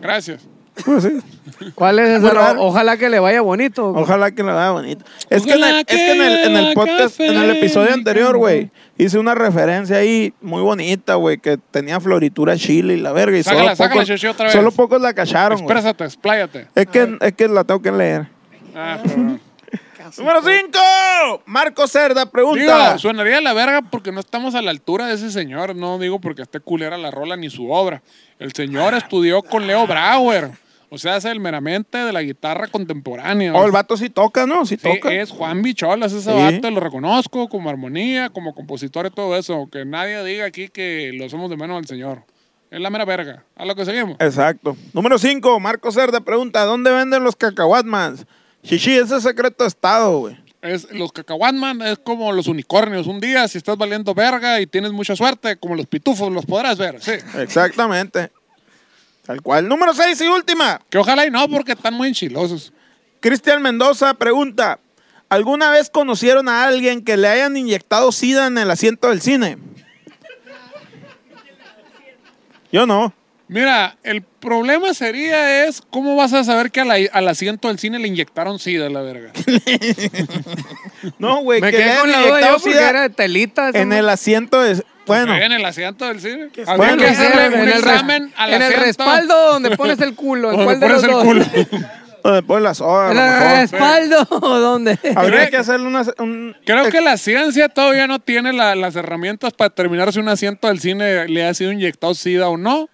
[SPEAKER 2] Gracias.
[SPEAKER 3] Pues sí.
[SPEAKER 1] ¿Cuál es esa?
[SPEAKER 3] Muy raro.
[SPEAKER 1] O- Ojalá que le vaya bonito.
[SPEAKER 3] Ojalá que la haga bonito. Es que, en el,
[SPEAKER 2] Ojalá
[SPEAKER 3] es que en el, en el
[SPEAKER 2] que
[SPEAKER 3] podcast,
[SPEAKER 2] la
[SPEAKER 3] en el episodio
[SPEAKER 2] café
[SPEAKER 3] anterior, güey, hice una referencia ahí muy bonita, güey, que tenía floritura chile y la verga. Y
[SPEAKER 2] Sácala,
[SPEAKER 3] solo,
[SPEAKER 2] sácala,
[SPEAKER 3] pocos,
[SPEAKER 2] Yoshi, otra vez.
[SPEAKER 3] solo pocos la cacharon, güey.
[SPEAKER 2] Exprésate, expláyate.
[SPEAKER 3] Es que, es que la tengo que leer.
[SPEAKER 2] Ah, perdón.
[SPEAKER 3] Número 5. Marco Cerda pregunta.
[SPEAKER 2] Digo, sonaría la verga porque no estamos a la altura de ese señor. No digo porque esté culera la rola ni su obra. El señor
[SPEAKER 3] Ah.
[SPEAKER 2] estudió con Leo Brauer. O sea, es el meramente de la guitarra contemporánea.
[SPEAKER 3] O Oh, el vato sí toca, ¿no? Sí,
[SPEAKER 2] Sí,
[SPEAKER 3] toca.
[SPEAKER 2] es Juan Bicholas, ese
[SPEAKER 3] Sí.
[SPEAKER 2] vato, lo reconozco como armonía, como compositor y todo eso. Que nadie diga aquí que lo somos de menos al señor. Es la mera verga. A lo que seguimos.
[SPEAKER 3] Exacto. Número 5. Marco Cerda pregunta: ¿Dónde venden los cacahuatmans? Chichi, ese es secreto de estado, güey.
[SPEAKER 2] Es, los cacahuatman es como los unicornios. Un día, si estás valiendo verga y tienes mucha suerte, como los pitufos, los podrás ver. Sí.
[SPEAKER 3] Exactamente. Tal cual. Número 6 y última.
[SPEAKER 2] Que ojalá y no, porque están muy enchilosos.
[SPEAKER 3] Cristian Mendoza pregunta: ¿Alguna vez conocieron a alguien que le hayan inyectado sida en el asiento del cine? Yo no.
[SPEAKER 2] Mira, el problema sería es cómo vas a saber que a la- al asiento del cine le inyectaron sida, la verga.
[SPEAKER 3] No, güey,
[SPEAKER 1] Me
[SPEAKER 3] que le
[SPEAKER 1] quedé
[SPEAKER 3] hayan
[SPEAKER 1] con la duda
[SPEAKER 3] inyectado
[SPEAKER 1] yo porque
[SPEAKER 3] sida
[SPEAKER 1] era de telita. esa
[SPEAKER 3] en
[SPEAKER 1] madre.
[SPEAKER 3] el asiento de. Bueno,
[SPEAKER 2] En el asiento del cine.
[SPEAKER 4] Que
[SPEAKER 2] Habría
[SPEAKER 3] bueno,
[SPEAKER 2] que
[SPEAKER 1] Tiene que ser
[SPEAKER 2] hacerle un
[SPEAKER 1] en el, res-
[SPEAKER 2] examen al
[SPEAKER 1] en el
[SPEAKER 2] asiento
[SPEAKER 1] respaldo donde pones el culo. ¿En
[SPEAKER 2] donde
[SPEAKER 1] cuál de los
[SPEAKER 2] pones el
[SPEAKER 1] dos?
[SPEAKER 2] culo.
[SPEAKER 3] donde ponen la soda, a
[SPEAKER 1] En
[SPEAKER 3] lo
[SPEAKER 1] el
[SPEAKER 3] mejor.
[SPEAKER 1] respaldo <laughs> donde.
[SPEAKER 3] Habría
[SPEAKER 2] Creo-
[SPEAKER 3] que hacerle una. un-
[SPEAKER 2] Creo que la ciencia todavía no tiene la- las herramientas para determinar si un asiento del cine le ha sido inyectado sida o no.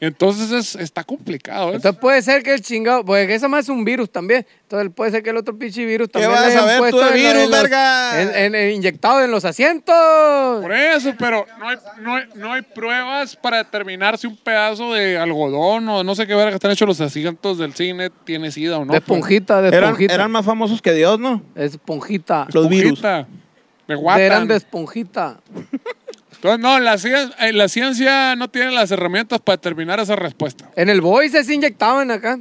[SPEAKER 2] Entonces es- está complicado. ¿eh?
[SPEAKER 1] Entonces puede ser que el chingado, porque esa más es un virus también. Entonces puede ser que el otro pinche virus también.
[SPEAKER 3] vas
[SPEAKER 1] le
[SPEAKER 3] a
[SPEAKER 1] hayan
[SPEAKER 3] saber tú
[SPEAKER 1] puesto
[SPEAKER 3] de
[SPEAKER 1] en lo- en
[SPEAKER 3] virus,
[SPEAKER 1] los-
[SPEAKER 3] verga?
[SPEAKER 1] en- en- en- inyectado en los asientos.
[SPEAKER 2] Por eso, pero no hay, no, hay, no hay pruebas para determinar si un pedazo de algodón o no sé qué verga están hechos los asientos del cine tiene sida o no. pues.
[SPEAKER 1] de esponjita, de
[SPEAKER 3] Eran,
[SPEAKER 1] esponjita.
[SPEAKER 3] eran más famosos que Dios, ¿no?
[SPEAKER 1] esponjita.
[SPEAKER 3] Los virus.
[SPEAKER 2] Esponjita,
[SPEAKER 1] De
[SPEAKER 2] De guata.
[SPEAKER 1] eran de esponjita.
[SPEAKER 2] Entonces, no, la ciencia, eh, la ciencia no tiene las herramientas para determinar esa respuesta.
[SPEAKER 1] En el Boise se inyectaban acá.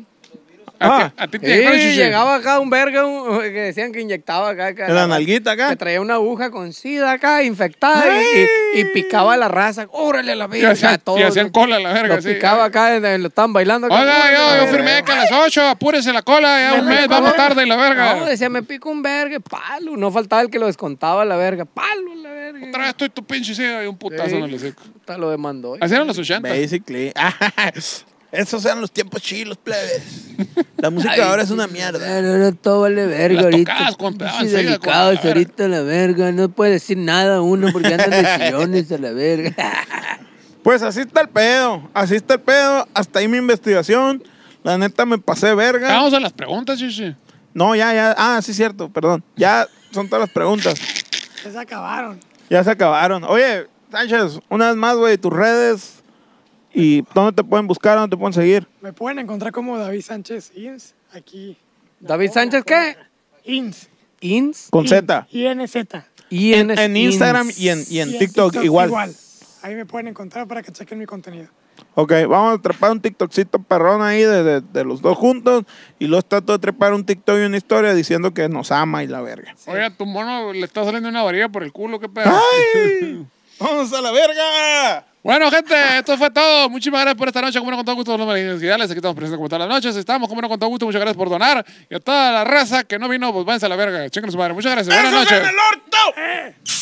[SPEAKER 2] A
[SPEAKER 3] Ah,
[SPEAKER 2] ti- a ti
[SPEAKER 1] Sí,
[SPEAKER 2] te dijeron, Shishi.
[SPEAKER 1] llegaba acá un verga un- <laughs> que decían que inyectaba acá. acá
[SPEAKER 3] En la nalguita acá.
[SPEAKER 1] Que traía una aguja con sida acá, infectada, y, y- y picaba a la raza. ¡Órale la
[SPEAKER 2] Y
[SPEAKER 1] vida!
[SPEAKER 2] hacían, y hacían cola la verga.
[SPEAKER 1] Lo
[SPEAKER 2] sí.
[SPEAKER 1] picaba acá, en- en- lo estaban bailando. acá.
[SPEAKER 2] Oiga,
[SPEAKER 1] ¡Órale,
[SPEAKER 2] yo,
[SPEAKER 1] la
[SPEAKER 2] yo
[SPEAKER 1] verga!
[SPEAKER 2] firmé que a las 8, apúrese la cola, ya un mes, vamos tarde y la
[SPEAKER 1] No,
[SPEAKER 2] verga.
[SPEAKER 1] decía, me pico un verga, palo. No faltaba el que lo descontaba la verga. Palo la verga.
[SPEAKER 2] Otra vez estoy tu pinche sida y un putazo en el hocico.
[SPEAKER 1] Puta, lo demandó.
[SPEAKER 2] Así eran los 80.
[SPEAKER 3] Basically. <laughs> Esos eran los tiempos chilos, plebes. La música
[SPEAKER 1] Ay,
[SPEAKER 3] ahora es una
[SPEAKER 1] sí,
[SPEAKER 3] mierda.
[SPEAKER 1] Pero no todo vale verga
[SPEAKER 2] Las
[SPEAKER 1] ahorita.
[SPEAKER 2] tocadas, cuando pegaban
[SPEAKER 1] Pinches
[SPEAKER 2] sida,
[SPEAKER 1] delicados
[SPEAKER 2] cuando-
[SPEAKER 1] ahorita la verga. No puede decir nada uno porque andan de chillones a la verga.
[SPEAKER 3] Pues así está el pedo. Así está el pedo. Hasta ahí mi investigación. La neta me pasé verga.
[SPEAKER 2] Vamos a las preguntas, chichi.
[SPEAKER 3] No, ya, ya. Ah, sí, cierto, perdón. Ya son todas las preguntas.
[SPEAKER 4] Ya se acabaron.
[SPEAKER 3] Ya se acabaron. Oye, Sánchez, una vez más, güey, tus redes. ¿Y dónde te pueden buscar? ¿Dónde te pueden seguir?
[SPEAKER 4] Me pueden encontrar como David Sánchez Ins, aquí.
[SPEAKER 1] ¿David Sánchez qué?
[SPEAKER 4] Ins.
[SPEAKER 1] Ins.
[SPEAKER 3] Con Z.
[SPEAKER 4] INZ.
[SPEAKER 1] Y
[SPEAKER 3] En Instagram y en, y en TikTok, igual.
[SPEAKER 4] Ahí me pueden encontrar para que chequen mi contenido.
[SPEAKER 3] Ok, vamos a trepar un TikTokcito perrón ahí de, de- de los dos juntos. Y luego trato de trepar un TikTok y una historia diciendo que nos ama y la verga.
[SPEAKER 2] Oiga, tu mono le está saliendo una varilla por el culo, qué pedo.
[SPEAKER 3] <laughs> ¡Ay! ¡Vamos a la verga!
[SPEAKER 2] Bueno, gente, esto fue todo. Muchísimas gracias por esta noche. Como no, con todo gusto, los ideales. Aquí estamos presentes como todas las noches. Estamos, como no, con todo gusto. Muchas gracias por donar. Y a toda la raza que no vino, pues váyanse a la verga. Chingan su madre. Muchas gracias. Buenas
[SPEAKER 3] ¡Eso es
[SPEAKER 2] noches.
[SPEAKER 3] en el orto!